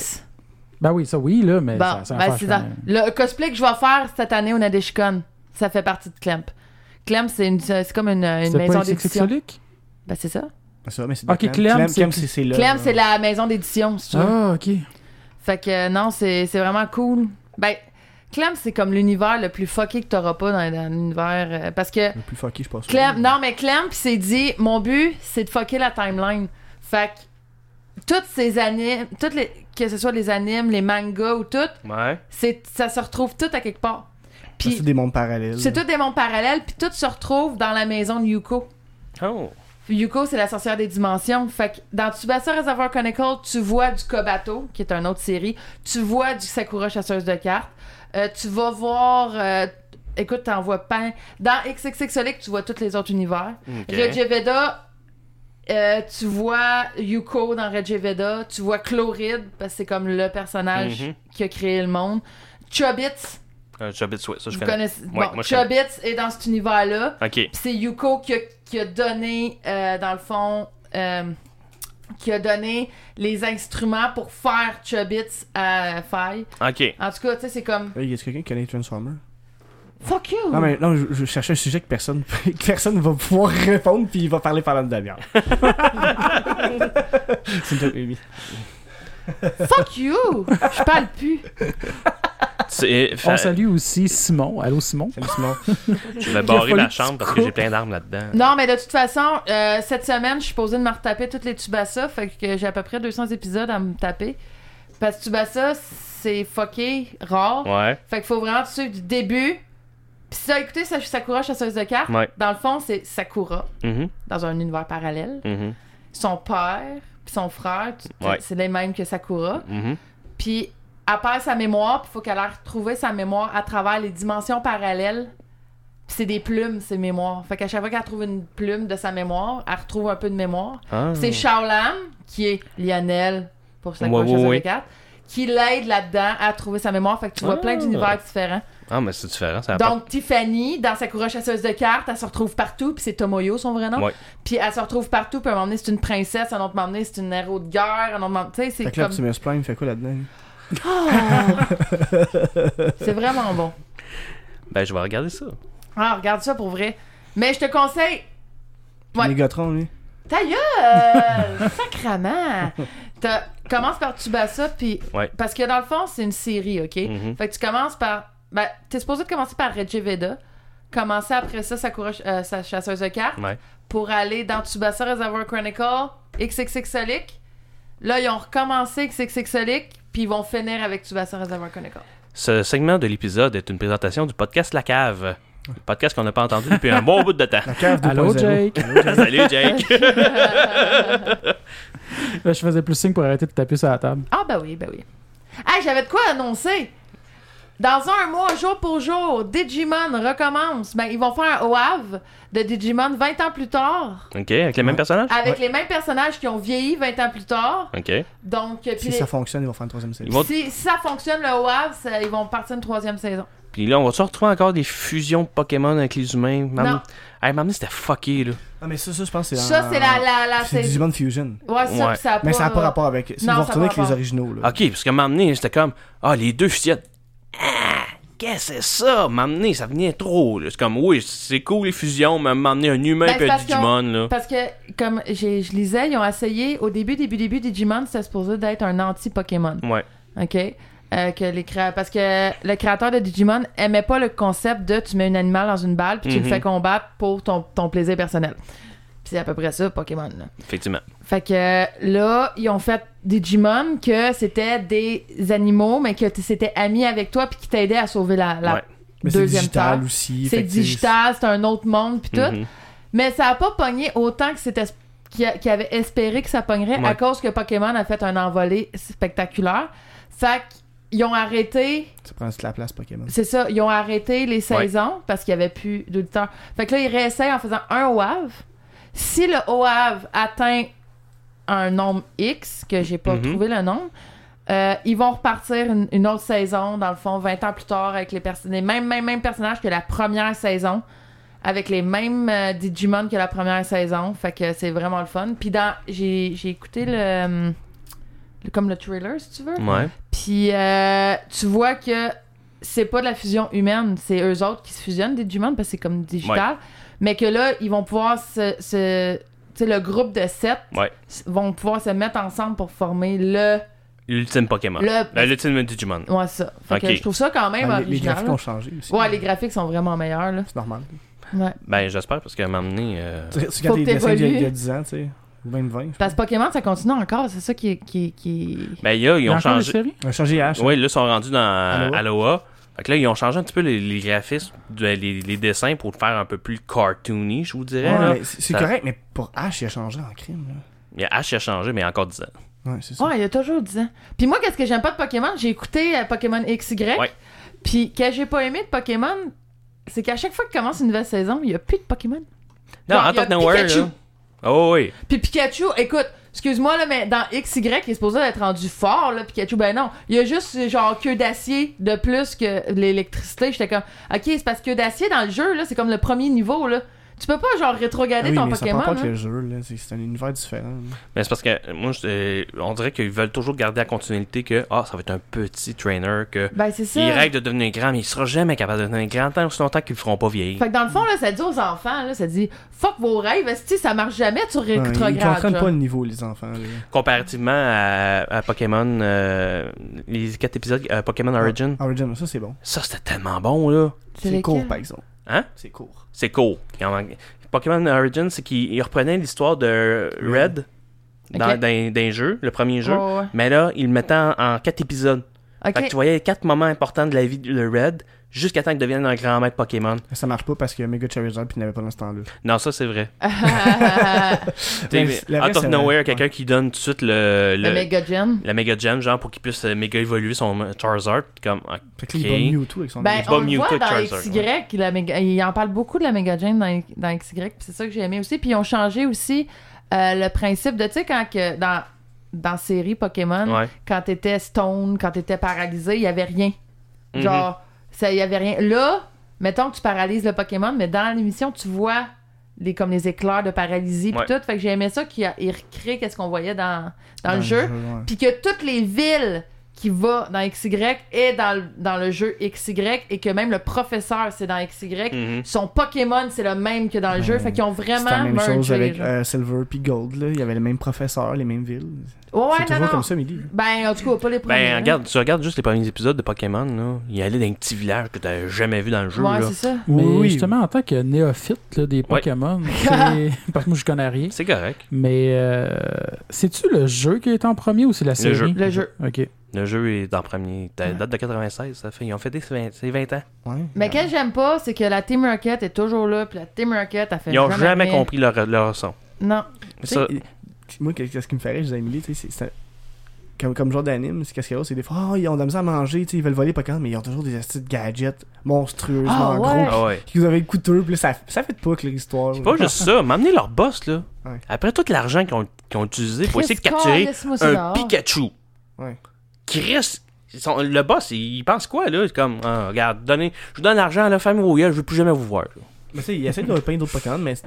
S6: Ben oui, ça, oui, là,
S3: Eh,
S6: mais.
S5: Bon,
S6: ça, ça,
S5: ben,
S6: ça,
S5: c'est
S6: je
S5: dans-
S6: connais.
S5: le cosplay que je vais faire cette année au Nadeshikon, ça fait partie de Clamp. Clamp, c'est une- c'est comme une, une
S6: C'était
S5: maison
S6: pas
S5: d'édition.
S6: XXXolic?
S5: Ben c'est ça.
S4: Ah, ça, mais c'est
S6: Ok,
S4: Clem.
S6: Clem,
S4: Clem,
S6: c'est-
S4: Clem, c'est c'est là.
S5: Clamp,
S4: là.
S5: c'est la maison d'édition, si tu veux.
S6: Ah, ok.
S5: Fait que euh, non, c'est c'est vraiment cool. Ben, Clem, c'est comme l'univers le plus fucké que t'auras pas dans, dans l'univers. euh, parce que
S4: Le plus fucké, je pense.
S5: Clem, non, mais Clem, pis s'est dit, mon but, c'est de fucker la timeline. Fait que toutes ces animes, toutes les, que ce soit les animes, les mangas ou tout,
S1: Ouais.
S5: c'est, ça se retrouve tout à quelque part. Puis
S4: Ah, C'est des mondes parallèles.
S5: c'est tout des mondes parallèles, puis tout se retrouve dans la maison de Yuko.
S1: Oh.
S5: Yuko, c'est la sorcière des dimensions. Fait que dans Tsubasa Reservoir Chronicle, tu vois du Kobato, qui est une autre série. Tu vois du Sakura Chasseuse de cartes. Euh, tu vas voir. euh, écoute, t'en vois plein. Dans XXX Sonic, tu vois tous les autres univers.
S1: Ok.
S5: Reggie Veda, euh, tu vois Yuko dans Reggie Veda. Tu vois Chloride, parce que c'est comme le personnage
S1: Mhm.
S5: qui a créé le monde. Chubbits,
S1: Euh, Chubbits, ouais, ça je
S5: vous
S1: connais.
S5: connaissez.
S1: Ouais,
S5: bon,
S1: moi, je
S5: Chubbits est dans cet univers-là.
S1: Ok.
S5: Puis c'est Yuko qui a, qui a donné, euh, dans le fond, euh, qui a donné les instruments pour faire Chubbits à Faye. [LAUGHS]
S1: Ok.
S5: En tout cas, tu sais, c'est comme
S4: Hey, Est-ce que quelqu'un qui connaît Transformers?
S5: Fuck you!
S4: Non, mais non, je, je cherchais un sujet que personne [LAUGHS] que personne va pouvoir répondre, puis il va parler pendant une
S5: [LAUGHS]
S4: demi-heure. C'est une demi-
S5: [LAUGHS] Fuck you! Je parle plus!
S1: C'est-
S6: On
S1: fa-
S6: salue aussi Simon. Allô, Simon?
S4: Salut, Simon.
S1: Je vais
S6: Il a
S1: barrer
S6: fallu
S1: ma
S6: que tu
S1: chambre parce que
S6: coupes.
S1: j'ai plein d'armes là-dedans.
S5: Non, mais de toute façon, euh, cette semaine, je suis posée de me retaper toutes les Tubasa, fait que j'ai à peu près 200 épisodes à me taper. Parce que Tubasa, c'est fucké, rare.
S1: Ouais.
S5: Fait qu'il faut vraiment te suivre du début. Puis si t'as écouté Sa- Sakura Chasseuse de cartes,
S1: Ouais.
S5: dans le fond, c'est Sakura
S1: Mhm.
S5: dans un univers parallèle.
S1: Mhm.
S5: son père puis son frère, tu- tu-
S1: Ouais.
S5: c'est les mêmes que Sakura.
S1: Mhm.
S5: Puis elle perd sa mémoire, puis faut qu'elle aille retrouver sa mémoire à travers les dimensions parallèles. Puis c'est des plumes, ses mémoires. Fait qu'à chaque fois qu'elle trouve une plume de sa mémoire, elle retrouve un peu de mémoire.
S1: Ah.
S5: C'est Shaolam, qui est Lionel, pour Sakura
S1: Ouais, ouais,
S5: Chasseuse de
S1: ouais.
S5: cartes, qui l'aide là-dedans à trouver sa mémoire. Fait que tu vois
S1: Ah.
S5: plein d'univers différents.
S1: Ah, mais c'est différent. Ça a pas-
S5: Donc, Tiffany, dans Sakura chasseuse de cartes, elle se retrouve partout, puis c'est Tomoyo son vrai nom.
S1: Ouais.
S5: Puis elle se retrouve partout, puis à un moment donné, c'est une princesse, à un autre moment donné, c'est une héros de guerre, à un autre moment tu sais, c'est
S4: Fait que là,
S5: comme...
S4: Optimus Prime fait quoi là-dedans?
S5: Ah! c'est vraiment bon.
S1: Ben, je vais regarder ça.
S5: Ah, regarde ça pour vrai. Mais je te conseille... Ouais.
S4: Les Mégatron, lui.
S5: Ta
S1: [LAUGHS]
S5: gueule! Sacrement! T'as- Commence par Tsubasa, puis...
S1: Ouais.
S5: Parce que dans le fond, c'est une série, OK?
S1: Mhm.
S5: Fait que tu commences par... Ben, t'es supposé de commencer par Reggie Veda, commencer après ça Sakura... euh, sa chasseuse de cartes,
S1: Ouais.
S5: pour aller dans Tsubasa Reservoir Chronicle, XXXolic. Là, ils ont recommencé XXXolic, puis ils vont finir avec Tsubasa Reservoir Chronicle.
S1: Ce segment de l'épisode est une présentation du podcast La Cave. Un podcast qu'on n'a pas entendu depuis un bon bout de temps.
S4: La cave de
S6: Allô, Jake?
S1: [LAUGHS] Salut, Jake.
S6: Là, je faisais plus signe pour arrêter de taper sur la table.
S5: Ah, ben oui, ben oui. Ah, j'avais de quoi annoncer! Dans un mois, jour pour jour, Digimon recommence. Ben, ils vont faire un OAV de Digimon 20 ans plus tard,
S1: OK, avec les mêmes personnages?
S5: avec les mêmes personnages qui ont vieilli 20 ans plus tard.
S1: OK.
S5: Donc, euh, puis
S4: Si
S5: les-
S4: ça fonctionne, ils vont faire une troisième série.
S1: Ils vont-
S5: si, si ça fonctionne, le OAV, ça- ils vont partir une troisième saison.
S1: Puis là, on va-tu retrouver encore des fusions de Pokémon avec les humains? Maman-
S5: Non.
S1: Hey, maman, c'était fucké, là.
S4: Ah, mais ça, ça, je pense que c'est
S5: Ça,
S4: en-
S5: c'est la, la, la
S4: C'est
S5: saison.
S4: Digimon Fusion.
S5: Ouais, ça,
S1: Ouais.
S5: pis ça a
S4: Mais
S5: pas,
S4: ça n'a pas
S5: euh,
S4: rapport avec. Ils
S5: Non,
S4: vont
S5: ça a
S4: retourner
S5: pas
S4: avec les
S5: rapport. Ah,
S4: originaux, là.
S1: OK, parce que m'amener, j'étais comme, ah, les deux fillettes. Ah, Qu'est-ce que c'est ça? M'amener, ça venait trop. là. C'est comme, oui, c'est cool les fusions, mais m'amener un humain
S5: Ben,
S1: et
S5: c'est
S1: un
S5: parce
S1: Digimon, là.
S5: Parce que, comme j'ai- je lisais, ils ont essayé, au début, début, début, Digimon, c'était supposé d'être un anti-Pokémon.
S1: Ouais.
S5: OK? Euh, que les créa- Parce que le créateur de Digimon aimait pas le concept de tu mets un animal dans une balle puis tu
S1: Mhm.
S5: le fais combattre pour ton, ton plaisir personnel. Puis c'est à peu près ça, Pokémon. là.
S1: Effectivement.
S5: Fait que euh, là, ils ont fait Digimon que c'était des animaux, mais que t- c'était ami avec toi puis qui t'aidait à sauver la, la
S1: Ouais.
S4: Mais c'est
S5: deuxième
S4: digital
S5: table.
S4: aussi. fait
S5: C'est
S4: que c'est-
S5: digital, c'est un autre monde puis tout.
S1: Mhm.
S5: Mais ça a pas pogné autant que c'était qu'il a- qu'il avait espéré que ça pognerait
S1: Ouais.
S5: à cause que Pokémon a fait un envolé spectaculaire. Fait qu'ils ont arrêté,
S4: Ça prend toute la place, Pokémon.
S5: c'est ça, ils ont arrêté les saisons parce qu'il y avait plus d'auditeurs. Fait que là, ils réessayent en faisant un OAV. Si le OAV atteint un nombre X, que j'ai pas
S1: Mhm.
S5: trouvé le nombre, euh, ils vont repartir une, une autre saison, dans le fond, 20 ans plus tard, avec les, perso- les mêmes, mêmes, mêmes personnages que la première saison, avec les mêmes euh, Digimon que la première saison. Fait que c'est vraiment le fun. Puis dans, j'ai, j'ai écouté le, euh, le- comme le trailer, si tu veux.
S1: Ouais.
S5: Puis euh, tu vois que c'est pas de la fusion humaine, c'est eux autres qui se fusionnent, Digimon, parce que c'est comme digital. Mais que là, ils vont pouvoir se. se- tu sais, le groupe de sept
S1: Ouais.
S5: s- vont pouvoir se mettre ensemble pour former le.
S1: L'ultime Pokémon.
S5: Le-
S1: Euh, L'ultime Digimon.
S5: Ouais, ça. Fait que
S1: Ok.
S5: je trouve ça quand même
S4: Ben, les, les
S5: original.
S4: graphiques ont changé aussi.
S5: ouais, les graphiques sont vraiment meilleurs, là.
S4: C'est normal.
S5: Ouais.
S1: Ben, j'espère, parce que m'amener. euh,
S4: Tu tu regardes les
S5: que
S4: dessins d'il y a-
S5: t'évolues.
S4: d'il y a 10 ans, tu sais. Même 20.
S5: Parce que Pokémon, ça continue encore, c'est ça qui est. Qui, est- qui... est-
S1: Ben, là, ils
S6: Il y a
S1: ont
S6: encore des
S1: changé.
S6: séries?
S4: On a changé H.
S1: Oui, là, ils sont rendus dans
S4: Aloha.
S1: Aloha. Fait que là, ils ont changé un petit peu les, les graphismes, de- les, les dessins pour le faire un peu plus cartoony, je vous dirais.
S4: Ouais,
S1: là.
S4: mais c'est c'est
S1: Ça-
S4: correct, mais pour H, il a changé en crime. Là.
S1: Il y a H qui a changé, mais encore 10 ans.
S4: Ouais, c'est ça.
S5: Ouais, il y a toujours 10 ans. Puis moi, qu'est-ce que j'aime pas de Pokémon J'ai écouté euh, Pokémon XY.
S1: Ouais.
S5: Puis qu'est-ce que j'ai pas aimé de Pokémon C'est qu'à chaque fois que commence une nouvelle saison, il y a plus de Pokémon.
S1: Non,
S5: Genre, il y a
S1: Antoine Nowhere,
S5: Pikachu.
S1: là. Oh oui.
S5: Puis Pikachu, écoute, excuse-moi là, mais dans XY, il est supposé être rendu fort, là, Pikachu, ben non. Il y a juste euh, genre queue d'acier de plus que l'électricité. J'étais comme, ok, c'est parce que queue d'acier dans le jeu, là, c'est comme le premier niveau, là. Tu peux pas genre
S4: Ah
S5: rétrograder
S4: oui,
S5: ton
S4: mais ça
S5: Pokémon.
S4: parle pas
S5: là.
S4: que le jeu, là. C'est c'est un univers différent.
S1: Mais c'est parce que, moi, je- euh, on dirait qu'ils veulent toujours garder la continuité que, ah, ça va être un petit trainer, que
S5: Ben c'est ça.
S1: il rêve de devenir grand, mais il sera jamais capable de devenir grand tant aussi longtemps qu'ils le feront pas vieillir.
S5: Fait que dans le fond, là, ça dit aux enfants, là, ça dit fuck vos rêves, si ça marche jamais, tu
S4: Ouais, ils
S5: rétrogrades.
S4: comprennent
S5: genre.
S4: pas le niveau, les enfants. là.
S1: Comparativement à, à Pokémon, euh, les quatre épisodes euh, Pokémon Origin,
S4: Origin, ça c'est bon.
S1: ça c'était tellement bon là.
S5: C'est
S4: C'est
S5: lequel?
S4: court, par exemple.
S1: Hein?
S4: C'est court.
S1: C'est cool. Il en manque- Pokémon Origin, c'est qu'il il reprenait l'histoire de Red dans,
S5: Mm. Ok.
S1: dans- dans les jeux, le premier jeu.
S5: Ouais, ouais.
S1: Mais là, il le mettait en, en quatre épisodes.
S5: Ok.
S1: Fait que tu voyais quatre moments importants de la vie de le Red jusqu'à temps qu'il devienne un grand maître Pokémon.
S4: Ça marche pas parce que Mega Charizard puis il n'avait pas dans
S1: [LAUGHS]
S4: ce temps-là.
S1: Non, ça c'est vrai.
S5: [LAUGHS]
S4: Mais
S1: T'sais,
S4: la vraie,
S1: Out of
S4: c'est-
S1: nowhere,
S4: ouais.
S1: quelqu'un qui donne tout de suite le,
S5: le
S1: le-
S5: Mega Gem.
S1: la Mega Gem, genre pour qu'il puisse euh, méga évoluer son Charizard. Comme, ah, ok.
S4: Fait que là, il bat Mewtwo avec son
S5: Ben,
S1: Pas
S5: on le
S1: Mewtwo,
S5: voit dans
S1: Charizard,
S5: XY, la méga- il en parle beaucoup de la Mega Jane dans, dans XY, puis c'est ça que j'ai aimé aussi. Puis ils ont changé aussi euh, le principe de, tu sais, quand que, dans, dans série Pokémon,
S1: Ouais.
S5: quand t'étais stone, quand t'étais paralysé, il y avait rien.
S1: Mhm.
S5: Genre, ça, il y avait rien. Là, mettons que tu paralyses le Pokémon, mais dans l'émission, tu vois les, comme les éclairs de paralysie puis
S1: Ouais.
S5: tout. Fait que j'ai aimé ça qu'il a- il recrée qu'est-ce qu'on voyait dans, dans, le jeu.
S4: ouais.
S5: Puis que toutes les villes qui vont dans XY est dans, le- dans le jeu XY et que même le professeur, c'est dans XY.
S1: Mhm.
S5: Son Pokémon, c'est le même que dans le jeu.
S4: Ouais.
S5: Fait qu'ils ont
S4: C'était Ben, la
S5: vraiment
S4: même chose
S5: mergé,
S4: avec
S5: genre.
S4: euh, Silver puis Gold. Là. Il y avait le même professeur, les mêmes villes.
S5: Ouais,
S4: c'est
S5: non,
S4: toujours
S5: non.
S4: comme ça, Millie.
S5: Ben, en tout cas, pas les premiers.
S1: Ben,
S5: là.
S1: regarde, tu regardes juste les premiers épisodes de Pokémon, là. Il allait dans un petit village que t'avais jamais vu dans le jeu,
S5: Ouais,
S1: là.
S5: c'est ça.
S6: Mais
S4: Oui, oui.
S6: justement, en tant que néophyte là, des
S5: [LAUGHS]
S6: Pokémon, c'est- parce que moi, je connais rien.
S1: C'est correct.
S6: Mais euh, c'est-tu le jeu qui est en premier ou c'est la série?
S1: jeu.
S5: Le jeu.
S6: OK.
S1: Le jeu est en premier. Ta date de 96, ça fait. Ils ont fêté ses 20, ses 20 ans.
S4: Ouais.
S5: Mais qu'est-ce que j'aime pas, c'est que la Team Rocket est toujours là, puis la Team Rocket a fait.
S1: Ils ont jamais
S5: rien.
S1: compris leur, leur son.
S5: Non.
S4: Tu sais,
S1: Ça-
S4: euh, Moi, qu'est- ce qui me ferait, je disais à Emily, tu sais, c'est- c'est un- comme, comme genre d'anime, c'est qu'est-ce qu'il y a, c'est des fois, oh, ils ont de la misère à manger, tu sais, ils veulent voler Pokémon, mais ils ont toujours des astuces de gadgets monstrueusement
S5: Ah, ouais.
S4: gros.
S1: Ah ouais.
S4: Ils avaient le couteau, puis là, ça, ça fait de pas que l'histoire. Ah,
S1: C'est pas juste ça. M'amener leur boss, là.
S4: Ouais.
S1: Après tout l'argent qu'ils ont, qu'ils ont utilisé pour essayer de
S5: Chris
S1: capturer
S5: Cole, laisse-moi ça
S1: un
S5: dehors.
S1: Pikachu.
S4: Ouais.
S1: Chris. ils sont- le boss, il pense quoi, là? C'est comme, ah, regarde, donnez, je vous donne l'argent à la famille royale, je veux plus jamais vous voir. là.
S4: Mais tu sais, ils essaient de repeindre d'autres Pokémon, mais tu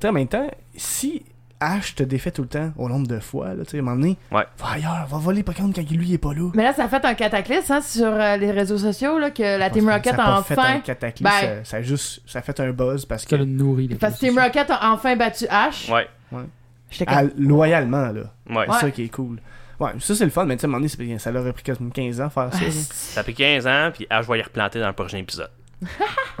S4: sais, en même temps, si Ash te défait tout le temps, au nombre de fois, là, tu sais, à un moment donné,
S1: Ouais.
S4: va ailleurs, va voler Pokémon quand lui, il est pas là.
S5: Mais là, ça a fait un cataclysme hein, sur euh, les réseaux sociaux, là, que la Team
S4: Ça a
S5: Rocket
S4: pas
S5: a
S4: fait un
S5: enfin.
S4: cataclysme,
S5: Ben-
S4: ça, ça a juste, ça a fait un buzz parce
S6: Ça
S4: que,
S6: le nourrit. les
S5: Parce que Team
S6: réseaux
S5: Rocket a enfin battu Ash.
S1: Ouais.
S5: J'étais comme.
S4: à- loyalement, là.
S1: Ouais.
S4: Ben, C'est ça qui est cool. Ouais, ça c'est le fun, mais tu sais, à un moment donné, c'est- ça leur a pris quasiment 15 ans
S5: Ah,
S4: faire ça. là.
S1: Ça fait 15 ans, puis ah, je vais y replanter dans le prochain épisode.
S4: Ben,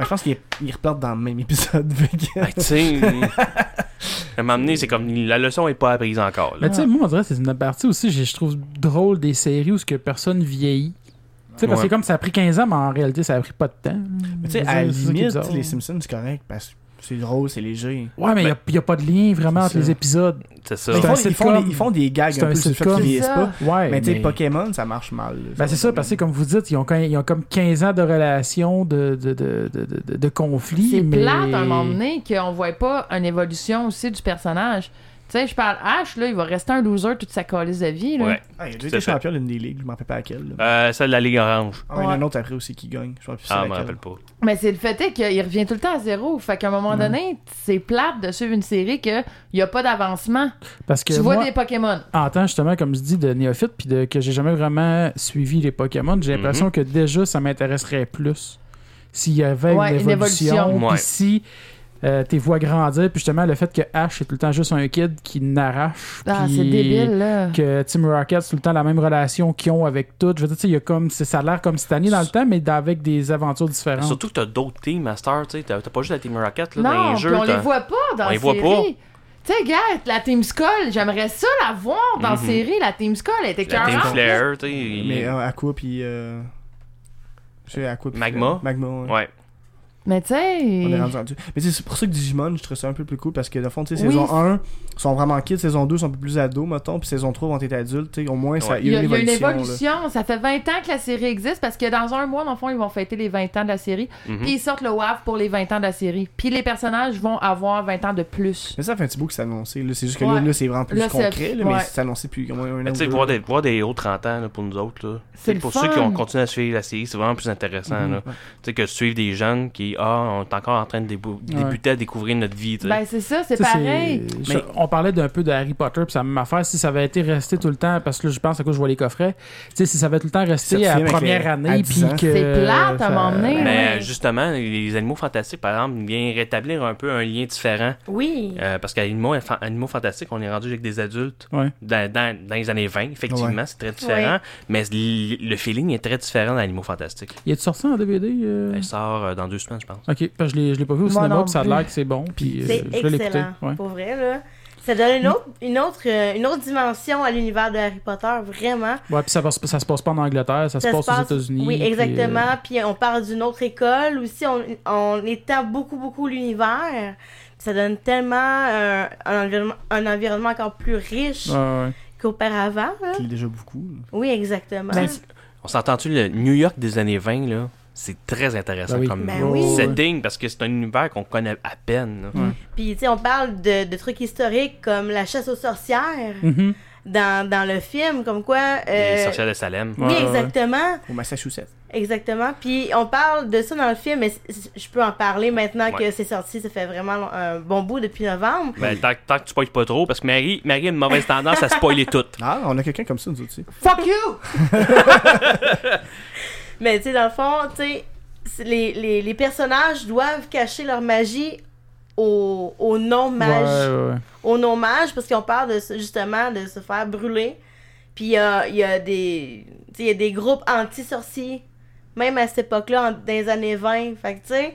S4: je pense qu'ils ils repartent dans le même épisode. [LAUGHS] fait que-
S1: Ben, tu sais, à un moment donné, c'est comme la leçon est pas apprise encore.
S6: Mais
S1: Là.
S6: tu
S5: Ah.
S6: sais, moi, on dirait que c'est une partie aussi, je je trouve drôle des séries où ce que personne vieillit. Tu sais, parce que
S1: Ouais.
S6: c'est comme ça a pris 15 ans, mais en réalité, ça a pris pas de temps.
S4: Mais tu
S6: C'est
S4: sais, à
S6: ça
S4: la
S6: qui est
S4: limite,
S6: bizarre.
S4: les Simpsons, c'est correct parce que c'est drôle, c'est léger.
S6: Ouais, mais il n'y a, pas de lien vraiment
S4: C'est
S6: entre
S4: ça.
S6: les épisodes.
S1: C'est ça.
S4: Mais Ils
S6: un
S4: font, ils, font
S6: sitcom.
S4: des, ils font des gags
S6: C'est
S4: un
S6: un
S4: peu sur le fait
S6: sitcom.
S4: qu'ils vieillissent
S5: C'est
S4: pas.
S5: ça.
S6: Ouais,
S4: Mais tu sais,
S6: mais-
S4: Pokémon, ça marche mal. là.
S6: Ben c'est ça, parce que comme vous dites, ils ont, quand- ils ont comme 15 ans de relations, de, de, de, de, de, de conflits.
S5: C'est
S6: mais...
S5: plate à un moment donné qu'on voit pas une évolution aussi du personnage. Tu sais, je parle Ash, là, il va rester un loser toute sa colise de vie. Là.
S1: Ouais.
S4: Ah, il a déjà
S1: Tout à
S4: été
S1: fait.
S4: champion d'une des ligues, je m'en rappelle pas laquelle. là.
S1: Euh, celle de la Ligue Orange.
S4: Ah, il y en a
S5: ouais.
S4: un autre après aussi qui gagne. Je me rappelle plus c'est
S1: Ah, je me
S4: laquelle.
S1: rappelle pas.
S5: Mais c'est le fait est qu'il revient tout le temps à zéro. Fait qu'à un moment donné, c'est plate de suivre une série qu'il n'y a pas d'avancement.
S6: Parce que
S5: Tu vois
S6: moi,
S5: des Pokémon.
S6: en tant justement, comme je dis, de néophyte, puis de, que j'ai jamais vraiment suivi les Pokémon, j'ai l'impression que déjà, ça m'intéresserait plus s'il y avait
S5: Ouais,
S6: une
S5: une
S6: évolution,
S5: évolution.
S6: puis
S1: Ouais.
S6: si euh, tes voix grandir, puis justement, le fait que Ash est tout le temps juste un kid qui n'arrache.
S5: Ah,
S6: puis
S5: c'est débile, là.
S6: Que Team Rocket, c'est tout le temps la même relation qu'ils ont avec tout. Je veux dire, tu sais, il y a comme, c'est- ça a l'air comme année dans le temps, mais avec des aventures différentes.
S1: Surtout que t'as d'autres teams, Master, tu sais. T'as t'as pas juste la Team Rocket, là, dans
S5: Non,
S1: les
S5: puis
S1: jeux.
S5: on
S1: t'as-
S5: les voit pas dans
S1: On les
S5: la
S1: voit
S5: série. Tu sais, gars, la Team Skull, j'aimerais ça la voir dans la
S1: Mhm.
S5: série. La Team Skull, elle était
S1: La Team
S5: cœurante.
S1: Flair, tu sais. il-
S4: Mais euh, Aqua puis. Euh... Je sais, Aqua puis- euh,
S1: Magma?
S4: Magma, ouais.
S1: Ouais.
S5: Mais tu
S4: On est
S5: sais.
S4: rendu rendu. Mais tu sais, c'est pour ça que Digimon, je trouve ça un peu plus cool parce que de fond, tu sais,
S5: Oui.
S4: saison 1 sont vraiment kids, saison 2 sont un peu plus ados, mettons, puis saison 3 vont être adultes, tu sais, au moins ça,
S1: Ouais.
S4: il y a une
S5: il
S4: évolution. là.
S5: Ça fait 20 ans que la série existe parce que dans un mois, dans le fond, ils vont fêter les 20 ans de la série.
S1: Mhm.
S5: Puis ils sortent le WAV pour les 20 ans de la série. Puis les personnages vont avoir 20 ans de plus.
S4: Mais ça fait un petit bout que c'est annoncé, là, c'est juste que
S5: Ouais.
S4: là, là, c'est vraiment plus
S5: Là, c'est-
S4: concret, là, mais
S5: ouais.
S4: c'est annoncé depuis au moins un an.
S1: Mais
S4: ou
S1: tu sais,
S4: deux.
S1: voir des, voir des hauts 30 ans là, pour nous autres, là.
S5: C'est le
S1: pour
S5: fun.
S1: ceux qui ont continué à suivre la série, c'est vraiment plus intéressant.
S4: Mhm.
S1: là. Tu sais, que de suivre des jeunes qui, ah, on est encore en train de débou- débuter à découvrir notre vie. tu sais.
S5: Ben, c'est ça, c'est
S6: Tu sais,
S5: pareil.
S6: c'est-
S1: Mais-
S6: je- on parlait d'un peu de Harry Potter, puis ça même affaire. Si ça avait été resté tout le temps, parce que là, je pense à quoi je vois les coffrets. Tu sais, si ça avait tout le temps resté
S4: Certifié
S6: à la
S4: avec
S6: première
S4: les- à
S6: année,
S4: 10
S6: puis
S4: ans.
S6: que.
S5: C'est plate à un moment donné.
S1: Mais
S5: ouais.
S1: justement, les animaux fantastiques, par exemple, viennent rétablir un peu un lien différent.
S2: Oui.
S1: Euh, parce qu'à animaux, Fa- animaux fantastiques, on est rendu avec des adultes
S6: Ouais.
S1: dans, dans- dans les années 20. Effectivement, c'est très différent. Mais l- le feeling est très différent dans animaux fantastiques.
S6: Il est sorti en DVD euh?
S1: Elle sort euh, dans deux semaines, je pense.
S6: Ok, parce que je l'ai je l'ai pas vu au
S5: Moi
S6: cinéma,
S5: non
S6: puis ça a
S5: plus.
S6: l'air que c'est bon. Puis euh,
S2: C'est
S6: je l'ai écouté.
S2: excellent,
S6: Ouais.
S2: pour vrai, là. Ça donne une autre, une, autre, euh, une autre dimension à l'univers de Harry Potter, vraiment.
S6: Ouais, puis ça, va se- ça se passe pas en Angleterre, ça, se passe aux États-Unis.
S2: Oui,
S6: puis, euh,
S2: exactement. Puis, on parle d'une autre école aussi. On, on étend beaucoup, beaucoup l'univers. Puis Ça donne tellement euh, un, environnement, un environnement encore plus riche
S6: ouais, ouais.
S2: qu'auparavant. là.
S4: Qui est déjà beaucoup. là.
S2: Oui, exactement.
S5: Ben,
S1: On s'entend-tu, le New York des années 20, là, c'est très intéressant
S6: Ben oui.
S1: comme
S2: Ben oui.
S1: setting parce que c'est un univers qu'on connaît à peine. là.
S2: Puis, tu sais, on parle de, de trucs historiques comme la chasse aux sorcières
S6: Mhm.
S2: dans, dans le film, comme quoi... euh,
S1: Les sorcières de Salem.
S2: oui,
S6: Ouais, ouais, ouais.
S2: exactement.
S4: Au Massachusetts.
S2: Exactement. Puis on parle de ça dans le film, mais c- c- je peux en parler maintenant
S1: Ouais.
S2: que c'est sorti. Ça fait vraiment long- un bon bout depuis novembre.
S1: Ben, tant, tant que tu spoiles pas trop, parce que Marie, Marie a une mauvaise tendance à spoiler tout.
S4: Ah, on a quelqu'un comme ça, nous autres, tu sais.
S5: Fuck you!
S2: [LAUGHS] Mais tu sais, dans le fond, tu sais, c'est- les, les, les personnages doivent cacher leur magie au, au non-mage.
S6: Ouais, ouais, ouais.
S2: Au non-mage, parce qu'on parle de, se- justement de se faire brûler. Puis il y a, il y a des tu sais, il y a des groupes anti-sorciers, même à cette époque-là, en- dans les années 20. Fait que tu sais,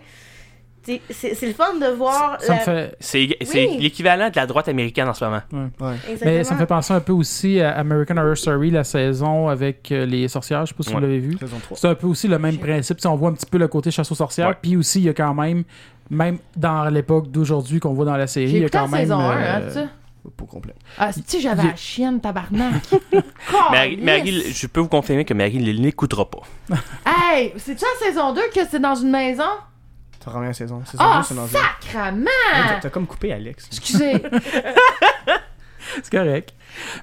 S2: tu sais, c'est c'est le fun de voir.
S6: Ça me
S2: la-
S6: fait.
S1: C'est c'est
S2: Oui.
S1: l'équivalent de la droite américaine en ce moment.
S4: Ouais.
S6: Mais ça me
S2: Exactement.
S6: fait penser un peu aussi à American Horror Story, la saison avec euh, les sorcières, je sais pas si vous
S1: Ouais.
S6: l'avez vu.
S4: Saison 3.
S6: C'est un peu aussi le même principe. Si on voit un petit peu le côté chasse aux sorcières,
S1: Ouais.
S6: puis aussi, il y a quand même, même dans l'époque d'aujourd'hui qu'on voit dans la série, il
S5: J'ai
S6: y a
S5: écouté
S6: quand
S5: la
S6: même.
S5: saison 1,
S6: euh,
S5: hein, tu sais.
S4: Pour complet.
S5: Ah, si j'avais
S6: il-
S5: la chienne,
S4: [LAUGHS]
S5: tabarnak.
S2: Ah,
S1: Marie,
S5: Calisse.
S1: Marie, je peux vous confirmer que Marie ne l'écoutera pas.
S5: Hey, c'est-tu la saison 2 que c'est dans une maison?
S4: T'as remis la saison. Saison
S5: Ah,
S4: 2, c'est dans un-
S5: sacrement!
S4: Ouais, t'as- T'as comme coupé Alex. [LAUGHS]
S5: Excusez.
S6: C'est correct.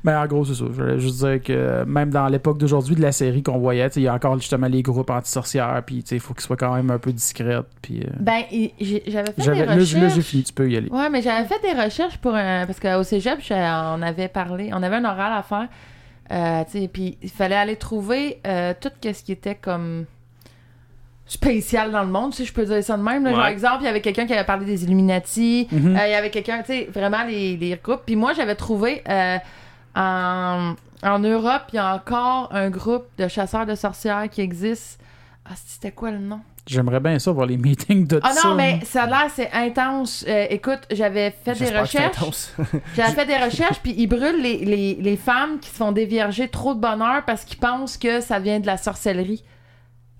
S6: Mais en gros, c'est ça. Je voulais juste dire que même dans l'époque d'aujourd'hui de la série qu'on voyait, tu sais, il y a encore justement les groupes anti-sorcières, puis tu sais, il faut qu'ils soient quand même un peu discrets. Puis, euh,
S5: ben, il- j'ai- j'avais fait
S6: j'avais-
S5: des
S6: là, j'ai- là, j'ai
S5: recherches.
S6: fini, tu peux y aller.
S5: Ouais, mais j'avais fait des recherches pour un. Parce qu'au cégep, je- on avait parlé, on avait un oral à faire. Euh, tu sais, puis il fallait aller trouver euh, tout ce qui était comme spécial dans le monde, si je peux dire ça de même. là.
S1: Ouais.
S5: Genre, exemple, il y avait quelqu'un qui avait parlé des Illuminati, euh, il
S4: Mm.
S6: Mhm.
S5: y avait quelqu'un, tu sais, vraiment les, les groupes. Puis moi, j'avais trouvé euh, en, en Europe, il y a encore un groupe de chasseurs de sorcières qui existe. Ah, c'était quoi le nom?
S6: J'aimerais bien ça voir les [LAUGHS] meetings de
S5: Ah
S6: ça.
S5: non, mais ça a l'air, c'est intense. Euh, écoute, j'avais fait des
S4: J'espère que c'est
S5: recherches.
S4: intense.
S5: J'avais fait des recherches, puis ils brûlent les, les, les femmes qui se font dévierger trop de bonheur parce qu'ils pensent que ça vient de la sorcellerie.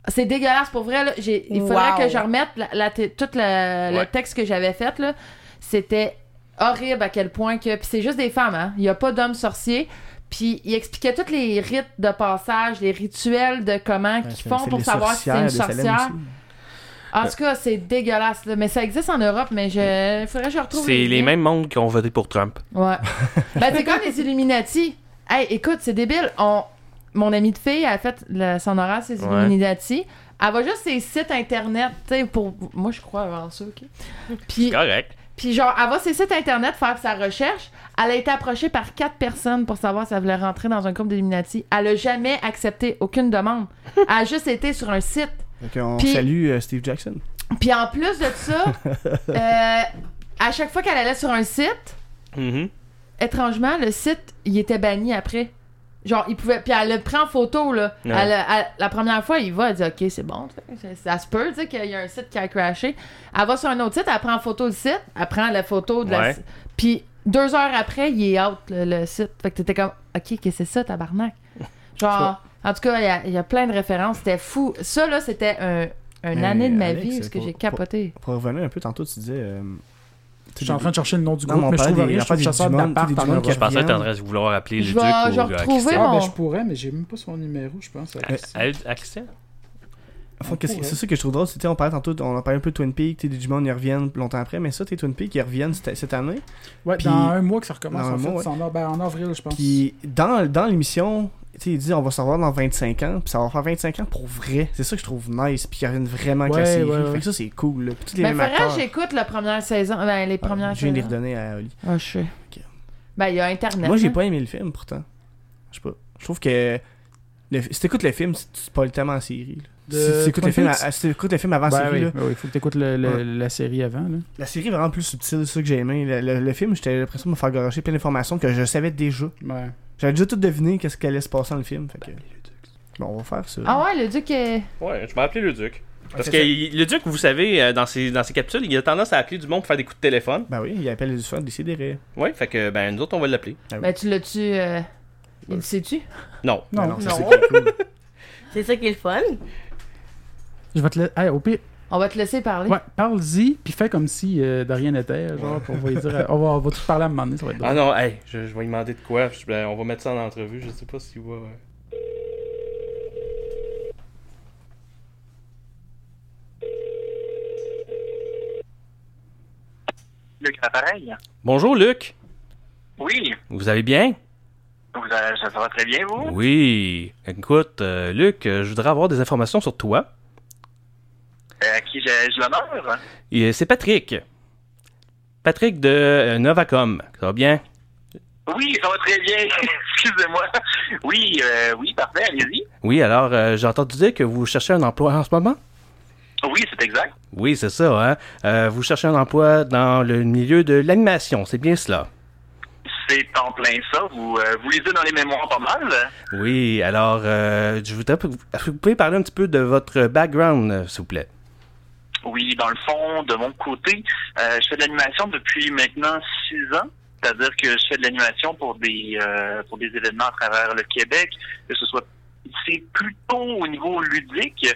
S5: C'est dégueulasse pour vrai. Là. J'ai- Il faudrait
S2: Wow.
S5: que je remette la, la- tout le, le
S1: Ouais.
S5: texte que j'avais fait. là. C'était horrible à quel point que. Puis c'est juste des femmes, hein. Il n'y a pas d'hommes sorciers. Puis il expliquait tous les rites de passage, les rituels de comment
S4: Ouais, c'est-
S5: qu'ils font
S4: c'est
S5: pour
S4: les
S5: savoir si c'est une
S4: sorcières de Salem
S5: sorcière.
S4: aussi.
S5: En tout cas, c'est dégueulasse. là. Mais ça existe en Europe, mais je... il faudrait que je retrouve.
S1: C'est les
S5: liens.
S1: mêmes mondes qui ont voté pour Trump.
S5: Ouais. ben, c'est comme les Illuminati. Hey, écoute, c'est débile. On... Mon amie de fille, elle a fait le- son oral, c'est les
S1: Ouais.
S5: Illuminati. Elle va juste ses sites internet, tu sais, pour. Moi, je crois avant ça, ok? Puis,
S1: Correct.
S5: puis genre, elle va ses sites internet faire sa recherche. Elle a été approchée par quatre personnes pour savoir si elle voulait rentrer dans un groupe d'Illuminati. Elle a jamais accepté aucune demande. Elle a juste été sur un site.
S4: Fait qu'on
S5: Puis-
S4: salue euh, Steve Jackson.
S5: Puis en plus de ça, euh, à chaque fois qu'elle allait sur un site,
S1: Mhm.
S5: étrangement, le site, il était banni après. Genre, il pouvait. Puis elle le prend en photo, là.
S1: Ouais.
S5: Elle- elle- la première fois, il va, elle dit Ok, c'est bon, tu sais, ça, ça se peut, tu sais, qu'il y a un site qui a crashé. Elle va sur un autre site, elle prend en photo le site, elle prend la photo de la.
S1: Ouais.
S5: Puis deux heures après, il est out le, le site. Fait que t'étais comme, ok, qu'est-ce que c'est
S1: [LAUGHS]
S5: ça, tabarnak? Genre, en tout cas, il y a- il y, a plein de références, c'était fou. Ça, là, c'était un, une
S4: Mais,
S5: année de ma
S4: Alex,
S5: vie où ce que
S4: pour-
S5: j'ai capoté.
S4: Pour revenir un peu tantôt, tu disais. euh,
S6: Je suis en train de chercher le nom du
S4: Non,
S6: groupe,
S4: mais on
S6: mais je
S4: parlait
S6: trouve
S4: des-
S6: rien. Je
S4: on
S6: trouve chasseur
S4: parlait des
S6: d'appart
S4: Digimon,
S6: en même
S4: des
S6: temps.
S1: Je pensais que tu
S4: Ariane.
S1: en train de vouloir appeler le
S5: Je
S1: duc
S5: vais- je vais
S1: ou euh,
S5: retrouver
S1: Christian.
S5: mon-
S6: Ah, ben, je pourrais, mais j'ai même pas son numéro, je pense.
S4: Euh,
S6: Alex.
S1: À- à Christian?
S4: Enfin, qu'est-ce-
S6: pourrait.
S4: c'est ça que je trouve drôle, c'était on parlait tantôt, on en parlait un peu de Twin Peaks, tu sais, Digimon ils reviennent longtemps après, mais ça, tes Twin Peaks ils reviennent cette, cette année.
S6: Ouais,
S4: Puis-
S6: dans un mois que ça recommence,
S4: dans un
S6: en fait.
S4: mois, ouais.
S6: c'est en, ben, en avril, je pense.
S4: Puis dans, dans l'émission, tu sais, ils disent on va se revoir dans 25 ans, puis ça va faire 25 ans pour vrai. C'est ça que je trouve nice, puis ils reviennent vraiment avec la
S6: Ouais,
S4: série.
S6: ouais, ouais.
S4: Fait que ça, c'est cool. là. Puis tous les
S5: Mais
S4: mêmes
S5: faudrait
S4: acteurs.
S5: que j'écoute la première saison, ben, les
S4: Ah,
S5: premières
S4: je viens de les
S5: saisons.
S4: redonner à Oli.
S5: Ah, je sais.
S4: Ok.
S5: Ben, il y a Internet.
S4: Moi, j'ai
S5: hein.
S4: pas aimé le film pourtant. Je sais pas. Je trouve que. le- si t'écoutes le film, tu tu spoil tellement la série. là.
S6: De-
S4: Si tu écoutes
S6: Twin
S4: le film, à-
S6: Peaks?
S4: à- si t'écoutes le film avant la
S6: Ben
S4: série,
S6: oui,
S4: là,
S6: ben oui, faut que t'écoutes le- le- la série avant. Là.
S4: la série est vraiment plus subtile, c'est ça que j'ai aimé. Le, le- le film, j'étais l'impression de me faire garocher plein d'informations que je savais déjà.
S6: Ouais.
S4: J'avais déjà tout deviné qu'est-ce qu'elle allait se passer dans le film. Fait que... Bon, on va faire ça.
S5: Ah ouais, le duc est.
S1: Ouais, je vais appeler le duc. Parce
S4: c'est
S1: que
S4: ça.
S1: il- le duc, vous savez, euh, dans ses, dans ses capsules, il a tendance à appeler du monde pour faire des coups de téléphone.
S4: Ben oui, il appelle les fans, déciderait.
S1: Ouais, fait que ben nous autres, on va l'appeler.
S5: Ben, tu l'as-tu. euh, Il le sait-tu?
S1: Non.
S6: Non,
S4: Ben non, ça,
S5: non.
S4: c'est pas
S5: [LAUGHS]
S4: cool.
S2: C'est ça qui est le fun.
S6: Je vais te laisser. Hey, au pire,
S5: On va te laisser parler.
S6: ouais, parle-y, puis fais comme si euh, de rien n'était. Genre, puis on va lui dire. euh, on va, on va tout parler à un moment donné, ça va être drôle.
S1: Ah non, hey, je, je vais lui demander de quoi. Je- ben, on va mettre ça en entrevue. Je sais pas s'il va. euh,
S7: Luc l'appareil.
S1: Bonjour Luc.
S7: Oui,
S1: Vous allez bien?
S7: vous, euh, ça va très bien, vous?
S1: Oui. Écoute, euh, Luc, euh, je voudrais avoir des informations sur toi.
S7: Euh, à qui j'ai j'ai l'honneur?
S1: Et, euh, C'est Patrick. Patrick de euh, Novacom. Ça va bien?
S7: Oui, ça va très bien. [LAUGHS] Excusez-moi. Oui, euh, oui, parfait, allez-y.
S1: Oui, alors euh, j'ai entendu dire que vous cherchez un emploi en ce moment?
S7: Oui, c'est exact.
S1: Oui, c'est ça, hein? Euh, vous cherchez un emploi dans le milieu de l'animation, c'est bien cela.
S7: C'est en plein ça. Vous, euh, vous lisez dans les mémoires pas mal.
S1: Oui, alors, euh, je voudrais. Est-ce que vous pouvez parler un petit peu de votre background, euh, s'il vous plaît?
S7: Oui, dans le fond, de mon côté, euh, je fais de l'animation depuis maintenant six ans. C'est-à-dire que je fais de l'animation pour des euh, pour des événements à travers le Québec, que ce soit c'est plutôt au niveau ludique.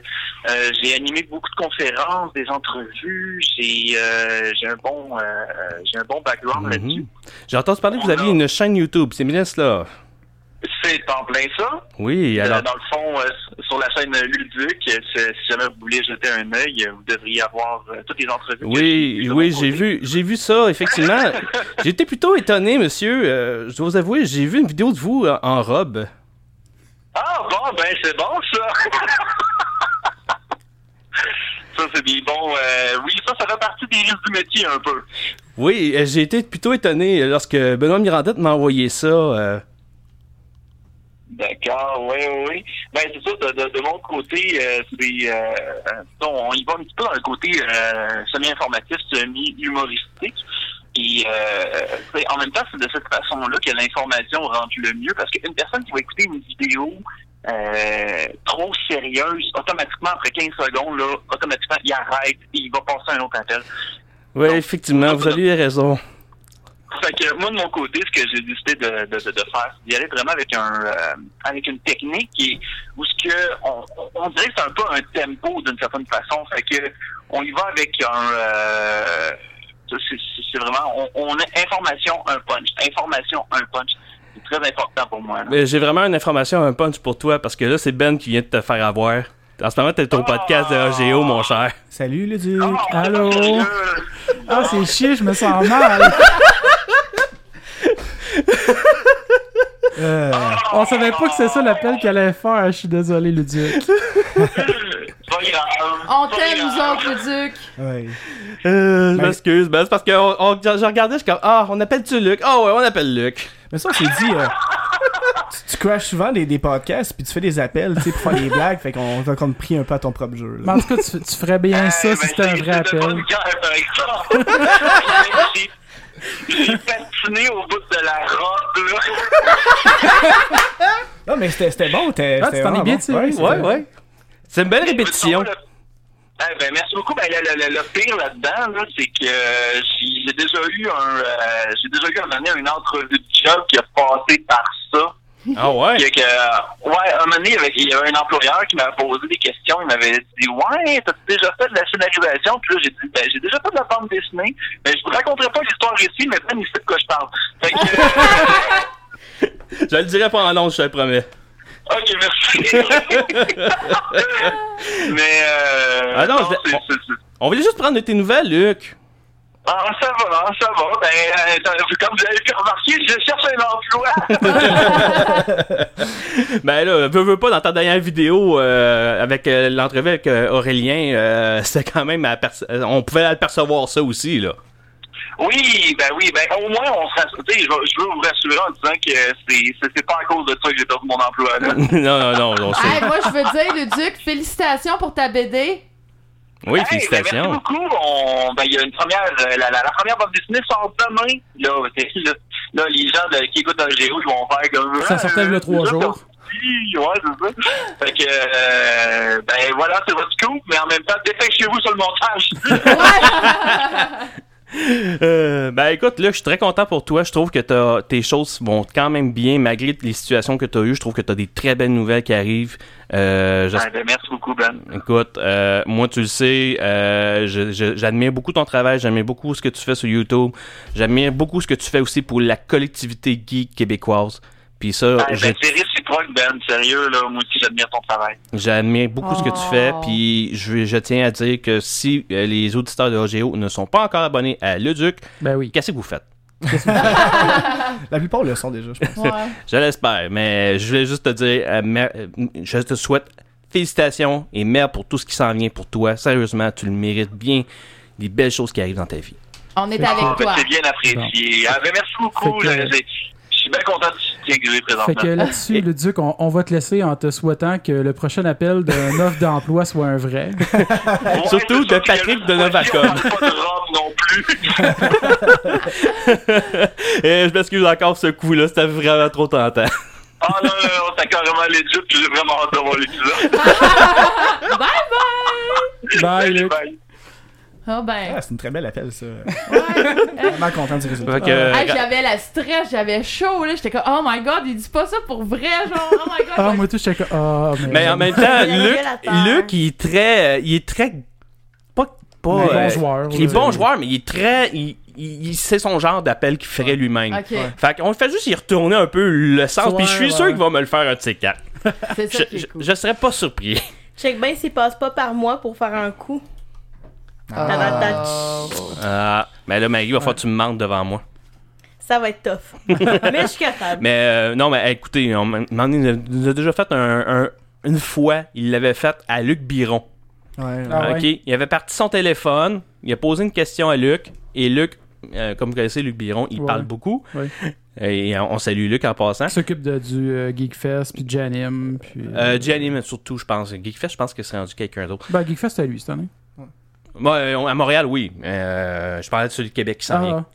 S7: Euh, j'ai animé beaucoup de conférences, des entrevues. J'ai euh, j'ai un bon euh, j'ai un bon background
S1: Mhm.
S7: là-dessus.
S1: J'ai entendu parler que vous aviez une chaîne YouTube, c'est bien cela.
S7: C'est en plein ça.
S1: Oui,
S7: Euh,
S1: alors.
S7: dans le fond, euh, sur la chaîne Luduc, euh, si jamais vous voulez jeter un œil, euh, vous devriez avoir euh, toutes les entrevues. que j'ai
S1: Oui,
S7: de
S1: oui,
S7: mon
S1: j'ai
S7: côté.
S1: vu, j'ai vu ça, effectivement. J'étais plutôt étonné, monsieur. Euh, je dois vous avouer, j'ai vu une vidéo de vous euh, en robe.
S7: Ah bon, ben c'est bon ça. ça c'est bien bon. euh, oui, ça, ça fait partie des risques du métier un peu.
S1: Oui, euh, j'ai été plutôt étonné lorsque Benoît Mirandette m'a envoyé ça. euh.
S7: D'accord, oui, oui, oui. Ben c'est ça, de, de- de mon côté, euh, c'est euh, euh, on, on y va un petit peu dans le côté euh, semi-informatif, semi-humoristique. Et euh, tu sais, en même temps, c'est de cette façon-là que l'information rentre le mieux, parce qu'une personne qui va écouter une vidéo euh, trop sérieuse, automatiquement, après 15 secondes, là, automatiquement, il arrête et il va passer à un autre appel.
S1: Oui, effectivement, vous avez raison.
S7: Fait que moi, de mon côté, ce que j'ai décidé de, de, de, de faire, c'est d'y aller vraiment avec un euh, avec une technique qui est- où ce que on, on dirait que c'est un peu un tempo d'une certaine façon. Fait que on y va avec un euh, ça, c'est c'est- c'est vraiment on, on a information, un punch. Information, un punch. C'est très important pour moi. là.
S1: Mais J'ai vraiment une information, un punch pour toi, parce que là, c'est Ben qui vient de te faire avoir. En ce moment, t'es au podcast de AGO, mon cher.
S4: Salut le duc!
S7: Oh, c'est pas
S6: allô?
S7: sérieux.
S6: Ah, c'est chier, je me sens mal.
S5: [LAUGHS]
S4: Euh,
S7: Ah,
S6: On savait pas que c'est ça l'appel qu'elle allait faire. Je suis désolé, le dieu. [LAUGHS]
S7: C'est pas grave.
S5: On
S7: C'est pas
S5: t'aime,
S7: grave.
S5: nous autres, le duc!
S4: ouais.
S1: [LAUGHS] Euh, je
S4: Ben-
S1: m'excuse, Ben, c'est parce que on- on- je je regardais, je suis comme, ah, on appelle-tu Luc? Ah ouais, on appelle Luc.
S4: Mais ça, on s'est dit. euh, tu, tu crashes souvent des, des podcasts, puis tu fais des appels tu sais, pour faire des blagues, fait qu'on t'a comme pris un peu à ton propre jeu.
S6: Mais
S4: là.
S6: en tout cas, tu, tu ferais bien ça
S7: Eh,
S6: si
S7: ben,
S6: c'était un
S7: c'est-
S6: vrai
S7: c'est de
S6: appel.
S7: bonne guerre, par
S6: [LAUGHS]
S7: exemple. J'ai- J'ai patiné au bout de la robe, là.
S4: Non, mais c'était c'était bon, t'es.
S6: Ah, tu t'en es bien tiré,
S4: ouais,
S6: ça.
S4: c'était-
S1: Ouais, ouais. C'est une belle
S7: Je peux te
S1: répétition.
S7: t'envoyer Ah, ben, merci beaucoup. Ben, le, le- le- le pire là-dedans, là, c'est que euh, j'ai j'ai déjà eu un euh, j'ai déjà eu un moment donné une entrevue de job qui a passé par ça.
S1: Ah ouais?
S7: Il y a que, ouais, un moment donné, il y avait- il y avait un employeur qui m'avait posé des questions. Il m'avait dit Ouais, t'as déjà fait de la scénarisation Puis là, j'ai dit Ben, j'ai déjà fait de la bande dessinée. Mais je vous raconterai pas l'histoire ici, mais Ben, il sait de quoi je parle. Fait que,
S1: [LAUGHS]
S7: euh,
S1: Je le dirai pas en long, je te le promets.
S7: ok, merci. [LAUGHS] mais, euh.
S1: Ah non, je l'ai-
S7: c'est-
S1: bon.
S7: c'est- c'est-
S1: On voulait juste prendre de tes nouvelles, Luc.
S7: Ah, ça va, ah, ça va. Ben, euh, t'as- comme vous avez pu remarquer, je cherche un emploi.
S1: [LAUGHS] Ben là, veux, veux pas, dans ta dernière vidéo, euh, avec euh, l'entrevue avec euh, Aurélien, euh, c'était quand même... aperce- euh, On pouvait apercevoir ça aussi, là. [LAUGHS]
S7: oui, ben oui, ben au moins, on se rassure. tu sais, Je, veux- je veux vous rassurer en disant que c'est- c'est c'est pas à cause de ça que j'ai perdu mon emploi. Là.
S1: non, non, non, on sait.
S5: Hey, moi, je veux dire, Luduc, félicitations pour ta BD.
S1: Oui,
S7: Hey, ben, merci
S1: félicitations.
S7: beaucoup. On- ben, il y a une première, euh, la, la- la première bande dessinée sort demain. Là, [LAUGHS] c'est- là, là, les gens de- qui écoutent un géo, ils vont faire comme
S6: Ça sortait le trois
S7: déjà
S6: jours.
S7: sorti, Ouais, c'est ça. Fait que, euh, ben voilà, c'est votre coup, mais en même temps, dépêchez-vous sur
S1: [LAUGHS]
S7: le montage.
S1: Euh, ben écoute, Luc, je suis très content pour toi. Je trouve que t'as- tes choses vont quand même bien, malgré les situations que tu as eues. Je trouve que tu as des très belles nouvelles qui arrivent. Euh, j'espère-
S7: Ah, ben, merci beaucoup, Ben.
S1: Écoute, euh, moi, tu le sais, euh, je- je- j'admire beaucoup ton travail, j'admire beaucoup ce que tu fais sur YouTube, j'admire beaucoup ce que tu fais aussi pour la collectivité geek québécoise. Puis ça,
S7: Ah, ben,
S1: je-
S7: c'est réciproque, Ben. Sérieux, là, moi aussi, j'admire ton travail.
S1: j'admire beaucoup ce que tu fais.
S5: Oh.
S1: Puis je, je tiens à dire que si euh, les auditeurs de OGO ne sont pas encore abonnés à Leduc,
S6: Ben oui.
S1: qu'est-ce que vous faites?
S4: La plupart le sont déjà, je pense.
S5: Ouais.
S1: Je l'espère, mais je voulais juste te dire, euh, mer- euh, je te souhaite félicitations et merde pour tout ce qui s'en vient pour toi. Sérieusement, tu le mérites bien. Des belles choses qui arrivent dans ta [LAUGHS] vie.
S5: [LAUGHS] On est
S7: Ah,
S5: avec
S7: ben, [LAUGHS]
S5: toi.
S7: c'est bien apprécié. Ah, ben, merci beaucoup.
S6: Fait que-
S7: Je- Je je suis bien content du soutien que j'ai
S6: Fait que
S7: présentement.
S6: là-dessus, le Duc, on, on va te laisser en te souhaitant que le prochain appel d'un offre d'emploi soit un [LAUGHS] vrai.
S7: Ouais,
S1: Surtout
S7: c'est
S1: de
S7: sûr
S1: Patrick
S7: que-
S1: de Novacom.
S7: On parle pas de Rome non plus.
S6: [LAUGHS]
S1: Eh, je m'excuse encore ce coup-là, c'était vraiment trop tentant.
S7: Ah non, non, non, t'as carrément legit, puis j'ai vraiment hâte de voir l'épisode.
S6: Bye, Luc.
S7: Bye.
S5: Oh ben.
S4: Ah, c'est une très belle appel, ça. [LAUGHS] Vraiment content du
S1: [LAUGHS]
S4: résultat.
S1: Fait que, euh,
S5: Hey, j'avais la stress, j'avais chaud, là. J'étais comme, oh my god, il dit pas ça pour vrai, genre, oh my god.
S6: Ah, moi, tout, j'étais comme. Ah, mais.
S1: mais en même temps,
S2: Il y a un
S1: Luc,
S2: régulateur.
S1: Luc, il est très. euh, Il est très. Pas. pas
S6: Il est bon
S1: euh,
S6: joueur,
S1: Il est
S6: là.
S1: bon joueur, mais il est très. Il, il- il- c'est son genre d'appel qu'il ferait lui-même.
S5: Ok,
S1: Fait qu'on fait juste y retourner un peu le sens,
S6: Ouais,
S1: puis je suis
S6: ouais,
S1: sûr
S6: ouais.
S1: qu'il va me le faire un de ces quatre.
S5: c'est
S1: Je,
S5: ça qui est cool.
S1: je- je serais pas
S5: [LAUGHS]
S1: surpris.
S2: Check bien s'il passe pas par moi pour faire un coup. Dans la tête.
S1: Ah, mais là, Marie, il va falloir que tu me mentes devant moi.
S2: Ça va être tough. Mais je suis capable.
S1: Mais euh, non, mais écoutez, on m'a- m'en- il nous a déjà fait un- un- une fois, il l'avait fait à Luc Biron.
S4: Ouais, ouais.
S6: Ah ouais.
S1: OK. Il avait parti son téléphone, il a posé une question à Luc, et Luc, euh, comme vous connaissez Luc Biron, il
S6: Ouais.
S1: parle beaucoup.
S6: Ouais.
S1: Et on on salue Luc en passant.
S6: Il s'occupe de- du euh, Geekfest, puis de Janim, puis.
S1: Euh, Gianni, mais surtout, je pense. Geekfest, je pense que c'est rendu quelqu'un d'autre.
S6: Ben, Geekfest, c'est à lui cette année.
S1: Moi, euh, on- à Montréal, oui. Euh, je parlais de celui du Québec qui
S5: Ah.
S1: s'en vient.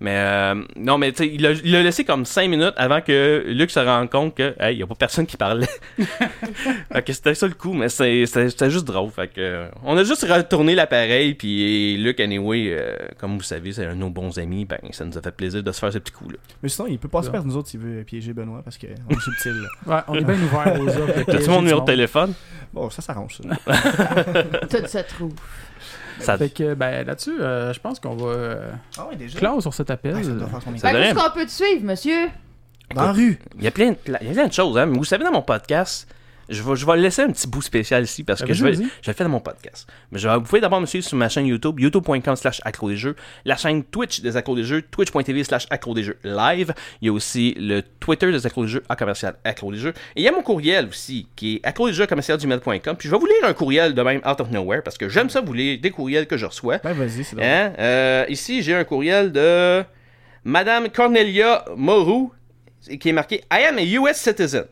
S1: Mais euh, non, mais tu sais, il l'a- il l'a laissé comme 5 minutes avant que Luc se rende compte que, hey, y a pas personne qui parlait. fait que c'était ça le coup, mais c'est- c'était c'était juste drôle. Fait que, euh, on a juste retourné l'appareil, puis Luc, anyway, euh, comme vous savez, c'est un de nos bons amis, ben, ça nous a fait plaisir de se faire ce petit coup-là.
S4: Mais sinon, il peut pas se perdre nous autres s'il veut piéger Benoît parce qu'on est subtil. là.
S6: Ah, Ouais, on est bien ouvert aux
S1: [LAUGHS]
S6: offres.
S1: T'as-tu mon numéro de téléphone?
S4: Bon, ça s'arrange, ça.
S5: Tout se trouve.
S1: Ça,
S6: Fait que, ben, là-dessus, euh, je pense qu'on va euh,
S4: Ah ouais, déjà.
S6: clore sur cet appel.
S4: Ah, ça doit faire combien de
S1: Ça
S5: Fait que
S1: donne-
S5: où est-ce qu'on peut te suivre, monsieur?
S4: temps? Dans la rue.
S1: Il y a plein de, il y a plein de choses, hein. Mais vous savez, dans mon podcast, je vais, je vais laisser un petit bout spécial ici parce que
S6: Ah, Vas-y,
S1: je, vais,
S6: vas-y.
S1: je le fais dans mon podcast. Mais je vais, vous pouvez d'abord me suivre sur ma chaîne YouTube, youtube.com slash accro des jeux, la chaîne Twitch des accros des jeux, twitch.tv slash accro des jeux live. Il y a aussi le Twitter des accros des jeux, à commercial accro des jeux. Et il y a mon courriel aussi, qui est accro des jeux commercial gmail.com. Puis je vais vous lire un courriel de même out of nowhere parce que j'aime ça vous lire des courriels que je reçois.
S4: Ben, vas-y, c'est drôle.
S1: Hein? Euh, ici, j'ai un courriel de Madame Cornelia Morou qui est marqué I am a US citizen.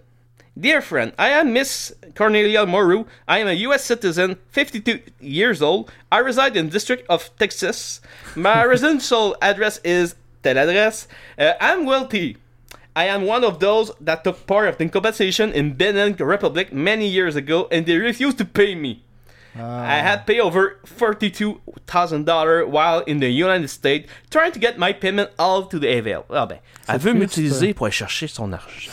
S1: Dear friend, I am Miss Cornelia Morou. I am a US citizen, 52 years old. I reside in District of Texas. My [LAUGHS] residential address is telle adresse. Uh, I'm wealthy. I am one of those that took part of the compensation in Benin Republic many years ago and they refused to pay me.
S6: Ah.
S1: I had paid over $42,000 while in the United States trying to get my payment all to the avail. Ah ben, elle veut
S3: triste,
S1: m'utiliser pour aller chercher son argent.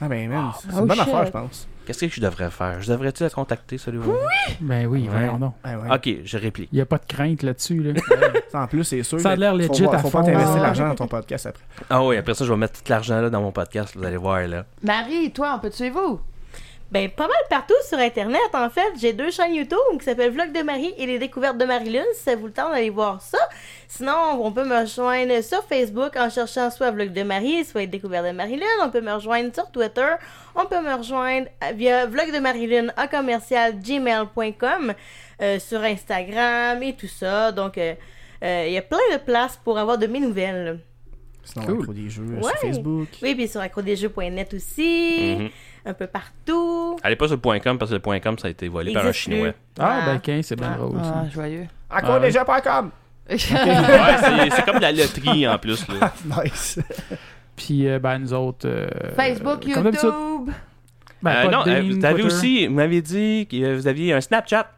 S4: Ah ben, man, c'est
S5: oh
S4: une bonne
S5: shit.
S4: affaire, je pense.
S1: Qu'est-ce que je devrais faire? Je devrais-tu la contacter, celui-là?
S6: Ben oui, voyons donc.
S4: Ah ouais.
S1: Ok, je réplique.
S6: Il n'y a pas de crainte là-dessus. Là.
S4: Ça, En plus, c'est sûr.
S6: Ça a
S4: que
S6: l'air
S4: faut
S6: legit
S4: pas-
S6: à
S4: Faut
S6: fond.
S4: pas t'investir
S5: hein.
S6: Ah.
S4: l'argent dans ton podcast après.
S1: Ah oui, après ça, je vais mettre tout l'argent là dans mon podcast, vous allez voir là.
S5: Marie, toi, on peut te suivre où?
S2: Ben, pas mal partout sur Internet, en fait. J'ai deux chaînes YouTube qui s'appellent Vlog de Marie et Les Découvertes de Marie-Lune, si ça vous le temps d'aller voir ça. Sinon, on peut me rejoindre sur Facebook en cherchant soit Vlog de Marie, soit Les Découvertes de Marie-Lune. On peut me rejoindre sur Twitter. On peut me rejoindre via Vlog de Marie-Lune à commercial gmail.com, euh, sur Instagram et tout ça. Donc, euh, il y a plein de places pour avoir de mes nouvelles.
S4: Sinon,
S6: Cool.
S4: on accro des jeux euh,
S2: Ouais.
S4: sur Facebook.
S2: Oui, puis sur accrodesjeux.net aussi,
S1: Mhm.
S2: un peu partout.
S1: Allez pas sur le point .com parce que le point .com ça a été volé par un
S2: Existe
S1: chinois.
S2: plus.
S6: [LAUGHS] Ah, ben 15, c'est bien drôle. ça.
S5: Ah, joyeux.
S4: Accro des jeux.com.
S5: [LAUGHS]
S1: Ouais, c'est- c'est comme la loterie en plus là.
S4: Nice.
S6: Puis, euh, ben, nous autres. euh,
S5: Facebook,
S6: comme d'habitude.
S5: YouTube.
S6: Ben,
S1: Euh,
S6: pas
S1: non,
S6: de
S1: euh,
S6: Dean,
S1: vous avez
S6: Twitter.
S1: aussi, vous m'avez dit que euh, vous aviez un Snapchat.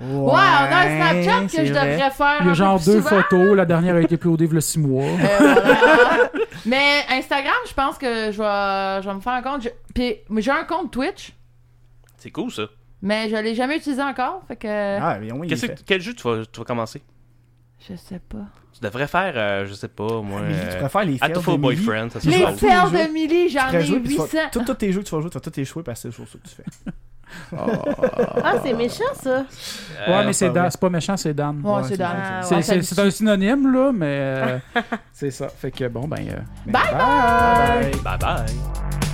S4: Ouais,
S5: Ouais, on a un Snapchat que je devrais faire.
S6: Il y
S5: un
S6: a genre
S5: peu plus
S6: deux
S5: Ah, souvent.
S6: photos. La dernière a été uploadée il y a six mois.
S5: Euh, voilà. Mais Instagram, je pense que je vais, je vais me faire un compte. Je- Puis j'ai un compte Twitch,
S1: C'est cool ça.
S5: mais je l'ai jamais utilisé encore. Fait que
S4: Ah, mais on y
S1: Qu'est-ce que-
S4: fait.
S1: quel jeu tu vas, tu vas commencer
S5: je sais pas.
S1: Tu devrais faire, euh, je sais pas moi.
S4: Mais tu
S1: euh,
S4: préfères les faire.
S1: Atoful Boyfriend, ça se
S5: Les
S4: genre tous les
S5: perles
S4: jeux.
S5: de Millie, j'en ai 800.
S4: Tous tes jeux que tu vas jouer, tu vas tous échouer parce que c'est toujours ça que tu fais.
S2: Ah, c'est méchant, ça.
S6: ouais, mais c'est
S4: Ah, pas vrai.
S6: Dan- c'est pas méchant, c'est Dan.
S5: Ouais,
S4: Ouais,
S5: c'est
S4: c'est
S5: dingue.
S2: Ah,
S6: C'est-
S5: ouais.
S6: C'est c'est un synonyme, là,
S5: [LAUGHS]
S6: mais euh, c'est ça. Fait que bon, ben. euh,
S5: Bye bye.
S1: Bye bye.